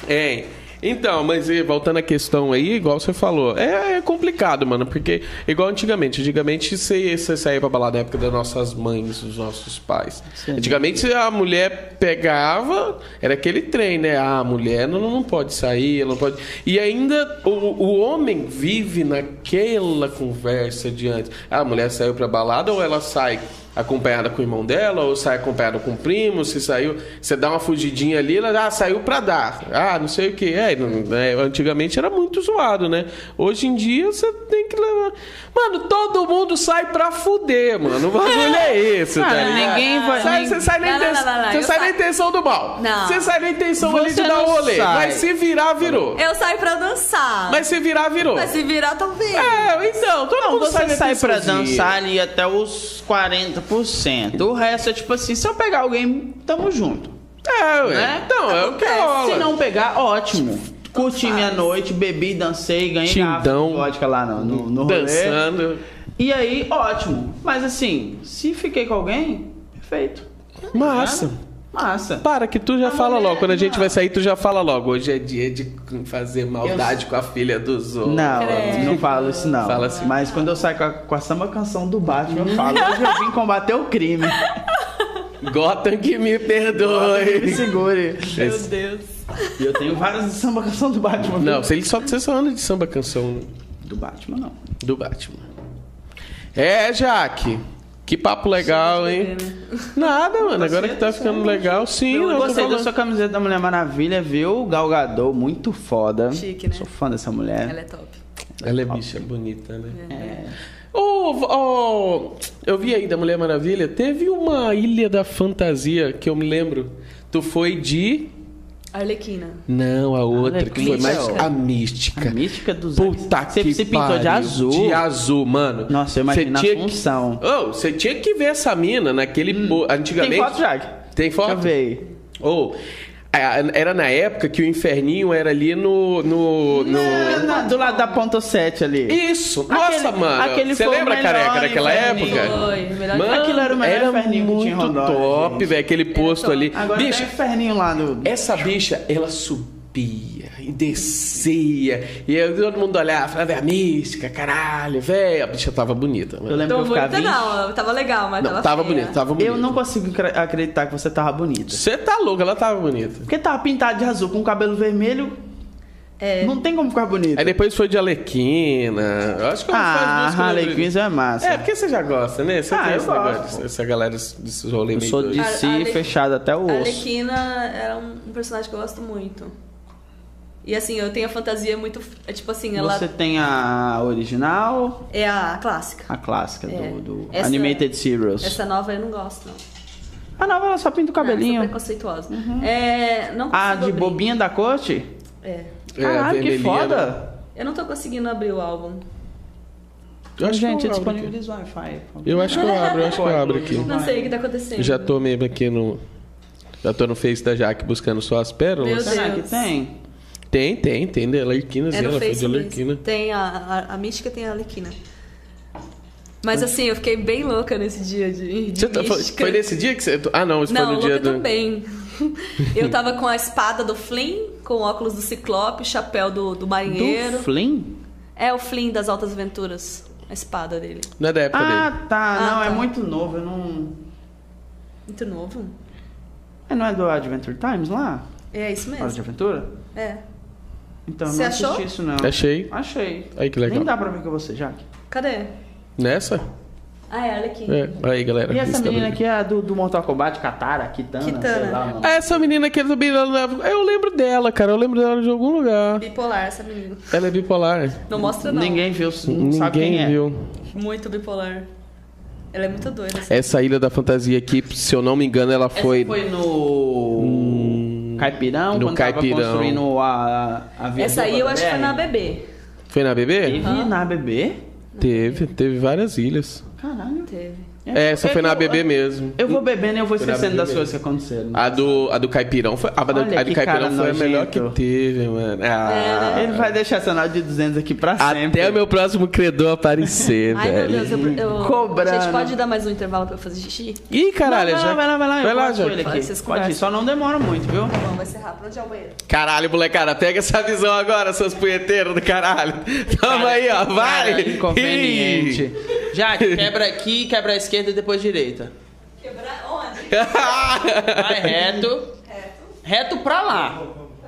S1: É. Então, mas e, voltando à questão aí, igual você falou, é, é complicado, mano, porque igual antigamente, antigamente você, você saía pra balada na época das nossas mães, dos nossos pais.
S2: Sim.
S1: Antigamente a mulher pegava, era aquele trem, né? Ah, a mulher não, não pode sair, ela não pode. E ainda o, o homem vive naquela conversa de antes. Ah, a mulher saiu pra balada ou ela sai acompanhada com o irmão dela, ou sai acompanhada com o primo, se saiu, você dá uma fugidinha ali, ela ah, saiu pra dar. Ah, não sei o que. É, não- é, antigamente era muito zoado, né? Hoje em dia você tem que levar. Mano, todo mundo sai pra fuder, mano. O bagulho é esse, tá
S2: Cara,
S1: ligado?
S2: ninguém vai-
S1: Sai- Você sai, na
S3: Não, não,
S1: intenção-
S3: não, não, não,
S1: você
S3: eu
S1: sai na
S3: saio.
S1: intenção do mal.
S3: Não.
S1: Você sai na intenção ali
S2: Você
S1: de dar
S2: não
S1: rolê.
S2: sai.
S1: Mas se virar, virou.
S3: Eu saio pra dançar.
S1: Mas se virar, virou.
S3: Mas se virar, talvez.
S1: É, então, todo
S2: Não,
S1: mundo sai
S2: você
S1: na
S2: sai pra
S1: intençãozinha.
S2: dançar ali até os 40%. O resto é tipo assim, se eu pegar alguém, tamo junto.
S1: É, ué.
S2: Né?
S1: Então, é o que
S3: Acontece.
S1: rola.
S2: Se não pegar, ótimo. Curti
S3: faz.
S2: minha noite, bebi, dancei, ganhei garrafa de
S1: Tindão.
S2: vodka lá no, no, no rolê.
S1: Dançando.
S2: E aí, ótimo. Mas assim, se fiquei com alguém, perfeito.
S1: Massa.
S2: Massa.
S1: Para que tu já
S2: A
S1: fala
S2: mulher-
S1: logo. Quando a gente
S2: não.
S1: vai sair, tu já fala logo. Hoje é dia de fazer maldade com a filha dos outros.
S2: Não,
S3: Credo.
S2: não falo isso não.
S1: Fala assim.
S2: Mas quando eu saio com a, com a samba canção do Batman, eu falo, hoje eu vim combater o crime.
S1: Gotham que me
S2: Me
S1: perdoe.
S2: segure.
S1: Esse-
S3: Deus.
S2: E eu tenho várias de samba canção do Batman.
S1: Não, se ele só, você só anda de samba canção
S2: Do Batman, não.
S1: do Batman. É, Jaque. Que papo legal, hein? Nada, mano. Agora que tá ficando legal, sim.
S2: Eu
S1: não, tô
S2: gostei da
S1: falando.
S2: sua camiseta da Mulher Maravilha, viu? Galgador, muito foda.
S3: Chique, né?
S2: Sou fã dessa mulher.
S3: Ela é top.
S1: Ela é bicha bonita, né?
S2: É.
S1: Ô, ô, eu vi aí da Mulher Maravilha, teve uma Ilha da Fantasia que eu me lembro. Tu foi de.
S3: Arlequina.
S1: Não, a outra,
S2: Olha,
S1: que foi mais.
S2: é Mística.
S1: A Mística.
S2: A mística dos
S1: Puta
S2: Você-
S1: que
S2: Você pintou de
S1: pariu.
S2: azul.
S1: De azul, mano.
S2: Nossa, eu imagino
S1: Você
S2: a
S1: tinha que-
S2: função. Hum.
S1: Ô, você tinha que ver essa mina naquele. po- Antigamente.
S2: Tem foto, Jaque?
S1: Tem foto?
S2: Deixa eu ver aí.
S1: Ou. Oh, a- Era na época que o inferninho era ali no. no, no-
S2: Ah, na- do lado da ponta 7 ali.
S1: Isso! Nossa,
S2: Aquele-
S1: mano!
S2: aquele
S1: Você
S2: foi o
S1: lembra,
S2: melhor
S1: careca, daquela
S2: inferninho.
S1: época?
S3: Foi, melhor
S1: Mano,
S2: Aquilo era o melhor inferninho que
S1: muito
S2: tinha em Rondônia,
S1: top,
S2: gente.
S1: velho. Aquele posto
S3: top.
S1: ali.
S2: Agora
S1: Bicho,
S2: tem o inferninho lá no...
S1: essa bicha, ela subia e descia. E eu, todo mundo olhava, falava, é a mística, caralho, velho. A bicha tava bonita.
S2: Eu
S1: Mano.
S2: lembro
S3: Tô
S2: que eu ficava...
S3: bonita
S2: "Vixe,
S3: não, tava legal, mas
S1: Não,
S3: tava
S1: tava
S3: feia.
S1: bonita, tava bonita.
S2: Eu não consigo cre- acreditar que você tava bonita.
S1: Você tá louco, ela tava bonita.
S2: Porque tava pintado de azul com cabelo vermelho.
S3: É.
S2: Não tem como ficar bonita.
S1: Aí depois foi de Alequina. Eu acho que eu
S2: ah,
S1: faz duas que eu lembro
S2: Harley Quinn é massa.
S1: É, porque você já gosta, né? Você
S2: Ah,
S1: tem
S2: eu
S1: esse
S2: gosto,
S1: negócio,
S2: pô.
S1: essa galera desses rolês
S2: eu
S1: meio
S2: sou
S1: doido.
S2: de
S3: A-
S2: si
S3: Harley-
S2: fechado até o
S3: A
S2: osso.
S3: Arlequina era um um personagem que eu gosto muito. E assim, eu tenho a fantasia muito. É tipo assim, ela
S2: Você tem a original,
S3: é a clássica.
S2: a clássica
S3: É.
S2: do, do
S3: Essa-
S2: Animated Serials.
S3: Essa Ah, nova eu não gosto, não. Ah,
S2: A nova ela só pinta o
S3: Não,
S2: cabelinho.
S3: sou preconceituosa. É, não
S2: a
S3: consigo
S2: de
S3: abrir.
S2: bobinha da corte?
S3: É.
S1: É,
S2: Caralho, que
S1: vermelhinha, né?
S2: foda.
S3: Eu não tô conseguindo abrir o álbum.
S1: Eu acho
S2: Gente,
S1: que eu abro aqui.
S2: disponibiliza o Wi-Fi. por favor.
S1: Eu acho que eu abro, eu acho que eu abro aqui.
S3: Não sei o que tá acontecendo.
S1: Já tô mesmo aqui no. Já tô no Face da Jaque buscando só as pérolas.
S3: Meu
S2: Será que
S3: Deus.
S2: tem?
S1: Tem, tem, tem de Alerquinas.
S3: É no
S1: ela foi
S3: Face
S1: de
S3: mesmo.
S1: Alerquina.
S3: Tem a, a, a Mística tem a Arlequina. Mas assim, eu fiquei bem louca nesse dia de, de
S1: Você tá- foi,
S3: Mística.
S1: foi nesse dia que você. Ah, não, isso
S3: Não,
S1: foi no
S3: louca
S1: dia do.
S3: também. Eu tava com a espada do Flynn, com o óculos do Ciclope, o chapéu do, do marinheiro.
S2: Do Flynn?
S3: É o Flynn das Altas Aventuras, a espada dele.
S1: Não é da época dele.
S2: Ah, tá.
S3: Ah,
S2: não, é
S3: tá.
S2: muito novo. Eu não...
S3: Muito novo.
S2: É, não é do Adventure Times lá?
S3: É isso
S2: Hora de
S3: mesmo.
S2: Aventura?
S3: É.
S2: Então, eu
S3: Você
S2: não
S3: achou?
S2: assisti isso, não.
S1: Achei.
S2: Achei.
S1: Aí que legal.
S2: Nem dá pra ver com você, Jaque.
S3: Cadê?
S1: Nessa?
S3: Ah, é, olha aqui.
S1: É. Aí, galera.
S2: E essa
S1: isso tá
S2: menina
S1: bonito.
S2: aqui é a do, do Mortal Kombat, Katara, Kitana,
S3: Kitana. É,
S2: sei lá o nome.
S1: Ah, Essa menina aqui também. ela- Eu lembro dela, cara. Eu lembro dela de algum lugar.
S3: Bipolar essa menina.
S1: Ela é bipolar.
S3: Não mostra não.
S2: Ninguém viu, não sabe
S1: Ninguém
S2: quem é.
S1: viu.
S3: Muito bipolar. Ela é muito doida. assim.
S1: Essa Ilha da Fantasia aqui, se eu não me engano, ela
S2: Essa
S1: foi.
S2: foi no Caipirão,
S1: Hum. no
S2: quando
S1: Caipirão.
S2: tava construindo a, a avenida
S3: Essa aí eu
S2: da
S3: acho que foi
S2: BR.
S3: na BB.
S1: Foi na BB?
S2: Teve na BB?
S1: Teve, teve várias ilhas.
S2: Caralho.
S3: Teve.
S1: É, essa
S2: eu-
S1: foi na
S2: eu-
S1: BB mesmo.
S2: Eu vou bebendo e eu vou
S1: Foi na
S2: esquecendo das
S1: BB.
S2: coisas que aconteceram.
S1: A do, a do Caipirão foi. A, da-
S2: Olha
S1: a do
S2: que
S1: Caipirão
S2: cara
S1: foi a melhor que
S2: nojento.
S1: teve, mano. Ah,
S2: Ele vai deixar essa nota de 200 aqui pra É, sempre.
S1: até o meu próximo credor aparecer,
S3: Ai, meu
S1: velho.
S3: Deus, eu... eu...
S2: Cobrando.
S3: Gente, pode dar mais um intervalo pra eu fazer xixi?
S1: Ih, caralho,
S2: vai,
S1: já.
S2: lá, vai lá, vai lá,
S1: Vai
S2: eu
S1: lá,
S2: passo
S1: já.
S2: ele aqui.
S3: Pode, vocês
S2: Pode ir,
S3: conversam.
S2: só não demora muito, viu?
S3: Tá bom, vai ser rápido. Onde é o banheiro?
S1: Caralho, molecada, pega essa visão agora, seus punheteiros do caralho. Tamo aí, ó, vai.
S2: Cara, inconveniente.
S1: Ih.
S2: Já, quebra aqui, quebra a esquerda e depois direita.
S3: Quebrar onde?
S2: Vai reto. Reto pra lá.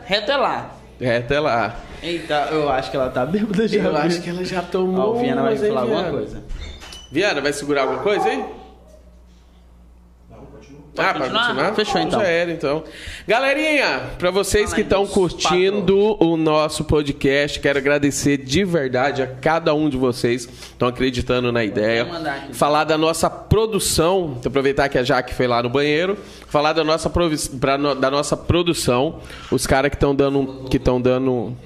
S2: Reto é lá.
S1: é, até lá.
S2: Eita, eu acho que ela tá bêbada já.
S1: Eu acho que ela já tomou.
S2: Ó, o Viana vai
S1: umas, hein,
S2: falar alguma
S1: Viana?
S2: coisa.
S1: Viana, vai segurar alguma coisa aí? Ah, pra
S2: continuar?
S1: continuar?
S2: Fechou, então.
S1: Já era, então. Galerinha, pra vocês que estão curtindo o nosso podcast, quero agradecer de verdade a cada um de vocês que estão acreditando na ideia.
S2: mandar aqui.
S1: Falar da nossa produção, aproveitar que a Jaque foi lá no banheiro, falar da nossa, provis- pra no- da nossa produção, os caras que estão dando... um, Que estão dando...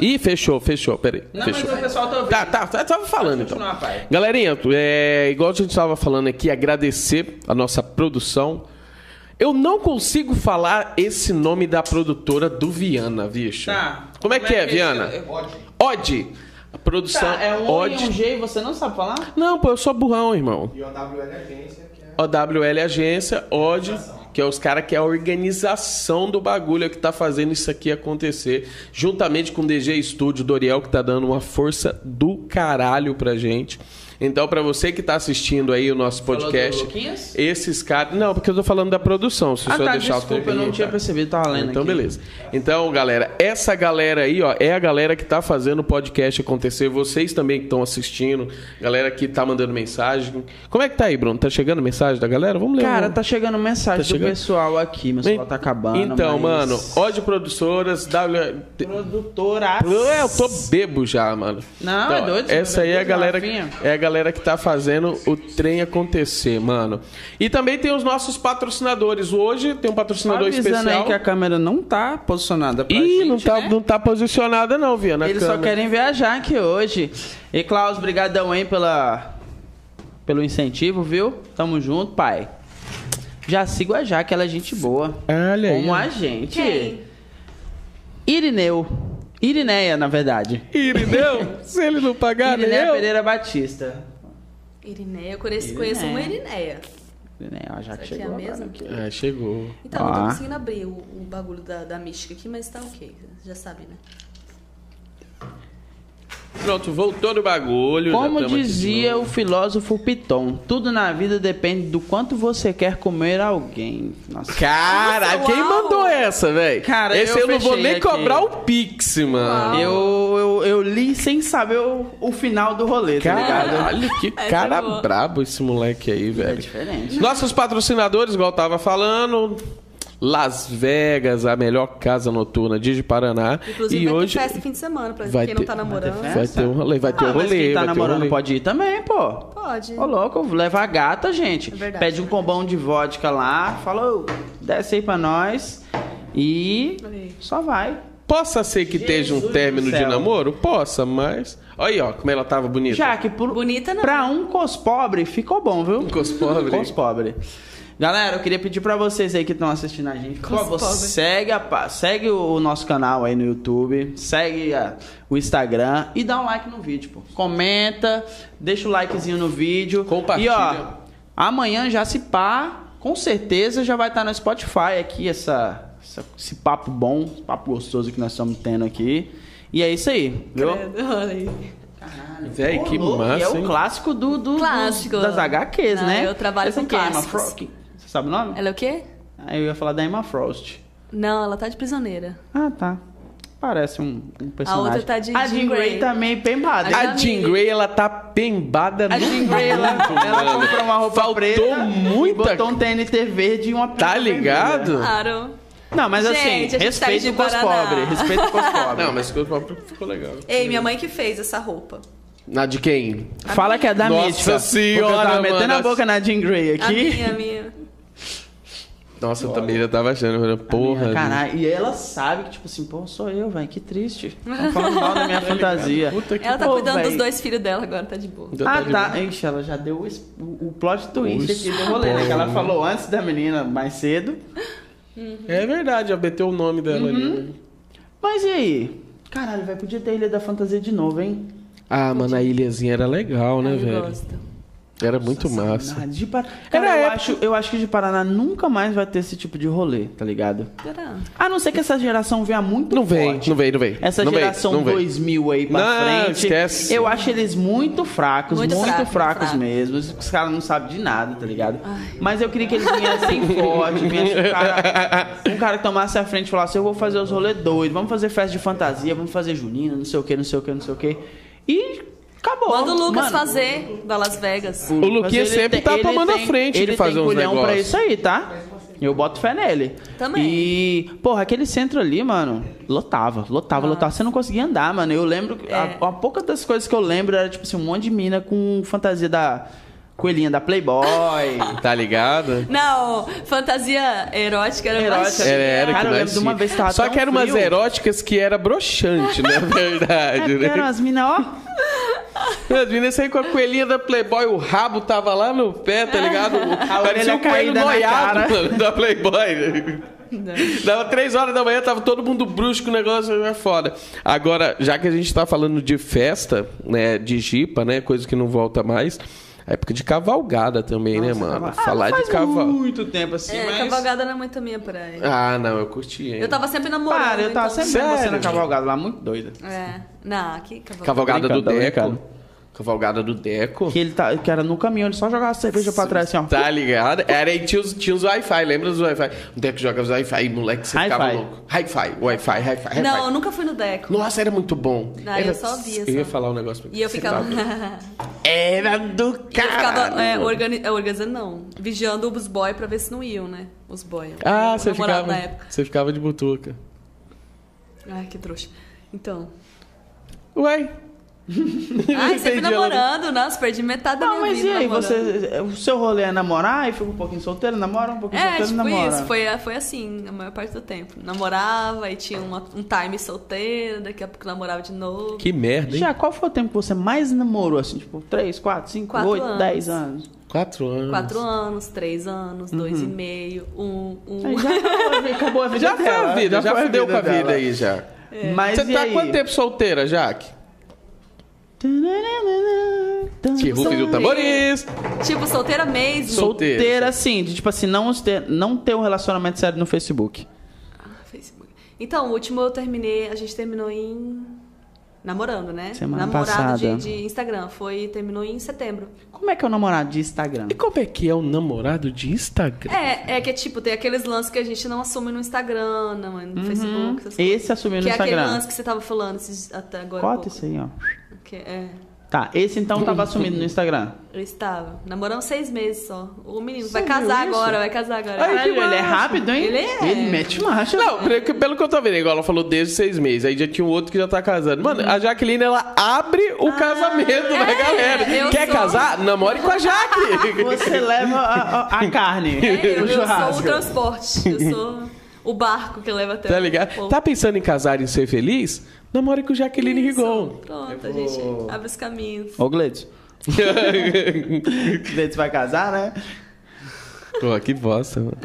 S1: Ih, fechou, fechou, peraí.
S2: Não,
S1: fechou.
S2: mas o pessoal tá ouvindo.
S1: Tá, tá, tá, tava falando então.
S2: continuar, pai.
S1: Galerinha, é, igual a gente estava falando aqui, agradecer a nossa produção. Eu não consigo falar esse nome da produtora do Viana, bicho.
S2: Tá.
S1: Como é que é, Viana? Odd. A produção
S2: Tá, é um O e
S1: Odd.
S2: um G e você não sabe falar?
S1: Não, pô, eu sou burrão, irmão.
S4: E o AWL é agência, que é.
S1: OWL Agência, OD, que é os caras que é a organização do bagulho é que tá fazendo isso aqui acontecer. Juntamente com o DG Estúdio, Doriel, que tá dando uma força do caralho pra gente. Então, pra você que tá assistindo aí o nosso
S2: Falou do
S1: podcast,
S2: Luquinhas?
S1: esses caras. Não, porque eu tô falando da produção. Se o
S2: Ah,
S1: senhor
S2: tá,
S1: deixar o
S2: desculpa, eu não tinha percebido, tava lendo
S1: Então,
S2: aqui.
S1: beleza. Então, galera, essa galera aí, ó, é a galera que tá fazendo o podcast acontecer. Vocês também que estão assistindo, galera que tá mandando mensagem. Como é que tá aí, Bruno? Tá chegando mensagem da galera? Vamos ler.
S2: Cara,
S1: um-
S2: tá chegando mensagem
S1: Tá
S2: do
S1: chegando?
S2: pessoal aqui. Meu celular tá acabando.
S1: Então,
S2: mas-
S1: mano, ódio produtoras, W.
S2: Produtora.
S1: É, eu tô bebo já, mano.
S2: Não, é doido, você
S1: Essa
S2: tá
S1: aí é a
S2: doido,
S1: galera,
S2: Rafinha?
S1: é a galera que tá fazendo o trem acontecer, mano. E também tem os nossos patrocinadores. Hoje tem um
S2: Tá
S1: patrocinador
S2: avisando
S1: especial.
S2: aí que a câmera não tá posicionada pra
S1: Ih,
S2: gente,
S1: não tá,
S2: né?
S1: não tá posicionada não, Via, na
S2: Eles só
S1: câmera.
S2: querem viajar aqui hoje. E Klaus, brigadão aí pela pelo incentivo, viu? Tamo junto, pai. Já sigo a Jaque, ela é gente boa.
S1: Ah, Olha aí,
S2: Como
S1: ó.
S2: a gente.
S3: Quem?
S2: Irineu. Irineia, na verdade.
S1: Irineu, se ele não pagar, nem eu...
S2: Irineia né, Pereira Batista.
S3: Irineia, eu conheço, conheço uma Irineia.
S2: Irineia, a Jaque
S3: Será que é
S2: chegou
S3: a
S2: agora
S3: mesma?
S2: aqui.
S1: Ah, chegou.
S3: Então, não
S2: Ah.
S3: tô conseguindo abrir o, o bagulho da, da mística aqui, mas tá ok. Já sabe, né?
S1: Pronto, voltou do bagulho. já tamo
S2: Como
S1: aqui de
S2: dizia
S1: novo.
S2: o filósofo Piton, tudo na vida depende do quanto você quer comer alguém. Nossa.
S1: Cara,
S3: Nossa,
S1: quem
S3: uau!
S1: mandou essa, velho?
S2: Cara,
S1: Esse eu,
S2: eu
S1: não vou
S2: fechei
S1: nem
S2: aqui.
S1: cobrar o Pix, mano.
S2: Eu, eu, eu li sem saber o, o final do rolê, tá ligado?
S1: Caralho, que
S3: Essa é
S1: cara
S3: boa.
S1: brabo esse moleque aí,
S2: É
S1: velho.
S2: diferente.
S1: Nossos patrocinadores, igual eu tava falando, Las Vegas, a melhor casa noturna de Paraná.
S3: Inclusive,
S1: e
S3: vai
S1: hoje
S3: ter festa fim de semana, pra
S1: vai
S3: quem
S1: ter-
S3: não tá namorando.
S2: festa?
S1: vai ter um rolê, vai ter
S2: Ah,
S1: um rolê,
S2: mas quem tá
S1: vai ter um
S2: namorando
S1: rolê.
S2: pode ir também, pô.
S3: Pode.
S2: Ô, louco, leva a gata, gente.
S3: É verdade.
S2: Pede um combão de vodka lá, fala, ô, desce aí pra nós e
S3: Aí.
S2: só vai.
S1: Possa ser que esteja um
S2: Jesus
S1: término
S2: do
S1: de
S2: céu.
S1: namoro? Possa, mas. Olha aí, ó, como ela tava bonita.
S2: Já que por,
S3: Bonita não.
S2: pra um cos pobre ficou bom, viu? Um
S1: cos pobre.
S2: cos pobre. Galera, eu queria pedir pra vocês aí que estão assistindo a gente, por
S3: Cos
S2: favor,
S3: pobre.
S2: segue, a pa- segue o o nosso canal aí no YouTube, segue a- o Instagram e dá um like no vídeo, pô. Comenta, deixa o likezinho no vídeo.
S1: Compartilha.
S2: E ó, amanhã já se pá, com certeza já vai estar no Spotify aqui essa, essa- esse papo bom, esse papo gostoso que nós estamos tendo aqui. E é isso aí, viu?
S3: Credo, olha aí.
S1: Véi, que
S2: Ô, louco, e É
S1: massa,
S2: o
S1: hein?
S2: clássico do, do-
S3: Clássico.
S2: dos- das HQs,
S3: Não,
S2: né?
S3: eu trabalho
S2: Essa
S3: com
S2: aqui é Emma
S3: clássicos.
S2: Frost. Você sabe o nome?
S3: Ela é o quê?
S2: Ah, eu ia falar da Emma Frost.
S3: Não, ela tá de prisioneira.
S2: Ah, tá. Parece um, um personagem.
S3: outra tá de
S2: A
S3: Jean
S2: Jean Grey
S3: Grey.
S2: também, bem
S3: A
S2: bada.
S1: A Jean Grey, ela tá pembada no
S2: A Jean Grey, ela, ela
S1: mano.
S2: comprou uma roupa
S1: Faltou
S2: preta,
S1: muita
S2: botou um Ah. TNT verde e uma
S1: Tá
S2: peruca vermelha.
S1: ligado?
S3: Claro.
S2: Não, mas
S3: Gente, a
S2: assim,
S3: gente tá aí de
S2: respeito com os
S3: Paraná.
S2: pobres, respeito com os pobres.
S1: Não, mas ficou, ficou legal.
S2: É.
S3: Ei, minha mãe que fez essa roupa.
S1: Na de quem?
S2: Fala que é da
S1: Nossa
S2: mística. porque
S1: senhora,
S2: eu tava metendo
S1: mano.
S2: a boca na Jean Grey
S3: A
S2: aqui.
S3: minha, a minha.
S1: Nossa, eu também já tava achando, mano. Porra.
S2: Caralho, e ela sabe que, tipo assim, pô, sou eu, velho, que triste. Tá falando mal da minha fantasia.
S1: Puta que
S3: Ela tá
S2: Pô,
S3: cuidando
S2: véi.
S3: dos dois filhos dela agora, tá de boa.
S1: Já
S2: Ah,
S1: de
S2: tá.
S1: boa.
S2: Ixi, ela já deu o, es- o- o plot
S1: Os
S2: twist aqui do rolê, né? Que ela
S1: bom.
S2: falou antes da menina, mais cedo.
S1: É verdade, já meteu o nome dela ali.
S2: Uhum.
S1: né?
S2: Mas e aí? Caralho, velho, podia ter a Ilha da Fantasia de novo, hein?
S1: Ah, mano, a ilhazinha era legal, né,
S2: Ah,
S3: Ai, eu
S1: velho?
S3: gosto.
S1: Era muito massa.
S2: Saudade De Par- Cara,
S1: Era
S2: eu,
S1: época-
S2: acho, eu acho que de Paraná nunca mais vai ter esse tipo de rolê, tá ligado?
S3: Será?
S2: A não ser que essa geração venha muito
S1: Não vem,
S2: forte.
S1: não vem, não vem.
S2: Essa
S1: não vem,
S2: geração
S1: não vem.
S2: 2000 aí pra
S1: Não,
S2: frente,
S1: esquece.
S2: eu acho eles muito fracos,
S3: Muito
S2: muito,
S3: fraco,
S2: fracos
S3: fraco.
S2: mesmo. Os caras não sabem de nada, tá ligado? Mas eu queria que eles viessem forte, viessem um cara, um cara que tomasse a frente e falasse: eu vou fazer os rolê doido, vamos fazer festa de fantasia, vamos fazer junina, não sei o que, não sei o que, não sei o que. E acabou.
S3: Manda o Lucas
S2: Mano,
S3: fazer da Las Vegas.
S1: O Luquinha
S2: mas ele
S1: sempre
S2: tem-
S1: tá
S2: ele
S1: tomando a
S2: tem-
S1: frente
S2: ele
S1: de fazer
S2: tem
S1: uns
S2: culhão pra
S1: negócios.
S2: isso aí, tá? Eu boto fé nele.
S3: Também.
S2: E, porra, aquele centro ali, mano, lotava, lotava, lotava. Você não conseguia andar, mano. Eu lembro. que
S3: É.
S2: A, a pouca das coisas que eu lembro era, tipo assim, um monte de mina com fantasia da coelhinha da Playboy.
S1: Tá ligado?
S3: Não, fantasia erótica era mais
S2: Erótica.
S1: Era, É, era
S2: Cara,
S1: que
S2: eu
S1: nós
S2: lembro de uma
S1: tinha.
S2: vez que tava
S1: Só
S2: tão
S1: que eram umas
S2: frio. É,
S1: eróticas que era broxante, né? na verdade,
S2: Eram
S1: né?
S2: as minas, ó.
S1: As meninas saíam com a coelhinha da Playboy, o rabo tava lá no pé, tá ligado? Parecia
S2: orelha
S1: um coelho
S2: caída na
S1: noiado
S2: cara.
S1: mano, da Playboy. Dava três horas da manhã, tava todo mundo brusco, o negócio é foda. Agora, já que a gente tá falando de festa, né, de jipa, né, coisa que não volta mais, é época de cavalgada também, né, mano?
S2: Ah,
S1: Falar
S2: não
S1: de
S2: faz
S1: cavalgada.
S2: muito tempo assim,
S3: É,
S2: mas.
S3: cavalgada não é muito a minha praia.
S1: Ah, não, eu curti, hein?
S3: Eu tava sempre namorando.
S2: Cara, eu tava
S3: então-
S2: sempre vendo você
S1: Sério?
S2: na cavalgada lá, muito doida.
S3: É. Não, que cavalgada.
S1: Cavalgada do
S2: Brincando, tá
S1: Deco.
S2: brincando.
S1: Cavalgada do Deco.
S2: Que ele tá, que era no caminho, ele só jogava a cerveja pra trás assim, ó.
S1: Tá ligado? Era aí tinha os, tinha os Wi-Fi, lembra dos Wi-Fi? Um O Deco joga os Wi-Fi, moleque, você ficava
S2: Hi-Fi.
S1: louco. Hi-Fi, Wi-Fi, Hi-Fi, Hi-Fi.
S3: Não, eu nunca fui no Deco.
S1: Nossa, era muito bom.
S3: Ah, eu
S1: Era-
S3: só via,
S1: Eu ia
S3: só.
S1: falar um negócio pra
S3: E eu
S1: você,
S3: ficava.
S1: tá? Era do
S3: eu
S1: cara.
S3: ficava é, organi- é, organizando, não. Vigiando os boy pra ver se não iam, né? Os boy.
S1: Ah,
S3: Meu
S1: você
S3: namorado
S1: ficava,
S3: na época.
S1: você ficava de butuca.
S3: Ai, que trouxa. Então.
S1: Ué,
S3: Ai, sempre
S1: Entendi, ela-
S3: namorando. Nossa, perdi metade da
S2: Não,
S3: minha
S2: mas e
S3: vida.
S2: aí,
S3: namorando.
S2: você, o seu rolê é namorar e fica um pouquinho solteiro, namora um pouquinho
S3: É,
S2: solteiro,
S3: tipo
S2: namora.
S3: isso, foi, foi assim a maior parte do tempo. Namorava e tinha uma- um time solteiro, daqui a pouco namorava de novo.
S1: que merda, hein?
S2: Já, qual foi o tempo que você mais namorou, assim, tipo, 3, 4, 5,
S3: Quatro
S2: 8,
S3: anos.
S2: 10 anos?
S1: Quatro anos.
S3: Quatro anos, três anos, dois e meio, um,
S2: Uhum. Aí
S3: um.
S2: já acabou a vida, acabou a vida
S1: Já foi
S2: dela,
S1: a vida, já,
S2: foi a
S1: fudeu com a vida
S2: dela.
S1: aí já.
S3: É.
S2: Mas
S1: Você
S2: e
S1: tá há
S2: aí?
S1: quanto tempo solteira, Jaque? Tipo, fiz o tamboriz.
S3: Tipo, solteira mesmo.
S1: Sol-
S2: Solteira, assim, de, tipo assim, não ter, não ter um relacionamento sério no Facebook.
S3: Ah, Facebook. Então, o último eu terminei, a gente terminou em. Namorando, né?
S2: Semana
S3: Namorado
S2: passada.
S3: De, de Instagram. Foi, terminou em setembro.
S2: Como é que é o namorado de Instagram?
S1: E como é que é o namorado de Instagram?
S3: É, é que é tipo, tem aqueles lances que a gente não assume no Instagram, não, no Facebook, essas coisas.
S2: Esse assumiu Uhum. no
S3: Que é aquele
S2: Instagram.
S3: lance que você tava falando esses- até agora. há
S2: Cota
S3: pouco.
S2: isso aí, ó.
S3: Que é.
S2: Tá, esse então tava assumido no Instagram.
S3: Eu estava. Namoramos seis meses só. O menino vai
S2: Você
S3: casar
S2: viu isso?
S3: agora, vai casar agora.
S2: Caralho, ele é
S1: massa.
S2: rápido, hein?
S3: Ele é.
S2: Ele mete marcha.
S1: Não, pelo que- pelo que eu tô vendo, igual ela falou desde seis meses, aí já tinha um outro que já tá casando. Mano, a Jaqueline, ela abre o casamento da
S3: Ah, é,
S1: galera.
S3: eu
S1: Quer
S3: sou-
S1: casar? Namore com a Jaque.
S2: Você leva a, a- a carne.
S3: É, eu,
S2: o
S3: eu sou o
S2: churrasco.
S3: transporte. Eu sou o barco que leva até
S1: tá
S3: o
S1: ligado?
S3: povo.
S1: Tá pensando em casar e ser feliz? Namore com Jaqueline
S3: Isso.
S1: Rigon.
S3: Pronto,
S2: Eu vou-
S3: a gente abre os caminhos.
S2: Ô, Gleitz. Gleitz vai casar, né?
S1: Pô, que bosta, mano.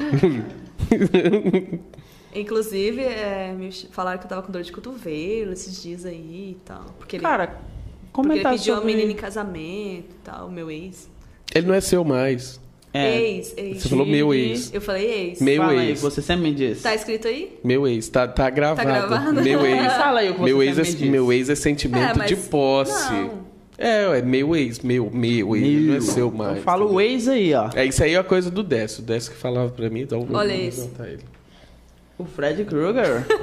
S3: Inclusive, é, me ch- falaram que eu tava com dor de cotovelo esses dias aí e tal. Porque ele,
S2: Cara,
S3: porque ele
S2: comentar
S3: pediu a
S2: sobre...
S3: menina em casamento e tal, meu ex.
S1: Ele não é seu mais.
S2: É,
S3: Ex, ex.
S1: Você falou meu ex.
S3: Eu falei ex.
S1: Meu
S2: fala aí,
S1: ex.
S2: você sempre me diz.
S3: Tá escrito aí?
S1: Meu ex, tá, tá gravado.
S3: gravado?
S1: Meu ex.
S2: Fala aí o que
S1: meu
S2: você
S1: ex
S2: também
S1: é,
S2: disse.
S1: meu ex é sentimento
S3: É, mas-
S1: de posse.
S3: não.
S1: É, é meu ex, meu, meu ex,
S2: Meu.
S1: não é seu mais.
S2: Eu falo o
S1: entendeu?
S2: ex aí, ó.
S1: É, isso aí é a coisa do Décio. O Décio que falava pra mim, então eu vou
S3: Olha esse.
S1: levantar ele.
S2: O Fred Krueger.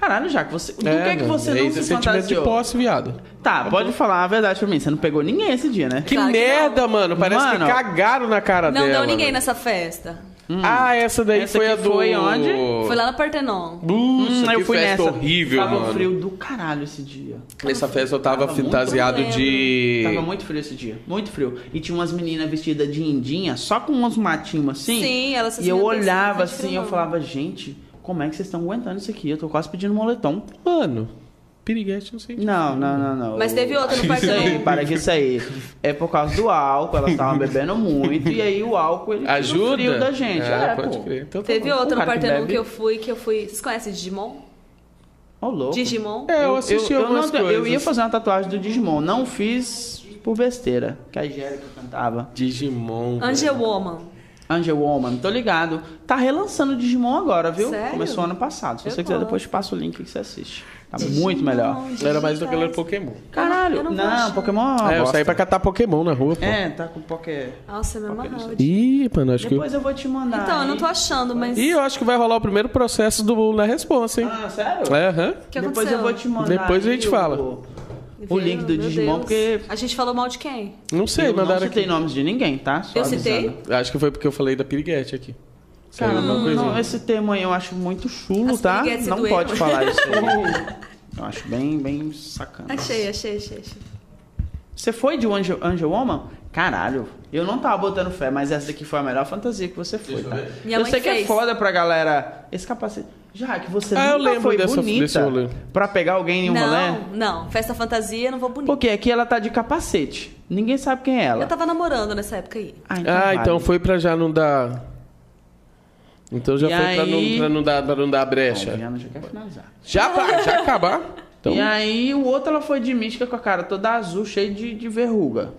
S2: Caralho, Jaco, você... do que é que
S1: mano,
S2: você não
S1: ex é
S2: se
S1: sentimento de
S2: fantasiou?
S1: posse, viado.
S2: Tá, pode falar a verdade pra mim. Você não pegou ninguém esse dia, né?
S1: Que
S3: Claro que
S1: merda, mano. Parece
S2: Mano.
S1: que cagaram na cara
S3: Não
S1: dela.
S3: deu ninguém
S1: mano.
S3: nessa festa.
S1: Ah, essa daí
S2: né? Essa
S1: foi a
S2: que
S1: do...
S2: foi onde?
S3: Foi lá no Partenon.
S1: Nossa, que
S2: Hum, eu fui
S1: festa
S2: nessa.
S1: horrível,
S2: Tava um
S1: mano.
S2: frio do caralho esse dia.
S1: Nessa festa eu tava,
S2: Tava muito
S1: fantasiado
S3: lembro.
S1: de...
S2: Tava muito frio esse dia, muito frio. E tinha umas meninas vestidas de indinha, só com uns matinhos assim.
S3: Sim, elas se
S2: E eu
S3: sentiam
S2: olhava
S3: bem, se
S2: assim, eu
S3: sentiam
S2: falava, gente, como é que vocês estão aguentando isso aqui? Eu tô quase pedindo moletom.
S1: Mano, piriguete não sei.
S2: Não, não, não, não.
S3: Mas teve outra no
S2: Para que isso aí,
S3: Partenon.
S2: para que isso aí. É por causa do álcool, elas estavam bebendo muito. E aí o álcool, ele tira
S1: Ajuda?
S2: o frio da gente.
S1: É,
S2: É,
S1: pode
S2: pô.
S1: crer. Então tá
S3: Teve
S1: bom.
S2: um
S3: outra no
S2: cara que
S3: Partenon
S2: bebe.
S3: que eu fui, que eu fui. Vocês conhecem Digimon?
S2: Ô, louco.
S3: Digimon?
S1: É, eu assisti
S2: eu,
S1: algumas
S2: não- eu
S1: coisas.
S2: ia fazer uma tatuagem do Digimon, não fiz por besteira. Que a Angélica cantava.
S1: Digimon. velho.
S3: Angel Woman.
S2: Angel Woman, tô ligado. Tá relançando o Digimon agora, viu?
S3: Sério?
S2: Começou ano passado. Se
S3: Eu
S2: você quiser,
S3: vou.
S2: depois te passo o link que você assiste. Tá muito melhor.
S1: Era mais do que era Pokémon.
S2: Caralho,
S3: é. Eu não
S2: não,
S3: vou achar.
S2: Pokémon. é uma
S1: é, eu
S2: bosta.
S1: saí pra catar Pokémon na rua, pô.
S2: É, tá com Poké.
S3: Nossa, me amarrava.
S1: Ih, mano, acho que.
S2: Depois eu vou te mandar.
S3: Então, eu não tô
S2: hein?
S3: achando, mas.
S1: Ih, eu acho que vai rolar o primeiro processo do Na Responsa, hein?
S2: Ah, sério?
S1: É, aham.
S3: O que
S2: Depois
S3: aconteceu?
S2: eu vou te mandar.
S1: Depois a gente
S2: aí o-
S1: fala.
S2: O link do
S3: Meu
S2: Digimon,
S3: Deus.
S2: porque.
S3: A gente falou mal de quem?
S1: Não sei,
S2: eu não
S1: mandaram
S2: citei
S1: aqui.
S2: nomes de ninguém, tá? Só
S3: Eu citei? Hum.
S2: avisando.
S1: Acho que foi porque eu falei da piriguete aqui. Saiu
S2: Cara,
S1: alguma
S2: não,
S1: coisinha.
S2: não, esse termo aí eu acho muito chulo,
S3: As
S2: tá?
S3: piriguetes
S2: Não
S3: doeram.
S2: pode falar isso aí. Eu acho bem, bem sacana.
S3: Achei, achei, achei, achei.
S2: Você foi de um Angel, Angel Woman? Caralho, eu não tava botando fé, mas essa daqui foi a melhor fantasia que você foi, tá?
S3: Minha
S2: eu
S3: mãe
S2: sei que é
S3: fez.
S2: foda pra galera. Esse capacete. Já que você
S1: Ah, eu
S2: nunca
S1: lembro
S2: foi
S1: dessa- desse
S2: bonita
S1: rolê.
S2: pra pegar alguém em um rolê.
S3: não, não. Festa fantasia, não vou bonita.
S2: Porque aqui ela tá de capacete. Ninguém sabe quem é ela.
S3: Eu tava namorando nessa época aí.
S2: é
S1: Ah, então
S2: vale.
S1: foi pra já não dar. Então já
S2: E
S1: foi pra,
S2: aí-
S1: não, pra não dar, pra não dar
S2: Bom,
S1: brecha.
S2: Viana já quer finalizar.
S1: Já vai, já acabar. Então,
S2: E aí o outro ela foi de mística com a cara toda azul, cheia de, de verruga.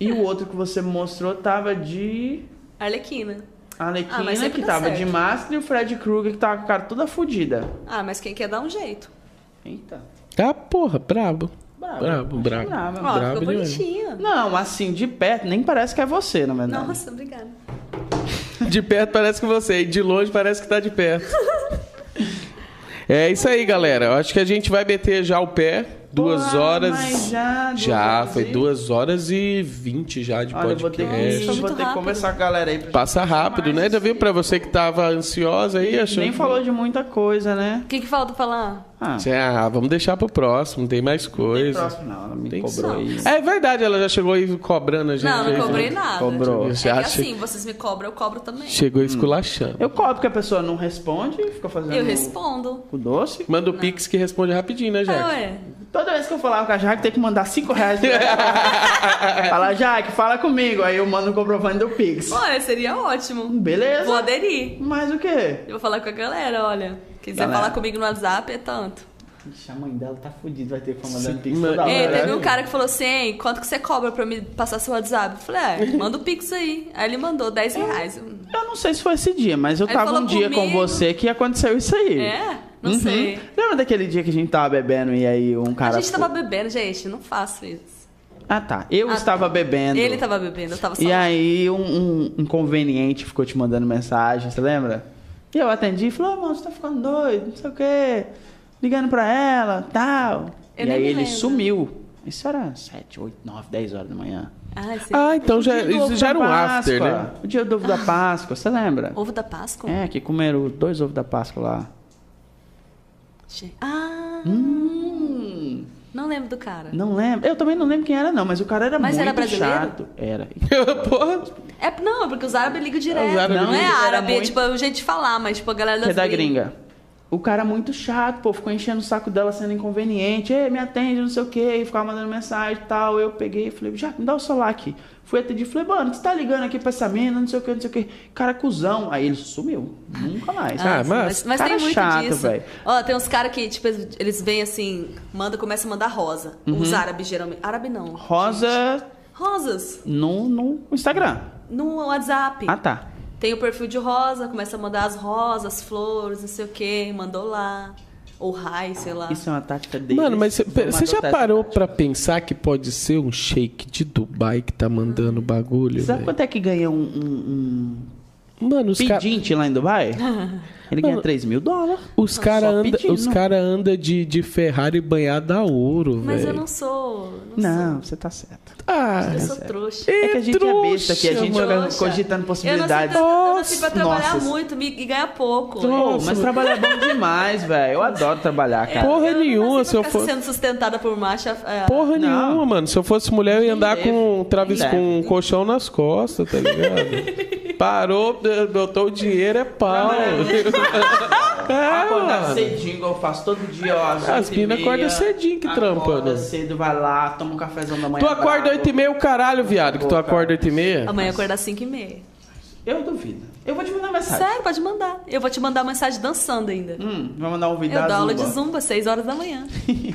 S2: e o outro que você mostrou tava de
S3: Arlequina. Ah,
S2: Alequina,
S3: mas sempre
S2: é que
S3: dá
S2: tava
S3: certo.
S2: de máscara, e o Fred Krueger que tava com a cara toda fodida.
S3: Ah, mas quem quer dar um jeito.
S2: Eita.
S1: Ah, porra, brabo.
S2: Brava.
S1: Brabo, brabo.
S2: Brava.
S3: Ó,
S1: Brabo
S3: ficou
S1: demais.
S3: bonitinha.
S2: Não, assim, de perto, nem parece que é você, na verdade.
S3: Nossa, obrigada.
S1: De perto parece que você, e de longe parece que tá de perto. É isso aí, galera. Eu acho que a gente vai meter já o pé. Duas
S2: Pô,
S1: horas.
S2: mas já, duas
S1: já,
S2: horas
S1: foi
S2: e-
S1: duas horas e vinte já de
S2: Olha, eu vou ter, que,
S1: podcast.
S2: eu
S3: Muito
S2: vou ter que
S3: rápido.
S2: conversar com a galera aí. pra-
S1: Passa rápido, né, Davi? Pra você que tava ansiosa aí, achou.
S2: Nem falou de muita coisa, né?
S3: O que, que falta falar?
S2: Ah,
S1: Cê, Ah, vamos deixar pro próximo, tem mais
S2: tem
S1: coisa.
S2: próximo, não. Ela me
S1: Tem
S2: cobrou
S3: que-
S2: isso.
S1: É verdade, ela já chegou aí cobrando a gente.
S3: Não,
S1: aí,
S3: não
S1: né?
S3: cobrei nada.
S2: Cobrou.
S3: É que
S1: Já che-
S3: assim, vocês me cobram, eu cobro também.
S1: Chegou esculachando.
S2: Eu cobro que a pessoa não responde e fica fazendo
S3: Eu respondo.
S2: o doce.
S1: Manda o Pix que responde rapidinho, né,
S3: Ah,
S1: Jack?
S3: ué.
S2: Toda vez que eu falava com a Jaque, tem que mandar 5 reais pra ela. Fala, Jaque, fala comigo. Aí eu mando o comprovante do Pix.
S3: Olha, seria ótimo.
S2: Beleza.
S3: Vou aderir.
S2: Mas o quê?
S3: Eu vou falar com a galera, olha. Quiser
S2: Galera.
S3: falar comigo no WhatsApp, é tanto.
S2: Ixi, a mãe dela tá fudida, vai ter que mandar
S1: Sim,
S2: Pix
S1: mas-
S2: toda hora.
S3: Ei,
S1: Galera.
S3: teve um cara que falou assim, hein, quanto que você cobra pra me passar seu WhatsApp? Eu falei, é, manda o Pix aí. Aí ele mandou 10 reais. Eu,
S2: Eu não sei se foi esse dia, mas eu
S3: Aí
S2: tava
S3: falou
S2: um dia com
S3: comigo.
S2: você que aconteceu isso aí.
S3: É? Não
S2: Uhum.
S3: sei.
S2: Lembra daquele dia que a gente tava bebendo e aí um cara.
S3: a gente tava bebendo, gente, não faço isso.
S2: Ah, tá. Eu
S3: Ah,
S2: estava bebendo.
S3: Ele tava bebendo, eu tava só.
S2: E aí um, um inconveniente ficou te mandando mensagem, você lembra? E eu atendi e falou, "Ô, mano, você tá ficando doido, não sei o quê. Ligando pra ela, tal.
S3: Eu
S2: e
S3: nem
S2: aí
S3: me
S2: ele
S3: lembro.
S2: sumiu. Isso era 7, 8, 9, 10 horas da manhã.
S3: Ai, sim.
S1: Ah, então já,
S2: O dia do
S1: isso
S2: ovo
S1: já era
S2: da
S1: um after,
S2: Páscoa.
S1: né?
S2: O dia do ovo da Páscoa, você lembra?
S3: Ovo da Páscoa?
S2: É, que comeram dois ovos da Páscoa lá.
S3: Gente. Ah,
S2: Hum,
S3: não lembro do cara.
S2: não lembro. Eu também não lembro quem era, não, mas o cara era
S3: Mas
S2: muito
S3: era brasileiro?
S2: chato. Era.
S1: Porra.
S3: É, não, é porque os árabes ligam direto.
S1: Os árabes
S3: não é
S2: ligam.
S3: árabe,
S2: Era
S3: é tipo o jeito de falar, mas tipo a galera
S2: que é da
S3: gringa.
S2: gringa. O cara muito chato, pô, ficou enchendo o saco dela sendo inconveniente. Ei, me atende, não sei o quê, e ficava mandando mensagem e tal. Eu peguei e falei, já, me dá o celular aqui. Fui atender, falei, mano, você tá ligando aqui pra essa mina, não sei o quê, não sei o quê. Cara, cusão. Aí ele sumiu. Nunca mais.
S1: Ah,
S3: sim,
S1: mas-
S3: mas
S2: cara
S3: tem muito
S2: chato,
S3: disso.
S2: velho.
S3: Ó, tem uns caras que, tipo, eles- eles vêm assim, manda, começa a mandar rosa. Os árabes, geralmente. Árabe não.
S2: Uhum. Rosa
S3: Rosas.
S2: no, no Instagram.
S3: No WhatsApp.
S2: Ah, tá.
S3: Tem o perfil de rosa, começa a mandar as rosas, flores, não sei o quê, mandou lá. Ou rai, sei lá.
S2: Isso é uma tática dele.
S1: Mano, mas você já parou pra pensar que pode ser um shake de Dubai que tá mandando bagulho?
S2: Sabe
S1: velho?
S2: quanto é que ganha um, um, um
S1: Mano, os caras
S2: pedinte lá em Dubai? Ele ganha
S1: Mano,
S2: 3 mil dólares.
S1: os cara
S2: Só
S1: anda,
S2: pedindo.
S1: os cara anda de, de Ferrari banhada a ouro,
S3: Mas eu
S1: velho.
S3: não sou. Não,
S2: Não, você tá certo.
S1: Ah,
S3: sou. Eu sou trouxa.
S2: É que a gente é besta aqui, a gente
S1: mano.
S2: fica
S3: Trouxa.
S2: cogitando possibilidades.
S3: Eu não nasci pra, eu nasci pra trabalhar
S2: Nossa.
S3: muito me- e ganhar pouco.
S1: Trouxa.
S2: Pô, mas trabalhar é bom demais, velho. Eu adoro trabalhar, cara.
S1: Porra
S3: eu não nasci
S1: nenhuma,
S3: pra
S1: se eu
S3: ficar
S1: for-
S3: sendo sustentada por macho. é,
S1: Porra
S2: Não.
S1: nenhuma, mano. Se eu fosse mulher, eu ia andar
S2: leve,
S1: com um, traves,
S2: leve.
S1: com um colchão nas costas, tá ligado? Parou, botou o dinheiro, é pau. é,
S2: Acordar
S1: mano.
S2: cedinho, igual eu faço todo dia, ó. às
S1: As
S2: oito e
S1: mina
S2: meia.
S1: acorda cedinho que trampa, né?
S2: Acorda cedo, vai lá, toma um cafezão da manhã.
S1: Tu acorda
S2: brabo.
S1: 8 e meia, o caralho, viado, que tu
S2: Boa, cara.
S1: acorda 8 e meia?
S3: Amanhã acordar às 5 e meia.
S2: Eu duvido. Eu vou te mandar mensagem.
S3: Sério, pode mandar. Eu vou te mandar mensagem dançando ainda.
S2: Tá Hum, vou mandar um vídeo
S3: Eu
S2: da
S3: dou aula de
S2: Zumba.
S3: zumba, 6 horas da manhã.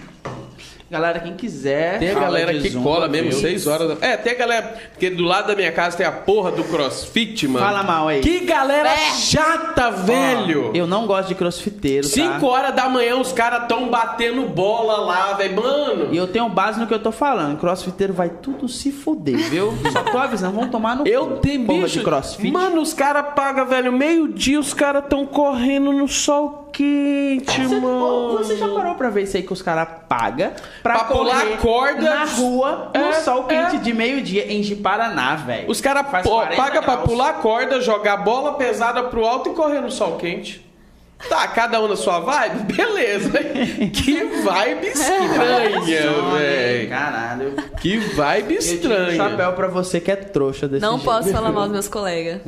S2: Galera, quem quiser.
S1: Tem a
S2: aula
S1: galera
S2: É de
S1: que
S2: Zumba,
S1: cola mesmo,
S2: viu?
S1: 6 horas. da- É, tem a galera. Porque do lado da minha casa tem a porra do crossfit, mano.
S2: Fala mal aí.
S1: Que galera
S2: É.
S1: chata, velho!
S2: Ó, Eu não gosto de crossfiteiro, tá?
S1: 5 horas da manhã os caras tão batendo bola lá, velho. Mano!
S2: E eu tenho base no que eu tô falando. Crossfiteiro vai tudo se fuder, viu? Só tô avisando, vão tomar no
S1: Eu
S2: cu.
S1: tenho
S2: Porra
S1: bicho.
S2: de crossfit.
S1: Mano, os caras pagam, velho. Meio-dia os caras tão correndo no sol quente,
S2: Você,
S1: mano.
S2: você já parou pra ver isso aí que os caras pagam pra,
S1: Pra pular
S2: correr
S1: corda.
S2: na rua
S1: É,
S2: no sol quente
S1: é.
S2: de meio-dia em Jiparaná, velho?
S1: Os caras
S2: Faz
S1: pagam
S2: 40
S1: pra
S2: graus.
S1: pular corda, jogar bola pesada pro alto e correr no sol quente. Tá, cada um na sua vibe? Beleza. Que vibe estranha,
S2: Funciona, hein?
S1: velho.
S2: Caralho.
S1: Que vibe
S2: Eu tiro o
S1: estranha.
S2: chapéu pra você que é trouxa desse
S3: Não
S2: jeito.
S3: posso falar mal dos meus colegas.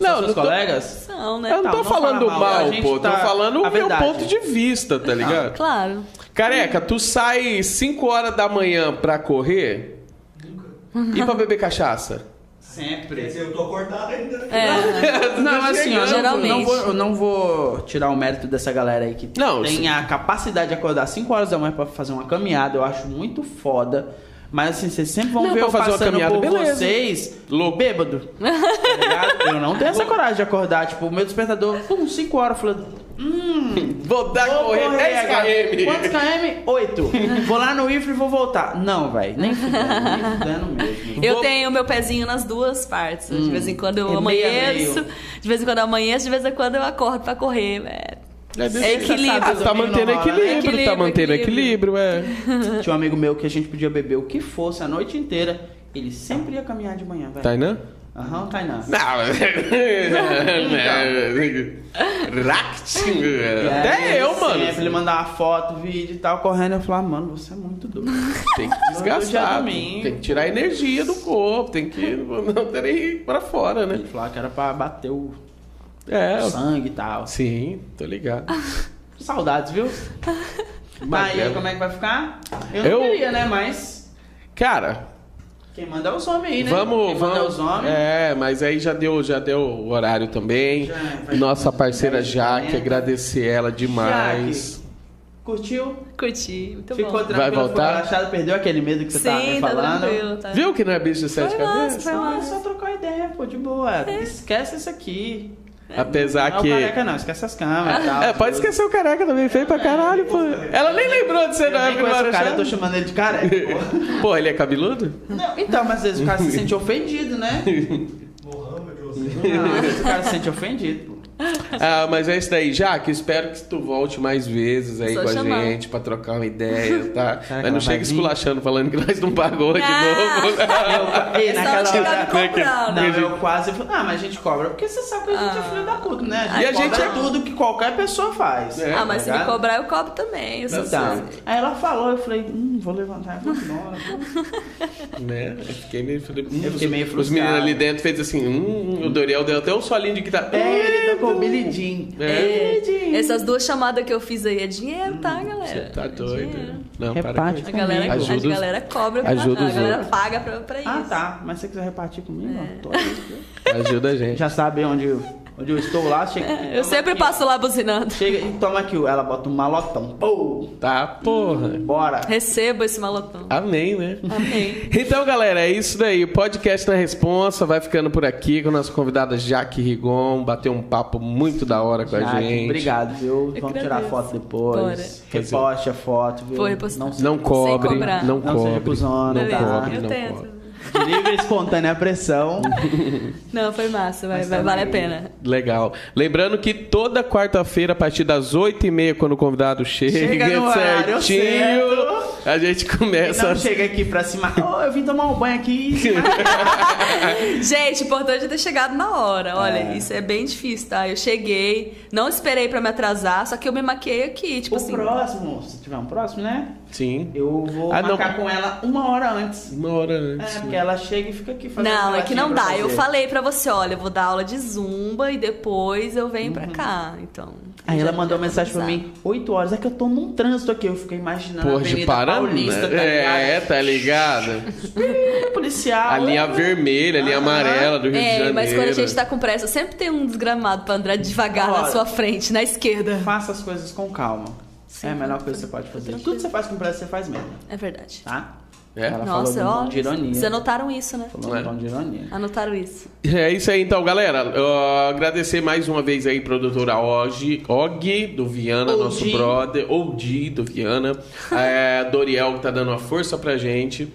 S2: Não,
S1: não
S2: seus
S1: tô-
S2: colegas? Então,
S3: São, né?
S1: Eu não
S2: Não,
S1: tô
S2: não
S1: falando
S2: fala mal, a
S1: mal,
S2: gente
S1: pô.
S2: tá-
S1: Tô falando
S2: a
S1: o meu
S2: verdade.
S1: ponto de vista, tá ligado?
S3: Claro.
S1: Careca, tu sai 5 horas da manhã pra correr e pra beber cachaça?
S2: Sempre.
S4: Quer dizer, eu tô acordado ainda.
S3: É.
S2: Não,
S1: Tá
S2: assim, ó, não,
S3: Geralmente.
S2: não vou, eu não vou tirar o mérito dessa galera aí que
S1: Não,
S2: tem
S1: sim.
S2: a capacidade de acordar 5 horas da manhã pra fazer uma caminhada. Eu acho muito foda. Mas assim, vocês sempre vão
S1: Não,
S2: ver
S1: pra
S2: eu
S1: fazer uma
S2: passando
S1: caminhada,
S2: por
S1: beleza.
S2: vocês
S1: Louco.
S2: bêbado. tá ligado? eu não tenho essa coragem de acordar. Tipo, o meu despertador, pum, 5 horas. Eu Falei,
S1: Vou dar
S2: Vou
S1: correr
S2: correr
S1: 10
S2: agora.
S1: km.
S2: Quantos km? 8. vou lá no IFRE e vou voltar. Não, velho. Nem fudendo, nem fudendo mesmo.
S3: Eu
S1: Vou-
S3: tenho meu pezinho nas duas partes. De vez em quando eu
S2: é meio a
S3: amanheço,
S2: meio.
S3: de vez em quando eu amanheço, de vez em quando eu acordo pra correr. É,
S1: É desse
S3: é
S1: jeito.
S3: equilíbrio.
S1: Tá mantendo
S2: Normal, né?
S1: equilíbrio, tá
S3: Equilíbrio,
S1: mantendo equilíbrio,
S3: equilíbrio.
S1: é.
S2: Tinha um amigo meu que a gente podia beber o que fosse a noite inteira. Ele sempre ia caminhar de manhã, velho.
S1: Tainan?
S2: Aham, Tainá.
S1: Não. Racting. É.
S2: Então.
S1: Até eu, mano.
S2: Sempre ele mandava foto, vídeo e tal, correndo. Eu falava, mano, você é muito doido.
S1: Tem que
S2: Já
S1: desgastar.
S2: também.
S1: Tem que tirar a energia do corpo. Tem que não ter nem pra fora, né?
S2: Ele falava que era pra bater o
S1: É.
S2: sangue e tal.
S1: Sim, tô ligado.
S2: Saudades, viu? Mas aí,
S1: Bacana.
S2: como é que vai ficar? Eu não
S1: Eu-
S2: queria, né? Mas
S1: Cara,
S2: quem manda é os homens aí, né?
S1: Vamos,
S2: quem
S1: vamos.
S2: manda é os homens.
S1: É, mas aí já deu, já deu o horário também.
S2: Já, vai.
S1: Nossa parceira
S2: Dez,
S1: Jaque,
S2: quarenta.
S1: agradecer ela demais.
S2: Curtiu?
S3: curti, muito
S2: Ficou
S3: bom.
S2: tranquilo,
S1: Vai
S2: ficou
S1: voltar?
S2: relaxado, perdeu aquele medo que você tava me
S3: Sim, tá
S2: falando.
S3: tranquilo. Tá.
S1: Viu que não é bicho de sete
S3: Foi massa,
S1: cabeças?
S3: foi
S2: Não, é só
S3: massa.
S2: trocar ideia, pô, de boa.
S3: É.
S2: Esquece isso aqui.
S1: Apesar
S2: Não
S1: que.
S2: é o careca, não. Esquece as câmeras e tal.
S1: Tá É, pode esquecer o careca também, feio pra caralho, pô. Ela nem lembrou de ser
S2: Eu
S1: da
S2: nem
S1: época
S2: conheço o cara, eu tô
S1: do
S2: chamando ele de careca, pô.
S1: Pô, ele é cabeludo?
S2: Não, então, mas às vezes o cara se sente ofendido, né?
S4: Mohamed, você.
S2: Não, às vezes o cara se sente ofendido, pô.
S1: Ah, mas é isso daí, Jaque. Espero que tu volte mais vezes aí
S3: Só
S1: com a
S3: chamar.
S1: gente pra trocar uma ideia, tá? mas
S2: ela
S1: não
S2: vai
S1: chega
S2: vir?
S1: esculachando falando que nós não pagou de
S3: Ah.
S1: novo.
S2: Ei,
S3: É só
S2: naquela
S3: chegar
S2: hora.
S3: me comprando.
S2: Não, eu quase falei, ah, mas a gente cobra, porque você sabe que a gente é
S3: Ah.
S2: filho da puta, né?
S1: E a gente
S2: cobra
S1: é-
S2: tudo que qualquer pessoa faz.
S1: É.
S3: Ah, mas se me
S2: Obrigado.
S3: cobrar, eu cobro também. Eu sou
S2: Tá.
S3: assim.
S2: Então, aí ela falou, eu falei, hum, vou levantar e vou embora.
S1: né? Eu fiquei meio, falei, hum,
S2: Eu fiquei meio
S1: Os meninos
S2: frustrado.
S1: ali dentro fez assim, hum, hum, o Doriel deu até um solinho de guitarra.
S2: É, ele tocou o Billy Jean.
S1: É.
S2: Billie Jean.
S3: Essas duas chamadas que eu fiz aí é dinheiro, tá, galera?
S1: Você tá
S3: É
S1: doido?
S3: dinheiro.
S1: Não, para com
S2: Reparte
S1: isso.
S3: A galera, é
S2: comigo.
S1: Ajuda
S3: a
S1: os-
S3: galera cobra, pra-
S1: ajuda
S3: a
S1: os
S3: galera
S1: outros.
S3: paga pra, pra isso. É.
S2: Ah, tá. Mas se você quiser repartir comigo, ó, tô aí.
S1: Ajuda a gente.
S2: Já sabe onde, onde eu estou lá. Chega,
S3: É, Eu sempre
S2: Então,
S3: passo lá buzinando.
S2: Chega e toma aqui. Ela bota um malotão. Pô,
S1: Tá, porra.
S2: bora.
S3: Recebo esse malotão.
S1: Amém, né?
S3: Amém.
S1: Então, galera, é isso daí. O podcast na responsa vai ficando por aqui com a nossa convidada Jaque Rigon. Bateu um papo muito da hora com a
S2: Jaque,
S1: gente.
S2: Obrigado, viu? Vamos tirar
S3: agradeço.
S2: foto depois.
S1: Bora.
S2: Reposte a foto, viu?
S3: Vou repostar.
S2: Não se
S1: Não cobre,
S3: cobrar.
S1: não
S2: Não seja
S1: cobre. Não,
S2: cuzona, tá?
S1: cobre,
S3: eu
S1: não
S3: tento.
S1: cobre.
S2: livre e espontânea pressão.
S3: Não, foi massa, vai,
S2: Mas
S3: vai,
S2: tamo
S3: vale
S2: aí.
S3: a pena.
S1: Legal. Lembrando que toda quarta-feira, a partir das 8h30, quando o convidado chega,
S2: Chega no horário
S1: certinho,
S2: certo.
S1: a gente começa. assim.
S2: Não chega aqui pra cima. Oh, eu vim tomar um banho aqui.
S1: Tipo
S3: Gente, o importante é ter chegado na hora. Olha, isso é bem difícil, tá? Eu cheguei, não esperei pra me atrasar, só que eu me maquiei aqui, tipo
S2: o
S3: assim.
S2: próximo, se tiver um próximo, né?
S1: Sim.
S2: Eu vou
S1: Ah, não.
S2: marcar com ela uma hora antes.
S1: Uma hora antes.
S2: É,
S1: né?
S2: porque ela chega e fica aqui fazendo.
S3: Não, é que não
S2: relatinho um pra
S3: dá. Eu
S2: fazer.
S3: falei pra você, olha, eu vou dar aula de zumba e depois eu venho pra cá. Então.
S2: Aí ela
S3: já-
S2: mandou
S3: já
S2: mensagem pra
S3: avisar.
S2: mim, 8 horas, é que eu tô num trânsito aqui. Eu fiquei imaginando
S1: Porra,
S2: a
S1: de
S2: Avenida
S1: Paraná.
S2: Paulista, tá
S1: é,
S2: ligado?
S1: tá ligado?
S2: Ih, policial. é
S1: A linha vermelha, a linha amarela do Rio de
S3: É,
S1: Janeiro.
S3: mas quando a gente tá com pressa, sempre tem um desgramado pra andar devagar na
S2: Olha.
S3: sua frente, na esquerda.
S2: Faça as coisas com calma.
S3: Sim,
S2: é a melhor
S3: tá
S2: coisa que você pode
S3: tranquilo,
S2: fazer.
S3: tá
S2: Tudo que você faz com pressa, você faz mesmo,
S3: É verdade.
S2: tá?
S1: É?
S2: Ela
S3: Nossa,
S2: falou num
S3: ó.
S2: tom de ironia.
S3: Vocês anotaram isso, né?
S2: Falou num tom de ironia.
S3: Anotaram isso.
S1: É isso aí, então, galera. Ó, agradecer mais uma vez aí, produtora Og, Og do Viana,
S2: Og.
S1: nosso brother, Old do Viana, é, Doriel, que tá dando uma força pra gente.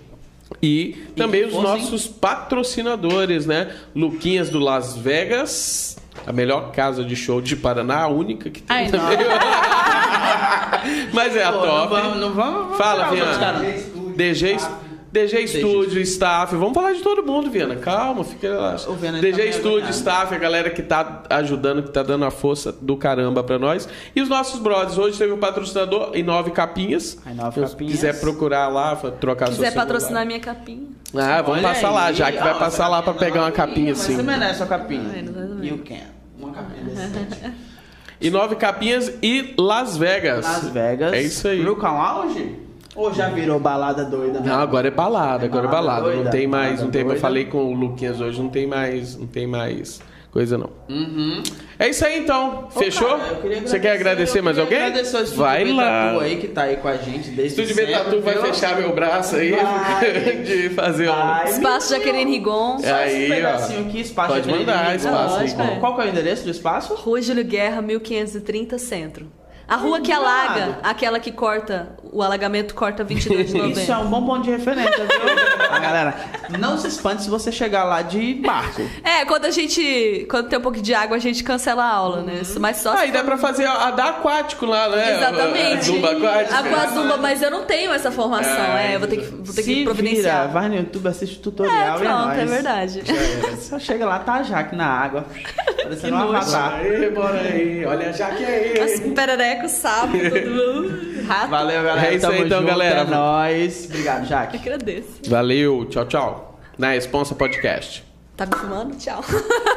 S1: E também os
S2: força, hein?
S1: nossos patrocinadores, né? Luquinhas do Las Vegas, a melhor casa de show de Paraná, a única que tem
S5: Ai,
S1: também. Mas é a
S2: Pô, não
S1: top.
S2: vamos- não vamos- vamos
S1: Fala,
S2: tirar os outros
S1: Viana.
S2: caras.
S1: DG, DG Studio, staff. Vamos falar de todo mundo, Viana. Calma, fica lá.
S2: O Viana tá
S1: DG
S2: meio
S1: Studio,
S2: agoniado.
S1: staff, a galera que tá ajudando, que tá dando a força do caramba pra nós. E os nossos brothers. Hoje teve um patrocinador em nove capinhas.
S2: Aí, nove
S1: Se
S2: capinhas.
S1: quiser procurar lá, fa- trocar seu
S3: Quiser
S1: celular.
S3: patrocinar minha capinha.
S1: Ah, vamos
S2: Olha
S1: passar lá,
S2: aí.
S1: já que vai
S2: Ó,
S1: passar lá pra pegar uma capinha
S2: Mas é
S1: assim.
S2: Você merece uma capinha.
S3: Ai, não vai doer.
S2: You can. Uma capinha decente.
S1: E nove capinhas e Las Vegas.
S2: Las Vegas.
S1: É isso aí.
S2: Brookhaven Lounge? Ou já virou balada doida?
S1: Não, agora é balada,
S2: É
S1: agora é
S2: balada
S1: balada. não
S2: doida,
S1: tem mais,
S2: balada
S1: não tem. Eu
S2: doida.
S1: falei com o Luquinhas hoje, não tem mais, não tem mais coisa não.
S2: Uhum.
S1: É isso aí então.
S2: Ô,
S1: Fechou?
S2: cara, eu queria
S1: Você quer agradecer
S2: agradecer, eu
S1: mais
S2: queria
S1: alguém?
S2: Agradecer ao Estúdio
S1: Vai
S2: B
S1: lá.
S2: Tatu aí que tá aí com a gente desde
S1: Estúdio B Tatu vai
S2: sempre,
S1: fechar
S2: viu?
S1: meu braço aí
S2: Vai.
S1: de fazer um.
S2: Vai,
S3: Espaço Jaqueline Rigon.
S1: É.
S2: Só esse
S1: Aí, ó.
S2: pedacinho aqui, espaço
S1: Pode
S2: de Avenida
S1: mandar,
S2: Rigon.
S1: espaço
S2: Lógico,
S3: Rigon.
S2: é. Qual que é o endereço do espaço?
S3: Rua Júlio Guerra, 1530 Centro. A rua que
S2: do
S3: alaga,
S2: lado.
S3: aquela que corta, o alagamento corta 22 de novembro.
S2: Isso é um bom ponto de referência, viu? ah, galera, não se espante se você chegar lá de barco.
S3: É, quando a gente. Quando tem um pouco de água, a gente cancela a aula, né?
S2: Uhum.
S3: Mas só.
S2: Ah,
S1: Aí Ah, dá pra fazer a, a da aquático lá, né?
S3: Exatamente. é
S1: A zumba aquática.
S3: A Guazumba, mas eu não tenho essa formação.
S1: É,
S3: É, eu vou ter que, vou ter
S2: Se
S3: que providenciar.
S2: vira, vai no YouTube, assiste o
S3: é,
S2: tutorial e
S3: pronto,
S2: nóis.
S3: é verdade.
S2: Só chega lá, tá a Jaque na água. Parecendo um avatar.
S1: Aí, bora aí. Olha é a Jaque aí.
S3: As pererecos, sapo, tudo. Rato.
S2: Valeu, galera.
S1: É isso
S2: Tamo
S1: aí, então,
S2: junto,
S1: galera.
S2: É nóis. Obrigado, Jaque.
S3: Agradeço.
S1: Valeu, tchau, tchau. Na Responsa Podcast.
S3: Tá me filmando? Tchau.
S4: Ah, tá.